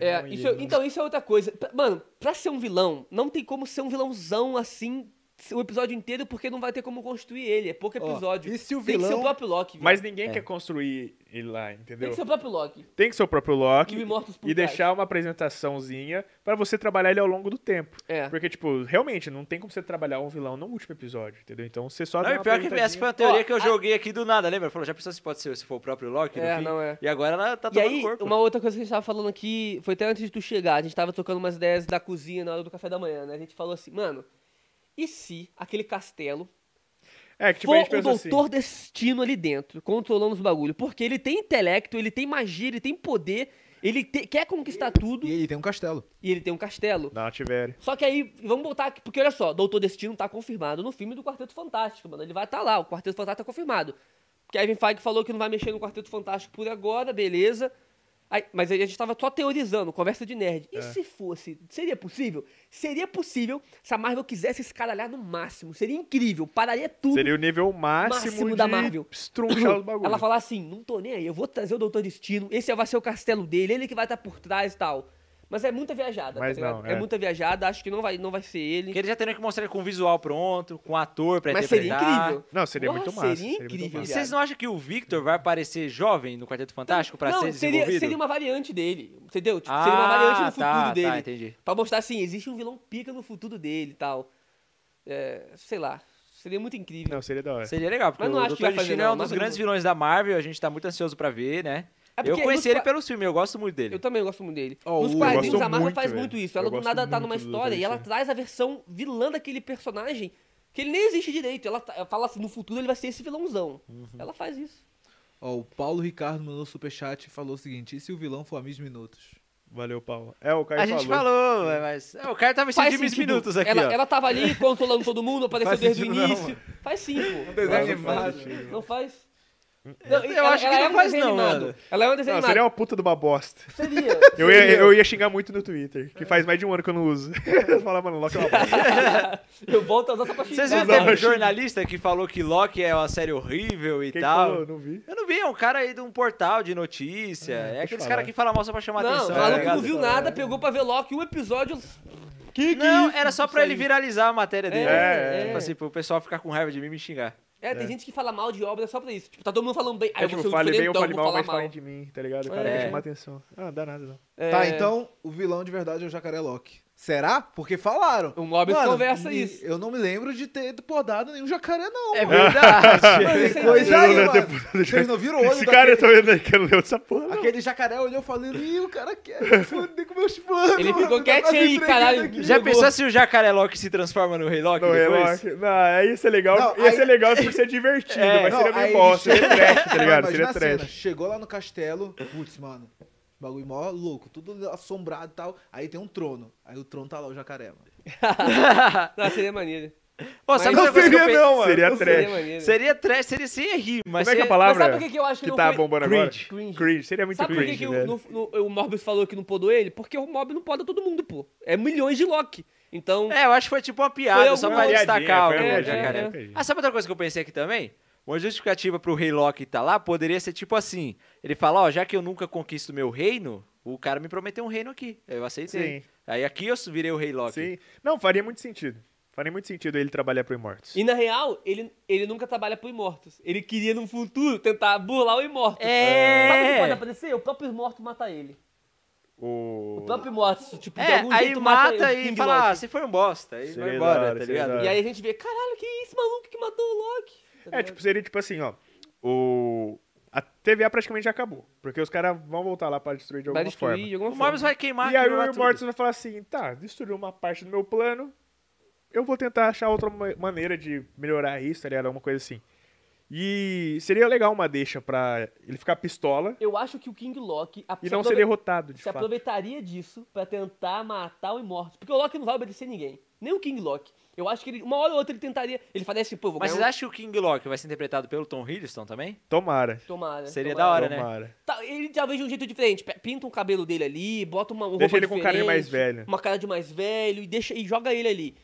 A: É,
D: um
A: isso é- então isso é outra coisa. Pra- Mano, pra ser um vilão, não tem como ser um vilãozão assim o episódio inteiro, porque não vai ter como construir ele. É pouco
C: Ó,
A: episódio.
C: e se o
A: Tem que ser
C: vilão-
A: o próprio Loki. velho.
D: Mas ninguém quer construir ele lá, entendeu?
A: Tem que ser o próprio Loki.
D: Tem que ser o próprio Loki
A: E o Immortus por
D: e
A: trás.
D: deixar uma apresentaçãozinha pra você trabalhar ele ao longo do tempo.
A: É.
D: Porque, tipo, realmente, não tem como você trabalhar um vilão no último episódio, entendeu? Então você só
B: Não,
D: dá
B: e
D: uma
B: pior que essa
D: apresentadinha.
B: foi uma teoria
A: Ó,
B: que eu
A: a-
B: joguei aqui do nada, lembra? Falou, já pensou se pode ser se for o próprio Loki? no
A: É,
B: fim?
A: não é.
B: E agora ela tá
A: E
B: tomando
A: aí,
B: corpo.
A: uma outra coisa que a gente tava falando aqui, foi até antes de tu chegar, a gente tava trocando umas ideias da cozinha na hora do café da manhã, né? A gente falou assim, mano, e se aquele castelo
D: É, que tipo, a gente
A: for o
D: pensa assim,
A: doutor destino ali dentro, controlando os bagulhos? Porque ele tem intelecto, ele tem magia, ele tem poder, ele te- quer conquistar tudo
C: E ele tem um castelo.
A: e ele tem um castelo.
D: Não, tiver.
A: Só que aí, vamos botar aqui, porque olha só, Doutor Destino tá confirmado no filme do Quarteto Fantástico, mano. Ele vai estar lá, o Quarteto Fantástico tá confirmado. Kevin Feige falou que não vai mexer no Quarteto Fantástico por agora, beleza. Aí- mas aí a gente tava só teorizando, conversa de nerd.
D: É.
A: E se fosse? Seria possível? Seria possível se a Marvel quisesse escaralhar no máximo. Seria incrível, pararia tudo.
D: Seria o nível máximo,
A: Máximo
D: de
A: da Marvel. <coughs>
D: estrunchar os bagulhos.
A: Ela falar assim, não tô nem aí, eu vou trazer o Doutor Destino, esse vai ser o castelo dele, ele que vai estar por trás e tal. Mas é muita viajada,
D: Mas
A: tá ligado?
D: não,
A: é.
D: é.
A: muita viajada, acho que não vai, não vai ser ele.
B: Porque ele já teria que mostrar ele com o visual pronto, com o ator pra
A: Mas seria
B: interpretar.
A: incrível.
D: Não, seria
A: Porra,
D: muito
A: Seria
D: massa, seria muito
A: incrível.
B: E
D: massa.
B: vocês não acham que o Victor vai parecer jovem no Quarteto Fantástico pra
A: não,
B: ser desenvolvido?
A: seria, seria uma variante dele, entendeu? Tipo, seria uma
B: Ah,
A: variante no futuro
B: tá,
A: dele.
B: Tá, entendi.
A: Pra mostrar assim, existe um vilão pica no futuro dele e tal. É, sei lá. Seria muito incrível.
D: Não, seria da hora.
B: Seria legal, porque
A: Mas não
B: o
A: acho que
B: Dr.
A: vai fazer,
B: Destino
A: não,
B: é um
A: mas
B: dos
A: eu não
B: grandes
A: vou.
B: vilões da Marvel, a gente tá muito ansioso pra ver, né?
A: É porque
B: eu conheci
A: nos
B: ele
A: qua-
B: pelos filmes, eu gosto muito dele.
A: Eu também gosto muito dele.
C: Ó,
A: Nos
C: o-
A: quadrinhos,
D: eu
A: a Marvel
D: gosto
A: faz
D: muito,
A: muito
D: velho.
A: isso. Ela
D: Eu
A: do
D: gosto
A: nada tá numa
D: muito do
A: história e ela
D: Dr.
A: traz a versão vilã daquele personagem que ele nem existe direito. Ela, tá- ela fala assim, no futuro ele vai ser esse vilãozão.
D: Uhum.
A: Ela faz isso.
C: Ó, o Paulo Ricardo mandou superchat e falou o seguinte: e se o vilão for a Miss Minutos?
D: Valeu, Paulo. É, o Caio
B: A gente falou, mas. é, o cara tava
A: Faz
B: assistindo 20
A: sentido. tipo,
B: minutos aqui,
A: ela,
B: ó.
A: ela tava ali controlando todo mundo, apareceu
B: Faz
A: desde o
B: sentido não, Um
A: início.
B: mano.
A: faz sim, pô.
C: desenho
A: Não faz.
C: animado.
A: Não faz?
B: Eu acho que não faz não, mano.
A: Ela é um desenho
D: Não, seria
A: um animado.
D: uma puta de uma
A: <laughs>
D: bosta.
B: <laughs>
A: Seria.
D: Eu ia, eu ia xingar muito no Twitter, que faz mais de um ano que eu não uso. <laughs> Falar, mano, Loki
A: <laughs>
D: é uma bosta.
A: Eu volto a usar só pra xingar.
B: Vocês viram
D: Não,
B: teve um
D: eu xingo.
B: jornalista que falou que Loki é uma série horrível e
D: Quem
B: tal?
D: falou? Não vi.
B: Eu não vi, é um cara aí de um portal de notícia. é
D: deixa
B: aqueles caras
D: eu falar.
B: que falam mal só pra chamar
A: Não, o
B: atenção.
A: maluco
B: tá ligado?
A: não viu nada, pegou pra ver Loki um episódio.
B: Não, era só pra ele viralizar a matéria dele.
A: É,
B: Tipo
A: é.
B: assim, pro pessoal ficar com raiva de mim e me xingar.
A: É, tem gente que fala mal de obra só pra isso. Tipo, tá todo mundo falando bem. Aí
D: É
A: eu vou ser
D: tipo,
A: o
D: fale bem ou
A: diferentão,
D: fale
A: vou
D: mal,
A: falar
D: mas falem de mim, tá ligado? Cara,
A: É.
D: é. chamar atenção. Ah, dá nada não.
A: É,
C: Tá, então o vilão de verdade é o Jacaré Loki. Será? Porque falaram.
A: O Mobius conversa
C: me-
A: isso.
C: Eu não me lembro de ter podado nenhum jacaré, não.
B: É
C: mano.
A: <laughs>
B: verdade.
C: Mano,
A: isso aí
C: coisa
A: não
C: aí,
D: deve ter
C: mano.
D: podado
C: Vocês não viram o olho
D: Esse cara é
C: daquele...
D: eu tô vendo aí que eu não leu essa porra. não.
C: Aquele jacaré olhou e falou, ih, o cara quer me foder com meus planos.
A: Ele ficou
C: mano, tá
A: quietinho
C: quase
A: aí,
C: entregando
A: caralho.
C: aqui."
B: Já
A: Jogou.
B: pensou se o Jacaré Loki se transforma no Rei Loki
D: Não,
B: depois?
D: Reloque. Não, aí ia ser legal.
C: Não,
D: ia ser
C: aí-
D: legal por ser divertido,
B: É,
D: mas
C: Não,
D: seria
C: aí
D: meio
C: ele
D: bosta. Seria
A: <laughs>
C: chega-
D: trash, tá
C: Não,
D: ligado?
C: imagina
D: Seria
C: a cena.
D: trash.
C: Chegou lá no castelo, putz, mano, bagulho mó louco, tudo assombrado e tal. Aí tem um trono. Aí o trono tá lá, o jacaré, mano.
A: <laughs> Não, seria maneiro.
B: Pô, sabe
A: Mas
B: outra coisa que eu pe-
D: Seria
A: Seria
D: trash.
A: maneiro.
B: Seria trash, seria sem rir, mas
D: Como é que é a
B: seria-
A: Mas
D: palavra
A: sabe por que, que eu acho que,
D: que
A: não
D: tá
A: foi?
D: bombando agora?
B: Cringe.
A: Cringe.
D: Cringe. Seria muito
A: Sabe por que,
D: cringe, né?
A: que o,
D: velho.
A: no- no- o Morbius falou que não podou ele? Porque o Mobius não poda todo mundo, pô. É milhões de Loki. Então,
B: É, eu acho que foi tipo uma piada,
A: Foi
B: só
A: alguma
B: pra
D: piadinha,
B: destacar
D: foi
B: o
A: uma
B: é,
A: piadinha,
B: jacaré.
D: foi uma
B: Ah, sabe outra coisa que eu pensei aqui também? Uma justificativa pro rei Loki tá lá poderia ser tipo assim: ele fala, ó, já que eu nunca conquisto meu reino, o cara me prometeu um reino aqui. Eu aceitei.
D: Sim.
B: Aí aqui eu virei o rei Loki.
D: Sim. Não, faria muito sentido. Faria muito sentido ele trabalhar pro Immortus.
A: e na real, ele, ele nunca trabalha pro Imortos. Ele queria, no futuro, tentar burlar o Imortos.
B: É.
A: Sabe o que pode aparecer? O próprio Imorto mata ele.
D: O...
A: O próprio Imorto, tipo, de
B: É,
A: algum
B: aí
A: jeito
B: mata,
A: mata o
B: e
A: King
B: fala, ah,
A: Loki.
B: você foi um bosta. Aí vai
D: Seria da hora,
B: embora, tá
D: seria da
B: ligado?
D: hora.
A: E aí a gente vê, caralho, que isso, maluco que matou o Loki. Tá
D: "Ah, É,
A: ligado?
D: tipo, seria tipo assim, ó. O... A TVA praticamente já acabou. Porque os caras vão voltar lá pra destruir de alguma
A: vai destruir
D: forma.
A: de alguma
B: O
A: forma.
B: Morbius vai queimar
D: E aí
B: aquilo lá
D: o
B: tudo.
D: Immortus vai falar assim, tá, destruiu uma parte do meu plano, eu vou tentar achar outra ma- maneira de melhorar isso, tá ligado? Alguma coisa assim. E seria legal uma deixa pra ele ficar pistola
A: Eu acho que o King Loki
D: e
A: se
D: não ser
A: aprove-
D: derrotado, de
A: se
D: fato.
A: aproveitaria disso pra tentar matar o Imortus. Porque o Loki não vai obedecer ninguém. Nem o King Loki. Eu acho que ele, uma hora ou outra ele tentaria. Ele faria assim, pô, vou
B: Mas vocês
A: ganhar um...
B: acham que o King Loki vai ser interpretado pelo Tom Hiddleston também?
D: Tomara.
A: Tomara.
B: Seria
A: tomara.
B: da hora, né?
D: Tomara.
A: Tá, ele talvez de um jeito diferente. Pe- Pinta um cabelo dele ali, bota uma uma
D: Deixa
A: roupa
D: ele com um carinha mais
A: diferente,
D: velho.
A: Uma cara de mais velho e, deixa, e joga ele ali.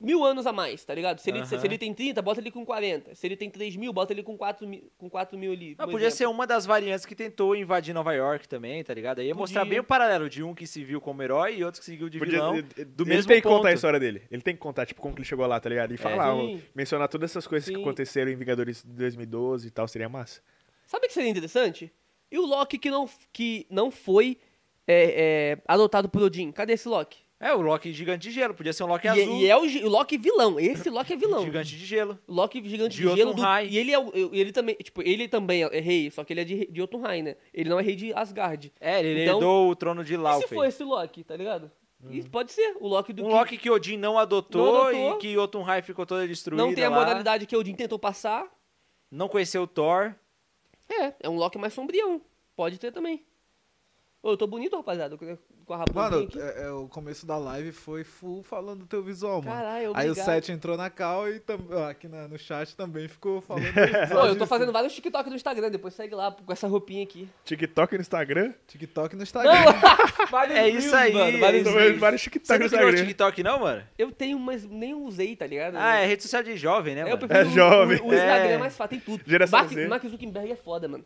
A: Mil anos a mais, tá ligado? Se ele, se,
B: Aham.
A: se ele tem 30, bota ele com 40. Se ele tem 3 mil, bota ele com 4 mil, com 4 mil ali.
B: Ah,
A: um
B: podia
A: exemplo.
B: ser uma das variantes que tentou invadir Nova York também, tá ligado? Aí ia mostrar
A: Podia.
B: bem o paralelo de um que se viu como herói e outro que se viu de vilão.
D: ele- ele-
B: do
D: ele
B: mesmo
D: tem que
B: ponto.
D: contar a história dele. Ele tem que contar, tipo, como que ele chegou lá, tá ligado?
B: É,
D: E falar,
A: Sim.
D: ó, mencionar todas essas coisas que
A: Sim.
D: aconteceram em Vingadores de 2012 e tal, seria massa.
A: Sabe o que seria interessante? E o Loki que não, que não foi é, é, adotado por Odin? Cadê esse Loki?
B: É, o Loki gigante de gelo. Podia ser um Loki
A: E,
B: azul.
A: e é o, gi- o Loki vilão. Esse Loki é vilão.
B: Gigante de gelo.
A: Loki gigante
B: De
A: de, gelo.
B: Jotunheim.
A: Do, e ele é o- e ele também, tipo, ele também é rei, só que ele é de, de Jotunheim, né? Ele não é rei de Asgard.
B: É, ele
A: Então,
B: herdou o trono de
A: E se for
B: Laufey. Hum.
A: esse Loki, tá ligado? E pode ser o Loki do
B: Um
A: que
B: Loki que Odin não adotou,
A: Não adotou.
B: e que Jotunheim ficou toda destruída
A: não tem a
B: lá.
A: modalidade que Odin tentou passar.
B: Não conheceu o Thor.
A: É, é um Loki mais sombrião. Pode ter também. Ô, eu tô bonito, rapaziada, com com a raposinha
C: Mano,
A: aqui.
C: é- é, o começo da live foi full falando do teu visual, mano.
A: Caralho,
C: Aí o
A: obrigado.
C: Seth entrou na cal e tam- ó, aqui na- no chat também
A: <laughs>
C: ficou falando.
A: Pô, eu tô fazendo vários TikTok no Instagram, depois segue lá com essa roupinha aqui.
D: TikTok no Instagram?
C: TikTok no
A: Não!
C: Instagram.
A: vários
B: <laughs> É
A: reels,
B: isso aí,
A: mano,
B: é
A: vários
B: isso aí.
D: Tô
A: reels.
D: vendo vários
B: Você
D: TikTok no
B: não criou o
D: Instagram.
B: TikTok não, mano?
A: Eu tenho, mas nem usei, tá ligado?
B: Ah, é rede social de jovem, né,
A: É, eu
B: mano?
A: prefiro
D: É
A: o-
D: jovem.
A: O, o Instagram é.
B: É.
A: mais fácil, tem tudo.
D: Geração
A: Mark,
D: Z.
A: Mark Zuckerberg é foda, mano.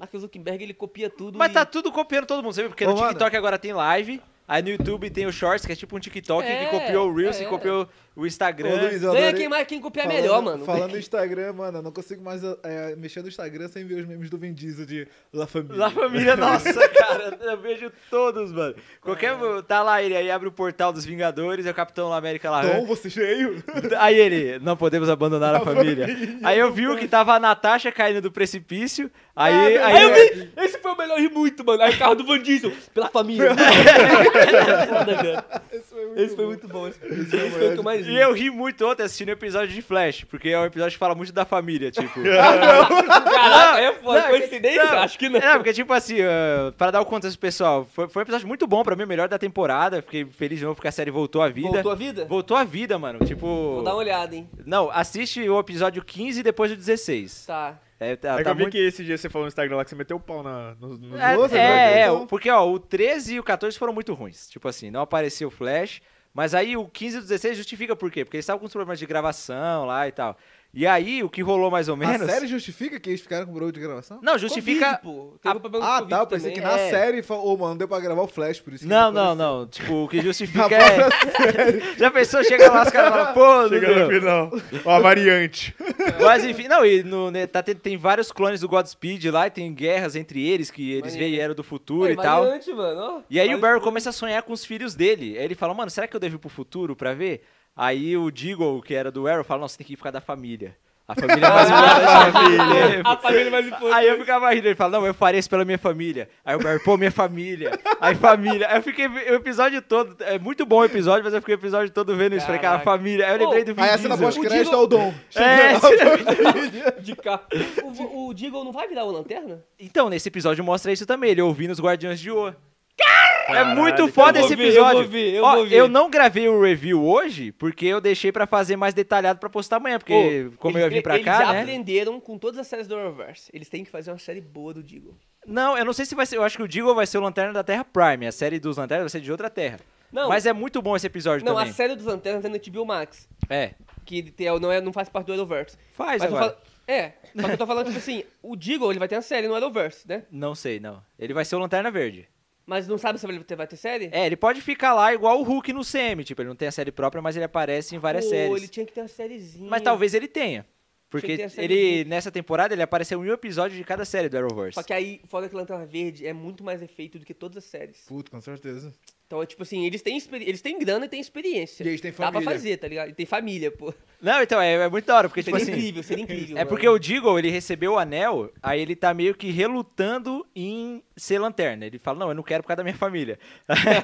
A: Mark Zuckerberg, ele copia tudo
B: Mas
A: e-
B: tá tudo copiando todo mundo, sabe? Porque
C: Ô,
B: no
C: mano.
B: TikTok agora tem live, aí no YouTube tem o Shorts, que é tipo um TikTok
A: É,
B: que copiou o Reels,
A: é.
B: que copiou o Instagram.
C: Ô, Luiz,
A: Ganha
C: eu adorei-
A: quem, mais, quem copiar
C: né? falando-
A: melhor, mano.
C: Falando no Instagram, mano, eu não consigo mais é, mexer no Instagram sem ver os memes do Vin Diesel de La Família.
B: La família,
C: <laughs>
B: nossa, cara, eu vejo todos, mano.
A: É.
B: Qualquer. Tá lá ele, aí abre o portal dos Vingadores, é o Capitão América lá.
C: Tom, você veio?
B: <laughs> Aí ele, não podemos abandonar a família. Aí eu vi o que tava a Natasha caindo do precipício. Aí, aí,
A: Aí Ah, eu vi, esse foi o melhor ri muito, mano. Aí o carro do Van Diesel, pela família. <laughs> Foda, cara.
C: <laughs> Esse foi muito
A: Esse foi
C: bom.
A: muito bom. Esse, esse foi o que eu mais ri.
B: E eu ri muito ontem assistindo o episódio de Flash, porque é um episódio que fala muito da família,
A: <laughs>
B: tipo.
A: Caraca, aí é foda.
B: Não,
A: Coincidência?
B: não.
A: Acho que não.
B: É, porque, tipo assim, ah, pra dar o contexto pessoal, foi, foi um episódio muito bom pra mim, o melhor da temporada. Fiquei feliz de novo porque a série voltou à vida.
A: Voltou a vida?
B: Voltou à vida, mano. Tipo.
A: Vou dar um- uma olhada, hein.
B: Não, assiste o episódio 15 e depois o 16.
A: Tá.
B: É, tá,
D: É que
B: tá
D: eu vi
B: muito-
D: que esse dia você falou no Instagram lá que você meteu o pau na, nos, nos
B: É,
C: Nossa,
D: né?
B: é, é,
C: então-
B: porque ó, o 13 e o 14 foram muito ruins. Tipo assim, não apareceu o Flash. Mas aí o 15 e o 16 justifica por quê? Porque eles estavam com os problemas de gravação lá e tal. E aí, o que rolou mais ou
C: A
B: menos.
C: série justifica que eles ficaram com problema de gravação?
B: Não, justifica.
A: Covid, pô. Teve um problema com
C: ah,
A: Covid
C: tá. Eu pensei
A: também.
C: que na
B: É.
C: série falou, ô, mano, não deu pra gravar o Flash, por isso que
B: Não,
C: ele
B: não,
C: apareceu."
B: não. Tipo, o que
C: Na
B: justifica é.
C: própria série.
B: <laughs> Já pensou, chega lá, os caras falam, pô, não
D: Chega no
B: deu.
D: final. Ó, a variante.
B: Mas enfim, não, e no, né, tá, tem, tem vários clones do Godspeed lá e tem guerras entre eles, que eles
A: Maneiro.
B: vieram do futuro
A: Pô,
B: e tal.
A: É variante, mano, ó.
B: E aí o
A: Mas-
B: Barry começa a sonhar com os filhos dele. Aí ele fala, mano, será que eu devo ir pro futuro pra ver? Aí o Deagle, que era do Arrow, fala, não, você tem que ir por causa da família. A família é mais
A: <laughs>
B: importante.
A: A família é mais importante.
B: Aí eu ficava rindo, ele fala, não, eu faria isso pela minha família. Aí o Barry, pô, minha família. Aí família. Aí eu fiquei o episódio todo, é muito bom o episódio, mas eu fiquei o episódio todo vendo isso. Falei, cara,
A: Caraca.
B: família. Aí eu lembrei do Vin
C: Aí a cena
B: Diesel.
C: pós-crédito é
A: Digo-
C: o Dom.
A: <laughs>
B: É,
A: de cá. O, Vo- o Deagle não vai virar o Lanterna?
B: <laughs> Então, nesse episódio mostra isso também, ele ouvindo os Guardiões de Oa. é
D: Caralho,
B: muito foda
A: eu vou
B: esse
A: ver,
B: episódio.
A: eu vou ver, eu
B: Ó,
A: vou ver.
B: eu não gravei o review hoje, porque eu deixei pra fazer mais detalhado pra postar amanhã, porque
A: Pô,
B: como
A: eles-
B: eu vim pra
A: eles
B: cá,
A: já
B: né?
A: aprenderam com todas as séries do Arrowverse. Eles têm que fazer uma série boa do Deagle.
B: Não, eu não sei se vai ser, eu acho que o Deagle vai ser o Lanterna da Terra Prime, a série dos Lanternas vai ser de outra terra.
A: Não.
B: Mas é muito bom esse episódio
A: Não,
B: também.
A: a série dos Lanternas é na HBO Max,
B: É.
A: que ele tem- não, é, não faz parte do Arrowverse.
B: Faz
A: Mas eu
B: agora.
A: falo- É, mas eu tô falando, tipo assim, o Deagle, ele vai ter uma série no Arrowverse, né?
B: Não sei, não. Ele vai ser o Lanterna Verde.
A: Mas não sabe se ele vai ter, vai ter série?
B: É, ele pode ficar lá igual o Hulk no CM, tipo, ele não tem a série própria, mas ele aparece em várias
A: Pô,
B: séries.
A: ele tinha que ter uma sériezinha.
B: Mas talvez ele tenha. Porque
A: Tinha que ter essa
B: ele,
A: liga.
B: nessa temporada, ele apareceu em um episódio de cada série do Arrowverse.
A: Só que aí, fora que Lanterna Verde é muito mais efeito do que todas as séries.
C: Puto, com certeza.
A: Então é tipo assim, eles têm, experi- eles têm grana e têm experiência.
C: E eles têm
A: Dá pra
C: família.
A: fazer, tá ligado? E tem família, pô.
B: Não, então, é, é muito da hora, porque, tipo
A: Seria
B: assim...
A: incrível, seria incrível.
B: É
A: mano.
B: porque o Deagle, ele recebeu o anel, aí ele tá meio que relutando em ser lanterna. Ele fala, não, eu não quero por causa da minha família. <laughs>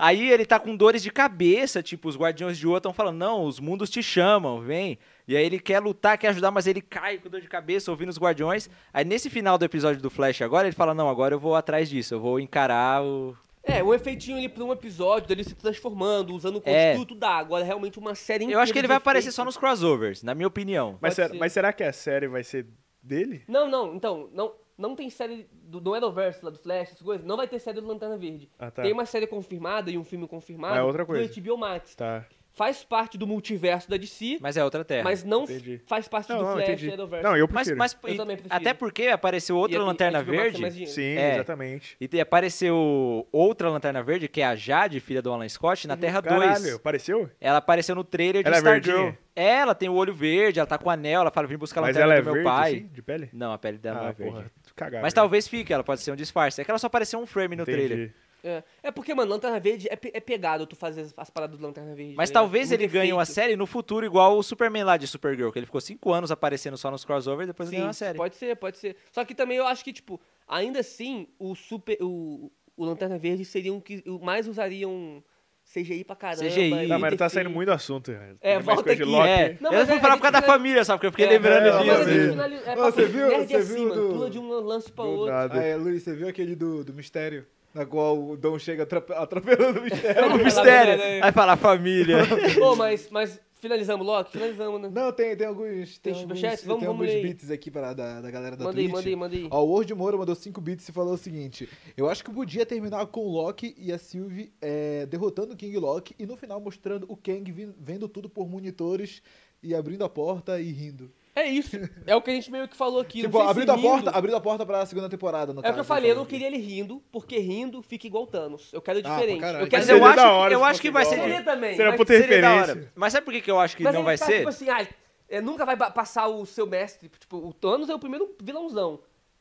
B: aí ele tá com dores de cabeça, tipo, os guardiões de Oa estão falando, não, os mundos te chamam, vem. E aí ele quer lutar, quer ajudar, mas ele cai com dor de cabeça, ouvindo os guardiões. Aí nesse final do episódio do Flash agora, ele fala, não, agora eu vou atrás disso, eu vou encarar o...
A: É, um efeitinho ali pra um episódio dele se transformando, usando o
B: É.
A: construto da agora realmente uma série
B: Eu acho que
A: inteira
B: ele
A: de
B: vai aparecer
A: efeitos.
B: só nos crossovers, na minha opinião.
D: <laughs> Mas
A: Pode
D: será,
A: ser.
D: mas será que a série vai ser dele?
A: Não, não, então, não, não tem série do do Arrowverse lá do Flash, essas coisas, não vai ter série do Lanterna Verde.
D: Ah, tá.
A: Tem uma série confirmada e um filme confirmado
D: Ah, é outra coisa.
A: do HBO Max.
D: Tá.
A: Faz parte do multiverso da DC, mas,
B: Mas é outra terra.
A: não
D: entendi.
A: faz parte
D: Não,
A: do
D: não,
A: Flash
D: entendi.
B: é
A: e Arrowverse.
D: Não, eu
B: mas,
D: prefiro.
B: mas-
A: Eu também prefiro.
B: até porque apareceu outra
A: E a- e a
B: lanterna
A: HBO Max é
B: verde.
A: mais dinheiro.
D: Sim,
B: É.
D: exatamente.
B: E te- apareceu outra lanterna verde, que é a Jade, filha do Alan Scott, na Terra 2.
D: Caralho, apareceu?
B: Ela apareceu no trailer de
D: Ela é
B: Stargirl.
D: verdinha?
B: Ela tem o olho verde, ela tá com o anel, ela fala, vim buscar a
D: Mas
B: lanterna
D: ela é
B: do meu
D: verde,
B: pai.
D: assim, de pele?
B: Não, a pele dela não é
D: ah,
B: verde.
D: porra, cagado.
B: Mas talvez fique, ela pode ser um disfarce. É que ela só apareceu um frame no
D: Entendi.
B: trailer.
A: É. É porque, mano, Lanterna Verde é, pe- é pegado tu fazer as, as paradas do Lanterna Verde.
B: Mas
A: tá ligado?
B: talvez
A: Muito
B: ele ganhe uma
A: efeito.
B: série no futuro, igual o Superman lá de Supergirl, que ele ficou cinco anos aparecendo só nos crossovers e depois
A: Sim,
B: ganhou uma série.
A: Pode ser, pode ser. Só que também eu acho que, tipo, ainda assim, o super. O, o Lanterna Verde seriam que o- mais um usariam CGI pra caramba.
B: CGI.
A: e
D: Não, mas tá saindo
A: efeito.
D: muito assunto. velho. Tem
A: É,
D: mais
A: volta
D: coisa de
A: aqui.
D: Loki.
B: É,
A: Não,
B: eu
A: mas
B: vou
A: é-
B: falar
A: é
B: por causa da
A: difícil.
B: família, só porque eu fiquei
A: É,
B: lembrando
C: é,
A: Mas
B: disso.
A: a gente
C: Sim.
A: finaliza- é
C: Ô,
A: pra-
C: você viu-
A: Nerd
C: você
A: é assim,
C: viu
A: mano.
C: do-
A: Pula de um lance pra
D: Do
A: outro.
D: nada.
C: Ah, é, Luiz, você viu aquele do, do mistério? Na qual o Dom chega atrape- atropelando o mistério.
A: <laughs>
B: O
A: É.
B: mistério. Aí fala família.
A: Pô, mas, mas finalizamos, Loki? Finalizamos, né?
C: Não, tem, tem alguns,
A: Tem
C: tem alguns,
A: superchats? Vamos- vamos
C: tem alguns
A: ler aí.
C: beats aqui pra, da, da galera da
A: Manda aí,
C: Twitch.
A: manda aí, manda aí.
C: Ó, o Word Moura mandou 5 bits e falou o seguinte: Eu acho que podia terminar com o Loki e a Sylvie é, derrotando o King Loki e no final mostrando o Kang vin- vendo tudo por monitores e abrindo a porta e rindo.
A: É isso. É o que a gente meio que falou aqui. não
C: tipo,
A: sei se
C: abrindo a
A: rindo.
C: porta, abrindo a porta pra segunda temporada,
A: É
C: no
A: o
C: caso,
A: que eu falei, eu
C: falando
A: não
C: aqui.
A: queria ele rindo, porque rindo fica igual Thanos. Eu quero
C: Ah, pra
A: diferente.
C: caralho.
A: eu quero
B: Mas
D: Seria
B: eu
D: da
B: acho,
D: hora
B: que, eu
D: se
B: acho que
D: fosse
B: vai
D: igual.
B: ser.
A: Seria também.
D: Será
A: mas
D: puta
B: Seria da hora.
D: referência.
B: Mas sabe por que, que eu acho que
A: Mas
B: não
A: ele
B: vai
A: tá,
B: ser?
A: Tipo assim, ah, é, nunca vai ba- passar o seu mestre. Tipo, o Thanos é o primeiro vilãozão.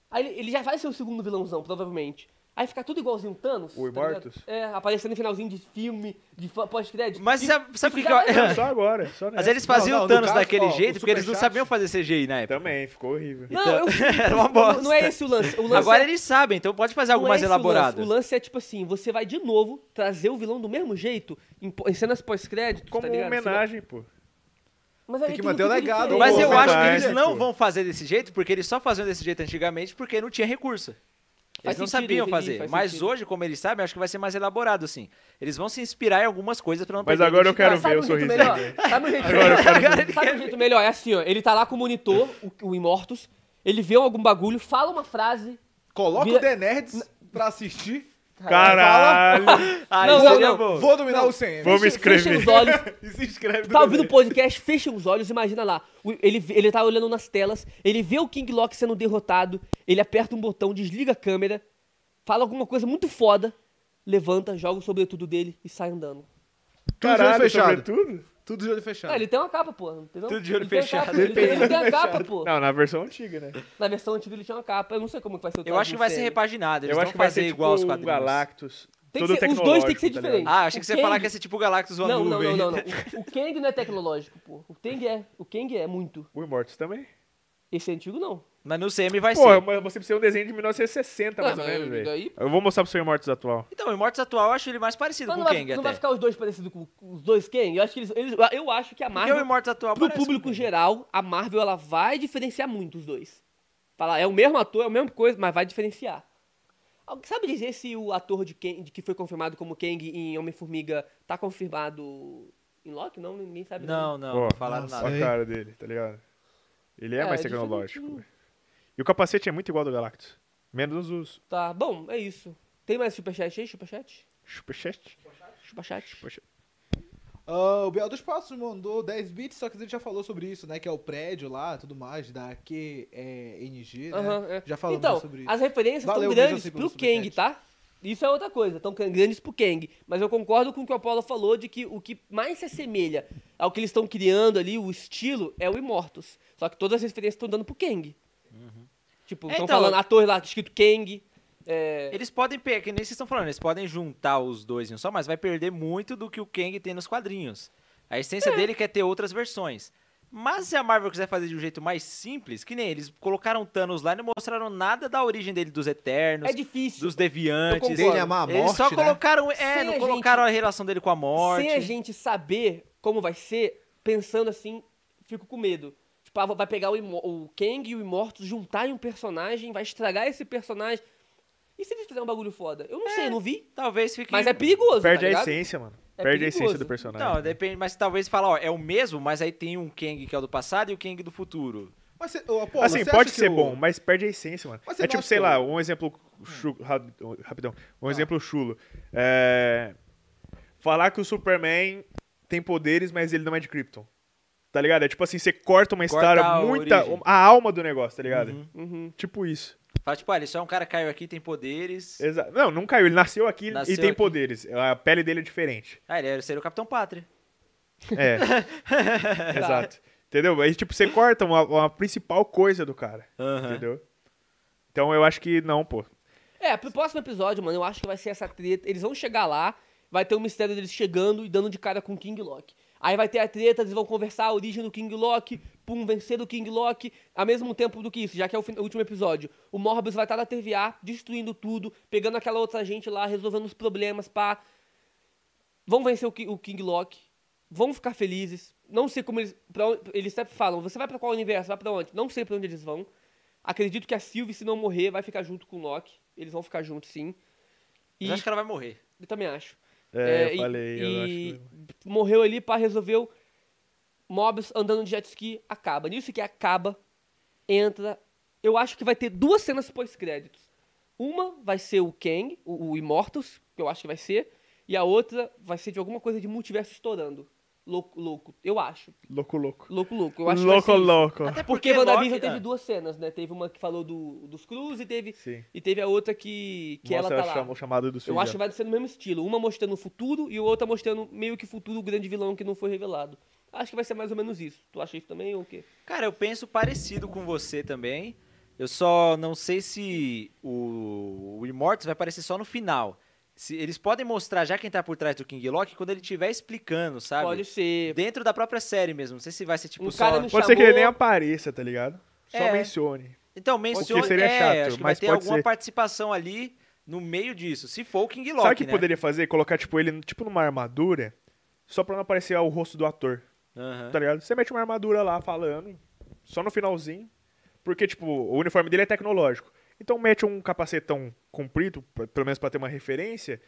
A: Aí ele, ele já vai ser o segundo vilãozão, provavelmente. Aí fica tudo igualzinho o Thanos.
D: O
A: ligado?
D: Immortus?
A: É, aparecendo em finalzinho de filme, de fa- pós-crédito.
B: Mas
A: E-
B: sabe, sabe por que,
A: isso
B: que eu.
A: já vai-
D: Só agora, só
B: Mas
D: nessa.
B: eles faziam
C: Não, não,
B: o Thanos
C: no caso,
B: daquele
C: ó, o
B: jeito porque eles não
C: superchat-
B: sabiam fazer CGI na época.
D: Também, ficou horrível.
A: Não,
B: <laughs>
A: eu.
B: Então, Era uma
A: não,
B: bosta.
A: não é esse o lance. O lance
B: Agora
A: é,
B: eles sabem, então pode fazer
A: não
B: algo
A: é
B: mais
A: esse o lance.
B: elaborado.
A: O lance é tipo assim: você vai de novo trazer o vilão do mesmo jeito em, po- em cenas pós-créditos.
D: Como
A: tá
D: uma
A: ligado?
D: homenagem, pô.
A: Mas aí
C: Tem que
A: tudo
C: manter o
A: fica
C: legado,
A: diferente.
B: Mas
D: Pô,
B: eu acho que
D: verdade,
B: eles não
D: pô.
B: vão fazer desse jeito porque eles só faziam desse jeito antigamente porque não tinha recurso.
A: Faz
B: Eles não
A: sentido,
B: sabiam
A: entendi,
B: fazer.
A: faz
B: mas
A: sentido.
B: hoje, como eles sabem, acho que vai ser mais elaborado, assim. Eles vão se inspirar em algumas coisas pra não
D: Mas
B: perder a
D: agora eu quero
A: Ah, sabe
D: ver o
A: um jeito
D: sorriso
A: melhor?
D: dele.
A: Sabe um jeito
D: Agora eu
A: melhor? Sabe um jeito melhor? É assim, ó. Ele tá lá com o monitor, o, o Imortus, ele vê algum bagulho, fala uma frase.
C: Coloca
A: Vira-
C: o The Nerds pra assistir.
D: Caralho!
B: <laughs> Aí
A: Não, não,
B: seria
A: não.
B: bom.
C: Vou dominar o CM.
D: Vou me
A: Fecha- fecha
D: inscrever.
A: os
D: <laughs>
A: olhos.
C: E se inscreve
A: Tá
C: também.
A: ouvindo o podcast, fecha os olhos, imagina lá. O- Ele, vê- ele tá olhando nas telas, ele vê o King Loki sendo derrotado, ele aperta um botão, desliga a câmera, fala alguma coisa muito foda, levanta, joga o sobretudo dele e sai andando.
C: Tudo de olho
D: Caralho,
C: fechado.
D: sobretudo?
C: Tudo de olho
A: Ah,
C: fechado.
A: ele tem uma capa, pô. não tem não?
B: Tudo de olho
A: Ele tem uma
B: fechado.
A: capa, Ele tem, ele tem uma capa, pô.
D: Não, na versão antiga, né?
A: Na versão antiga ele tinha uma capa. Eu não sei como que vai ser o
B: Eu acho que vai ser
A: ser
B: repaginado. Eles
D: Eu
B: vão
D: acho que vai
B: fazer
D: ser tipo
B: igual os
D: um
B: quadrinhos.
D: Galactus.
A: Tem que
D: todo
A: ser- os dois tem que ser
D: tecnológico, tá
A: diferentes.
D: ligado?
B: Ah, achei que
A: O
B: você ia falar
A: Kang-
B: que ia ser tipo Galactus ou a
A: Não, não,
B: nuvem.
A: não, não, não.
B: <laughs>
A: O, o Kang não é tecnológico, pô. O Kang é. O Kang é muito.
D: o Immortus também.
A: Esse é antigo não.
B: Mas no CM vai
D: Pô,
B: ser.
D: mas você precisa de um desenho de 1960,
A: Ah,
D: mais ou
A: mas
D: menos,
A: liga
D: velho.
A: aí.
D: Eu vou mostrar pro seu Immortus atual.
B: Então, o Immortus atual eu acho ele mais parecido
A: Mas
B: com
A: não,
B: o
A: vai,
B: Kang
A: não vai
B: até.
A: ficar os dois parecidos com os dois Kang? Eu acho que eles. eles- eu acho que a
B: Porque o
A: Marvel.
B: Immortus atual
A: Pro
B: parece com o
A: público
B: Kang.
A: geral, a Marvel ela vai diferenciar muito os dois. Falar, é o mesmo ator, é a mesma coisa, mas vai diferenciar. Alguém Sabe dizer se o ator de Kang, de que foi confirmado como Kang em Homem-Formiga tá confirmado em Loki? Não, ninguém sabe.
B: Não, não,
D: Pô,
B: não falaram
C: nossa,
B: nada.
D: Olha
C: Sei.
D: a cara dele, tá ligado? Ele é,
A: É,
D: mais
A: é
D: tecnológico.
A: diferente.
D: velho. E o capacete é muito igual ao do Galactus. Menos os
A: Tá, bom, é isso. Tem mais superchat aí? Superchat?
D: Superchat.
A: Superchat?
C: Ah, o Biel dos Passos mandou 10 bits, só que ele já falou sobre isso, né? Que é o prédio lá, tudo mais, da QNG, né?
A: Aham, é.
C: Já falamos
A: então,
C: sobre isso.
A: as referências
C: Valeu,
A: estão
C: Gus, eu
A: grandes
C: sei
A: pro
C: pelo
A: Kang,
C: superchat.
A: tá? Isso é outra coisa, estão grandes pro Kang. Mas eu concordo com o que o Apollo falou de que o que mais se assemelha ao que eles estão criando ali, o estilo, é o Immortus. Só que todas as referências estão dando pro Kang. Tipo,
B: É,
A: estão
B: então-
A: falando ator lá escrito Kang. É...
B: Eles podem pegar, que nem vocês estão falando, eles podem juntar os dois em um só, mas vai perder muito do que o Kang tem nos quadrinhos. A
A: É.
B: essência dele quer ter outras versões. Mas se a Marvel quiser fazer de um jeito mais simples, que nem eles colocaram Thanos lá e não mostraram nada da origem dele dos Eternos,
A: É difícil.
B: dos Deviantes.
A: Eu
C: Dele amar a
B: eles só
C: morte, né?
B: colocaram, é,
A: Sem a
B: não
A: gente-
B: colocaram a relação dele com a morte.
A: Sem a gente saber como vai ser, pensando assim, fico com medo. Tipo, ah, vai pegar o, Imo- o Kang e o Immortus, juntar em um personagem, vai estragar esse personagem. E se eles fizerem um bagulho foda? Eu não sei, eu não vi.
B: Talvez fique
A: Mas é perigoso,
D: É, Perde
A: tá
D: a
A: ligado?
D: essência, mano.
A: É
D: Perde a essência
A: perigoso.
D: do personagem.
B: Não, depende, mas talvez fala, ó, é o mesmo, mas aí tem um Kang que é o do passado e o Kang do futuro.
C: Mas, cê- ô, Apolo,
D: assim,
C: você
D: pode
C: acha que
D: ser
C: o-
D: bom, mas perde a essência, mano.
C: Mas você
D: É
C: não
D: tipo,
C: acha
D: sei
C: que
D: lá,
C: o- Ah.
D: um exemplo chu- rap- rapidão. Um exemplo chulo. É, Falar que o Superman tem poderes, mas ele não é de Krypton. Tá ligado? É tipo assim, você corta uma
B: Corta
D: história,
B: a
D: muita.
B: origem.
D: A alma do negócio, tá ligado?
A: Uhum.
D: Tipo isso.
B: Fala, tipo, ah, ele só é um cara que caiu aqui, tem poderes.
A: É.
D: Exa- Não, não caiu. Ele nasceu aqui
B: Nasceu
D: e tem
B: aqui.
D: poderes. A pele dele é diferente.
B: <laughs> Ah, ele era- seria o Capitão Pátria.
D: É.
B: Tá.
D: Exato. Entendeu? Aí, tipo, você corta uma, uma principal coisa do cara.
B: Aham.
D: Entendeu? Então eu acho que não, pô.
A: É, pro próximo episódio, mano, eu acho que vai ser essa treta. Eles vão chegar lá, vai ter o mistério deles chegando e dando de cara com o King Loki. Aí vai ter a treta, eles vão conversar a origem do King Loki, pum, vencer do King Loki, ao mesmo tempo do que isso, já que é o, fin- o último episódio. O Morbius vai estar na TVA, destruindo tudo, pegando aquela outra gente lá, resolvendo os problemas, pá. Vão vencer o, Ki- o King Loki, vão ficar felizes. Não sei como eles. pra onde- eles sempre falam, você vai pra qual universo? Vai pra onde? Não sei pra onde eles vão. Acredito que a Sylvie, se não morrer, vai ficar junto com o Loki. Eles vão ficar juntos, sim. E
B: Mas acho que ela vai morrer.
A: eu também acho.
D: É, eu
A: e-
D: falei, eu
A: e
D: acho
A: Morreu ali pra resolver o Mobius andando de jet ski, acaba. Nisso que acaba, entra. Eu acho que vai ter duas cenas pós-créditos. Uma vai ser o Kang, o, o Immortals, que eu acho que vai ser, e a outra vai ser de alguma coisa de multiverso estourando. Louco, louco, eu acho.
D: Louco, louco.
A: Louco, louco. Eu acho que é assim, vai
D: louco,
A: ser isso.
D: louco.
B: Até
A: Porque WandaVision
B: Loki-
A: teve
B: ah,
A: duas cenas, né? Teve uma que falou do, dos Cruz e teve,
D: Sim.
A: e teve a outra que, que
D: Mostra
A: ela
D: o
A: tá lá.
D: cham- o chamado do
A: Eu
D: filho.
A: acho que vai ser no mesmo estilo. Uma mostrando o futuro e outra mostrando meio que o futuro, o grande vilão que não foi revelado. Acho que vai ser mais ou menos isso. Tu acha isso também ou o quê?
B: Cara, eu penso parecido com você também. Eu só não sei se o, o Immortus vai aparecer só no final. Se, eles podem mostrar já quem tá por trás do King Loki quando ele estiver explicando, sabe?
A: Pode ser.
B: Dentro da própria série mesmo. Não sei se vai ser tipo
A: Um
B: só...
A: cara no
D: Pode ser que
A: chamou-
D: ele nem apareça, tá ligado? Só
B: É.
D: mencione.
B: Então, menciona...
D: seria
B: é,
D: chato,
B: acho que
D: mas
B: vai ter
D: pode
B: alguma
D: ser.
B: participação ali no meio disso. Se for o King Loki,
D: Sabe o que
B: né?
D: poderia fazer? Colocar, tipo, ele tipo numa armadura, só pra não aparecer o rosto do ator,
B: Aham.
D: tá ligado? Você mete uma armadura lá falando, só no finalzinho. Porque, tipo, o uniforme dele é tecnológico. Então mete um capacetão comprido, p- pelo menos pra ter uma referência,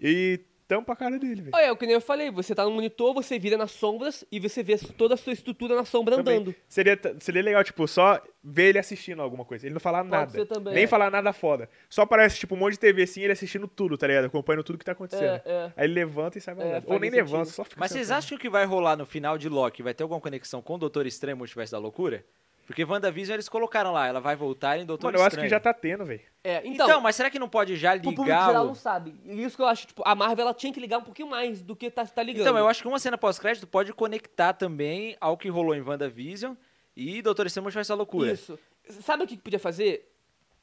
D: e tampa a cara dele, velho.
A: Olha, é o que nem eu falei, você tá no monitor, você vira nas sombras e você vê toda a sua estrutura na sombra
D: Também.
A: andando.
D: Seria, t- seria legal, tipo, só ver ele assistindo alguma coisa. Ele não falar nada.
A: ser também.
D: Nem
A: É.
D: falar nada foda. Só parece, tipo, um monte de TV assim, ele assistindo tudo, tá ligado? Acompanhando tudo que tá acontecendo.
A: É, é.
D: Aí ele levanta e sai andando. Ou
A: faz
D: nem
A: sentido.
D: levanta, só fica.
B: Mas vocês acham que vai rolar no final de Loki? Vai ter alguma conexão com o Doutor Estranho Multiverso da Loucura? Porque WandaVision eles colocaram lá, ela vai voltar em Doutor
D: Mano, eu acho
B: Estranho.
D: que já tá tendo, velho.
A: É, então,
B: Então, mas será que não pode já
A: o público um geral não
B: ligar?
A: sabe. E isso que eu acho, tipo, a Marvel ela tinha que ligar um pouquinho mais do que tá, tá ligando.
B: Então, eu acho que uma cena pós-crédito pode conectar também ao que rolou em WandaVision e Doutor Estranho Multiverso da Loucura.
A: Isso. Sabe o que que podia fazer?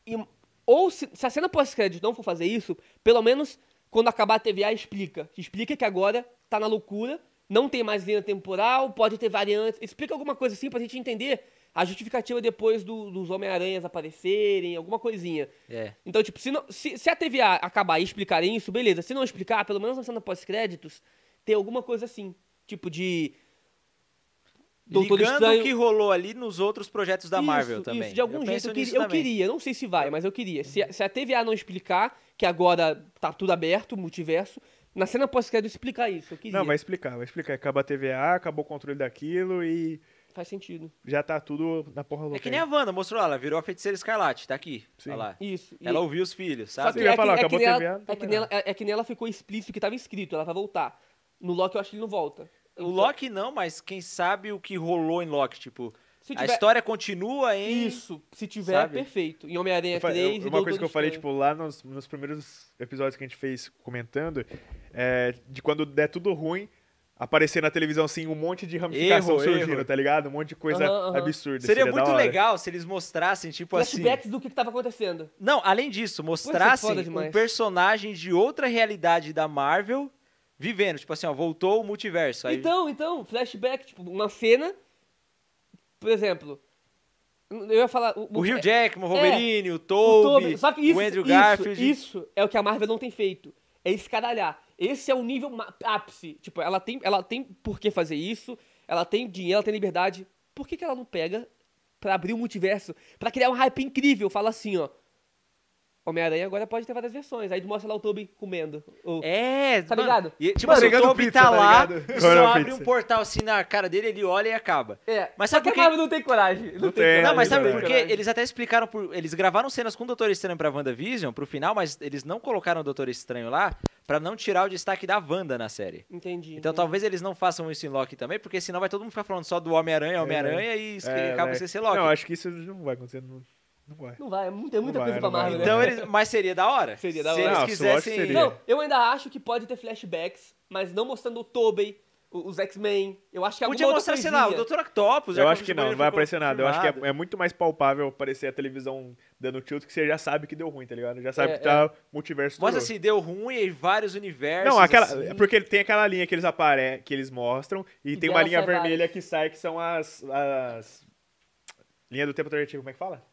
A: Im- Ou se, se a cena pós-crédito não for fazer isso, pelo menos quando acabar a TVA explica. Explica que agora tá na loucura, não tem mais linha temporal, pode ter variantes. Explica alguma coisa assim pra gente entender a justificativa depois do- dos Homem-Aranhas aparecerem, alguma coisinha.
B: É.
A: Então, tipo, se, não- se- se a TVA acabar e explicarem isso, beleza. Se não explicar, pelo menos na cena pós-créditos, tem alguma coisa assim. Tipo de. Doutor
B: Ligando
A: Estranho-
B: o que rolou ali nos outros projetos da
A: isso,
B: Marvel
A: isso,
B: também.
A: de algum
B: eu
A: jeito
B: penso
A: eu,
B: nisso
A: queria, eu
B: também.
A: queria, não sei se vai, mas eu queria. Se, a- se a TVA não explicar que agora tá tudo aberto, multiverso, na cena pós-crédito explicar isso, eu
B: é?
A: queria.
D: Não, vai explicar, vai explicar. Acaba a TVA, acabou o controle daquilo e
A: Faz sentido.
D: já tá tudo na porra louca.
B: É que nem a Wanda mostrou lá, ela virou a feiticeira escarlate, tá aqui.
D: Sim.
B: Tá lá.
A: Isso. e-
B: Ela ouviu os filhos,
A: só
B: sabe?
A: que
D: Eu ia
A: é que-
D: falar,
A: é que
D: acabou a
A: nem ela-
D: TVA, não
A: é
D: tem
A: que
D: mais
A: nela- é- é que nela ficou explícito que tava escrito, ela vai voltar. No Loki eu acho que ele não volta.
B: O Loki não, mas quem sabe o que rolou em Loki, tipo,
A: Se
B: a
A: tiver-
B: história continua em
A: Isso, se tiver,
B: Sabe?
A: perfeito. Em Homem-Aranha
B: É
D: Eu fa-
A: 3
D: eu-
A: e
D: uma coisa
A: Doutor
D: que eu falei,
A: Estranho.
D: tipo, lá nos, nos primeiros episódios que a gente fez comentando, é, de quando der tudo ruim, aparecer na televisão, assim, um monte de ramificação
B: Erro,
D: surgindo,
B: erro.
D: tá ligado? Um monte de coisa
A: Aham, aham.
D: absurda. assim,
B: Seria,
D: da
B: muito
D: hora.
B: legal se eles mostrassem, tipo
A: flashbacks
B: assim.
A: do que, que tava acontecendo.
B: Não, além disso,
A: foda
B: mostrassem
A: demais.
B: um personagem de outra realidade da Marvel vivendo. Tipo assim, ó, voltou o multiverso. Tá Aí,
A: Então, então, flashback, tipo, uma cena. Por exemplo, eu ia falar.
B: o Hugh Jackman, o
A: é,
B: Wolverine, o
A: o
B: Toby,
A: Toby. Só que isso,
B: o Andrew
A: isso,
B: Garfield.
A: isso é o que a Marvel não tem feito. É escaralhar. Esse é o nível ma- ápice. Tipo, ela tem, ela tem por que fazer isso, ela tem dinheiro, ela tem liberdade. Por que, que ela não pega pra abrir o multiverso? Pra criar um hype incrível? Fala assim, ó. Homem-Aranha agora pode ter várias versões. Aí tu mostra lá o Toby comendo. Ou-
B: É,
A: Tá
B: mano,
A: ligado?
B: e, tipo
C: Mano,
B: assim, o
C: pegando
B: Toby
C: pizza,
B: tá
C: tá
B: lá,
C: ligado?
B: só
D: Pegando
B: abre um
D: é pizza.
B: portal assim na cara dele, ele olha e acaba.
A: É,
B: Mas
A: só
B: sabe
A: que a
B: por quê?
A: Marvel não tem coragem. Não, tem, coragem.
D: É,
B: Não, mas
D: não
B: sabe
D: tem
B: por quê?
A: coragem.
B: Eles até explicaram por. Eles gravaram cenas com o Doutor Estranho pra WandaVision, pro final, mas eles não colocaram o Doutor Estranho lá pra não tirar o destaque da Wanda na série.
A: Entendi.
B: Então
A: entendi.
B: talvez eles não façam isso em Loki também, porque senão vai todo mundo ficar falando só do Homem-Aranha, Homem-Aranha e esque-
D: É,
B: acaba
D: vai.
B: esquecendo Loki.
D: Não, acho que isso não vai acontecer. Não, não vai.
A: Não vai, é muita, é muita
D: Não
A: coisa
D: vai,
A: pra
D: não vai,
A: Marvel, né?
B: Então eles, mas seria da hora.
A: Seria da
B: Se
A: hora.
B: eles
D: Nossa, eu acho que
B: quisessem.
D: seria.
A: Não, eu ainda acho que pode ter flashbacks, mas não mostrando o Tobey, o- os X-Men. Eu acho que alguma
B: Podia
A: outra
B: mostrar, sei
A: coisinha.
B: lá, o Dr. Octopus.
D: Eu
B: já
D: acho que não,
B: ele
D: não vai
B: ficou
D: aparecer nada. Eu acho que é,
B: confirmado.
D: é muito mais palpável aparecer a televisão dando tilt, que você já sabe que deu ruim, tá ligado? Já sabe
A: É,
D: que tá multiverso
B: Mostra
D: estourou.
B: se assim, deu ruim em vários universos.
D: Não, aquela,
B: assim.
D: é porque ele tem aquela linha que eles apare... que eles mostram e,
A: E
D: tem
A: dela
D: uma linha
A: sai
D: vermelha
A: várias.
D: que sai que são as, as linha do tempo alternativo, como é que fala?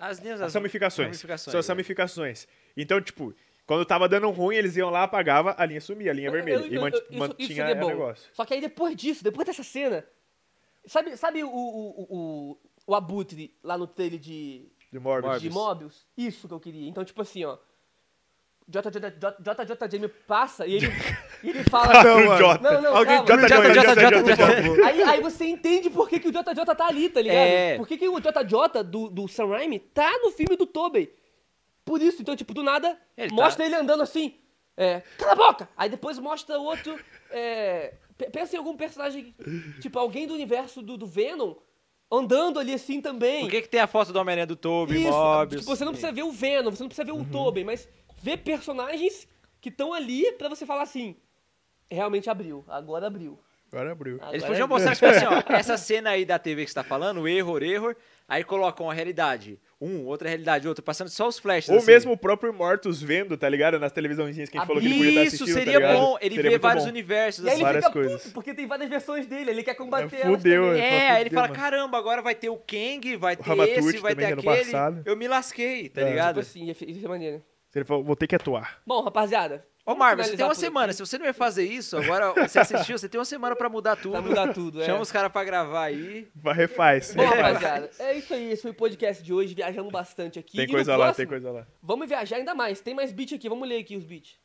B: As linhas.
D: As ramificações.
B: ramificações,
D: São
B: é.
D: as ramificações. Então, tipo, quando tava dando ruim, eles iam lá, apagava, a linha sumia, a linha vermelha
A: Eu-
D: e
A: eu-
D: mant-
A: eu- isso- isso
D: mantinha
A: seria
D: o
A: bom.
D: negócio.
A: Só que aí depois disso, depois dessa cena, sabe, sabe o, o, o, o- o Abutre lá no trailer de,
D: De Morbius.
B: Morbius.
A: de Mobius? Isso que eu queria. Então, tipo assim, ó. JJ JJ Jamie passa e ele, e ele fala.
D: Ah, pro Jota.
A: Não, não,
D: Alguém-
A: calma.
D: Jota, Jota, Jota, Jota, Jota, Jota.
A: Aí, aí você entende por que, que o JJ tá ali, tá ligado?
B: É.
A: Por que, que o JJ do, do Sam Raimi tá no filme do Tobey. Por isso, então, tipo, do nada,
B: Ele tá-
A: mostra ele andando assim, é, cala a boca! Aí depois mostra outro, é, pe- pensa em algum personagem, tipo, alguém do universo do, do Venom, andando ali assim também.
B: Por que, que tem a foto do Homem-Aranha do Toby,
A: Isso,
B: Mobius?
A: tipo, você não precisa ver o Venom, você não precisa ver o Tobey, mas ver personagens que estão ali pra você falar assim, realmente abriu, agora abriu.
D: Agora é abriu.
A: Agora
B: Eles podiam
A: abriu.
B: mostrar, tipo assim, ó, essa cena aí da TV que você tá falando, o erro, erro, aí colocam a realidade, um, outra realidade, outra, passando só os flashes.
D: Ou
B: assim.
D: mesmo o próprio Mortos vendo, tá ligado? Nas televisãozinhas que a gente
A: Ah,
D: falou que ele podia estar
B: Isso
D: assistindo, tá
B: seria
D: ligado?
B: bom, ele
D: Seria
B: vê
D: muito
B: vários
D: bom.
B: universos.
A: E aí ele
B: assim.
D: Várias
A: fica
D: coisas.
A: puto, porque tem várias versões dele, ele quer combater
D: É,
A: elas
D: fudeu,
A: também. tá
D: ele fala,
B: É, aí ele
D: "Fudeu,
B: fala,
D: mano."
B: caramba, agora vai ter o Kang, vai ter
D: Ramatut
B: esse, vai ter
D: né? também, que é no
B: aquele.
D: passado.
B: Eu me lasquei, tá
D: É.
A: Tipo
B: ligado?
A: assim, isso é maneiro.
D: Ele falou, vou ter que atuar.
A: Bom, rapaziada.
B: Ô,
A: vamos
B: Marvel, você tem
A: finalizar
B: uma
A: por
B: semana.
A: aqui
B: Se você não vai fazer isso, agora <laughs> você assistiu, você tem uma semana pra mudar tudo.
A: Pra mudar
B: <laughs>
A: tudo, é.
B: Chama os caras pra gravar aí.
D: Vai, refaz.
B: <laughs>
A: Bom,
D: refaz.
A: rapaziada, é isso aí. Esse foi o podcast de hoje. Viajamos bastante aqui. E
D: Tem
A: no
D: coisa lá,
A: próximo,
D: tem coisa lá.
A: Vamos viajar ainda mais. Tem mais beat aqui. Vamos ler aqui os beats.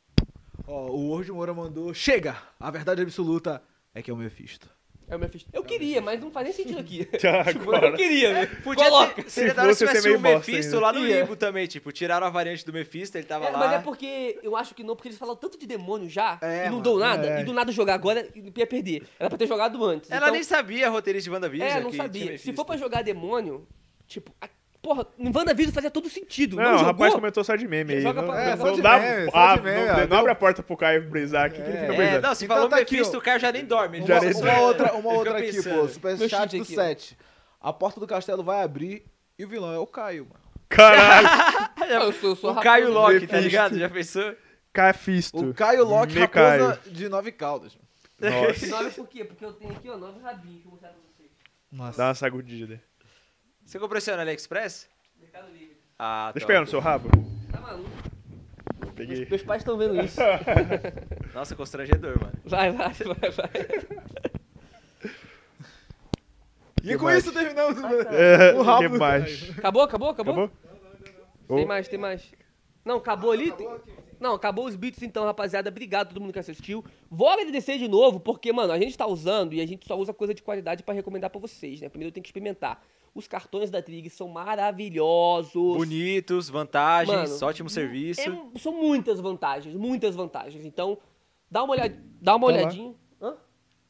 C: Ó, o Word Moura mandou. Chega! A verdade absoluta é que é o Mephisto.
A: É o Mephisto. Eu queria, mas não faz nem sentido
D: <laughs>
A: aqui.
D: Tchau,
A: <laughs> Tipo,
D: Tá, agora.
A: eu queria. velho.
B: <laughs> Podia
A: Coloca.
B: ter, seria
D: Se
B: da hora se
D: fosse, ia
B: tivesse
D: ser meio
B: o
D: bosta
B: Mephisto
D: ainda.
B: lá no
A: Ia.
B: Limbo também, tipo, tiraram a variante do Mephisto, ele tava
A: É,
B: lá.
A: mas é porque eu acho que não, porque eles falam tanto de demônio já
C: É,
A: e não
C: mano.
A: dão nada,
D: É.
A: e do nada jogar agora e ia perder. Era pra ter jogado antes.
B: Ela
A: então,
B: nem sabia, roteirista de WandaVision,
A: É, não
B: que tinha
A: sabia. Se
B: Mephisto.
A: for pra jogar demônio, tipo, a- porra, em WandaVision fazia todo sentido. Não,
D: Não, o
A: jogou.
D: rapaz comentou só de meme aí.
A: Joga
D: não,
A: pra-
D: não
A: é, só
C: de
D: dá,
C: meme, só
D: ah,
C: de meme,
D: não,
C: ó,
D: não
C: deu-
D: abre a porta pro Caio brisar aqui que ele fica
C: É,
B: É,
D: brisando.
B: não, se
C: Então
B: falou
C: tá aqui,
B: Mephisto,
C: ó.
B: o cara já nem dorme. Ele
D: Já
B: já
D: nem
B: nem
D: dorme.
C: Uma outra, uma
B: Ele
C: outra
B: fica
C: aqui, pô.
B: pensando.
A: Meu
C: Superchat
A: chute
C: do
A: aqui, ó.
C: 7. A porta do castelo vai abrir e o vilão é o Caio, mano.
D: Caralho,
A: É, Eu sou, eu sou
B: O
A: a
B: Caio
A: raposa.
B: Locke, tá
D: Mephisto.
B: ligado? Já pensou?
D: Cafisto.
C: O Caio Locke,
D: Me
C: raposa de nove caudas.
D: Nossa,
A: Nove por quê? Porque eu tenho aqui, ó, nove rabinhos que eu vou mostrar pra vocês.
D: dá uma sagudida.
B: <laughs> Você comprou esse no AliExpress?
A: Mercado Livre.
B: Ah,
D: Deixa
B: tá,
D: eu pegar no
B: ok.
D: seu rabo.
A: Tá maluco?
D: Peguei.
A: Meus pais estão vendo isso.
B: Nossa, constrangedor, mano.
A: Vai, vai, vai, vai.
C: E com
D: mais? <laughs>
C: isso terminamos né?
A: Ah, tá.
D: É,
C: o rabo
D: que
C: do
D: mais?
A: Acabou, acabou, acabou?
D: Acabou?
A: Tem
D: Oh.
A: mais, tem mais. Não, acabou ali? Não, acabou os beats então, rapaziada. Obrigado a todo mundo que assistiu. Vou agradecer de novo, porque, mano, a gente tá usando e a gente só usa coisa de qualidade pra recomendar pra vocês, né? Primeiro eu tenho que experimentar. Os cartões da Trig são maravilhosos.
B: Bonitos, vantagens,
A: Mano,
B: ótimo serviço.
A: É um- são muitas vantagens, muitas vantagens. Então, dá uma, olhad... dá uma
D: Tá lá.
A: olhadinha. Hã?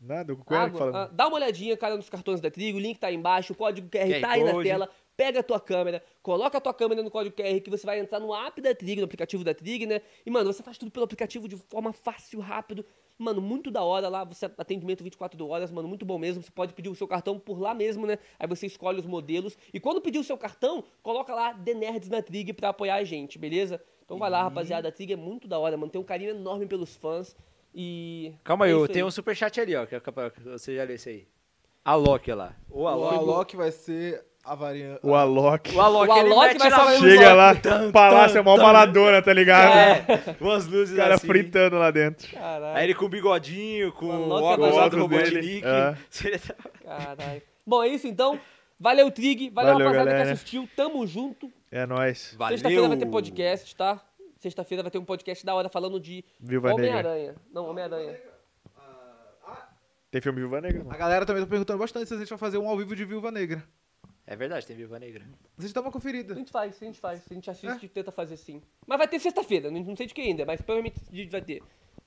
D: Nada, o Coelho que
A: Água? Ah,
D: fala.
A: dá uma olhadinha, cara, nos cartões da Trigo, o link tá aí embaixo, o código QR
B: QR
A: tá aí na
B: Code.
A: tela. Pega a tua câmera, coloca a tua câmera no código QR que você vai entrar no app da Trig, no aplicativo da Trig, né? E, mano, você faz tudo pelo aplicativo de forma fácil, rápido. Mano, muito da hora lá, você é atendimento 24 horas, mano, muito bom mesmo. Você pode pedir o seu cartão por lá mesmo, né? Aí você escolhe os modelos. E quando pedir o seu cartão, coloca lá The Nerds na Trig pra apoiar a gente, beleza? Então vai lá,
B: Uhum.
A: rapaziada. A Trig é muito da hora, mano. Tem um carinho enorme pelos fãs. E.
B: Calma aí,
A: é
B: eu
A: isso
B: tenho um superchat ali, ó. Que é capaz- que você já leu esse aí. Alok, olha lá. O
C: O
B: Alok.
C: Alok vai ser a variante.
D: O Alok.
B: O Alok,
A: O
B: ele
A: Alok
B: mete
A: vai
B: na
A: falar-
B: luz,
D: Chega
B: ó.
D: lá,
B: Tan,
D: palácio é
B: tan,
D: mó
B: tan.
D: baladona, tá ligado?
B: É,
A: <laughs>
B: umas luzes
D: O cara
B: assim.
D: fritando lá dentro.
A: Caralho.
B: Aí ele com o bigodinho, com
A: O
B: o
A: Alok é
B: óculos lá do
D: gostoso dele.
B: Robotnik.
D: É.
A: <laughs>
B: Seria
A: tá-
B: da-
A: Caralho. Bom, é isso então. Valeu, Trig. Valeu,
D: Valeu,
A: rapaziada que
D: galera.
A: assistiu. Tamo junto.
D: É nóis.
A: Sexta-feira vai ter podcast, tá? Sexta-feira vai ter um podcast da hora falando de
D: Viúva Negra.
A: Homem-Aranha. Não, Homem-Aranha.
D: Tem filme Viúva Negra, mano.
C: A galera também tá perguntando bastante se a gente vai fazer um ao vivo de Viúva Negra.
B: É verdade, tem Viúva Negra.
C: Vocês dá uma
A: A
C: conferida.
A: gente faz, a gente faz. A gente
D: É?
A: assiste e tenta fazer sim. Mas vai ter sexta-feira. não- Não sei de quem ainda, mas provavelmente vai ter.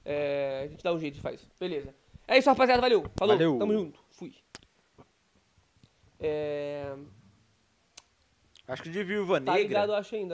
A: É, a gente dá um jeito e faz. Beleza. É isso, rapaziada. Valeu. Falou.
B: Valeu.
A: Tamo junto. Fui. É,
B: Acho que de Viúva
A: tá
B: Negra...
A: ligado, eu acho ainda.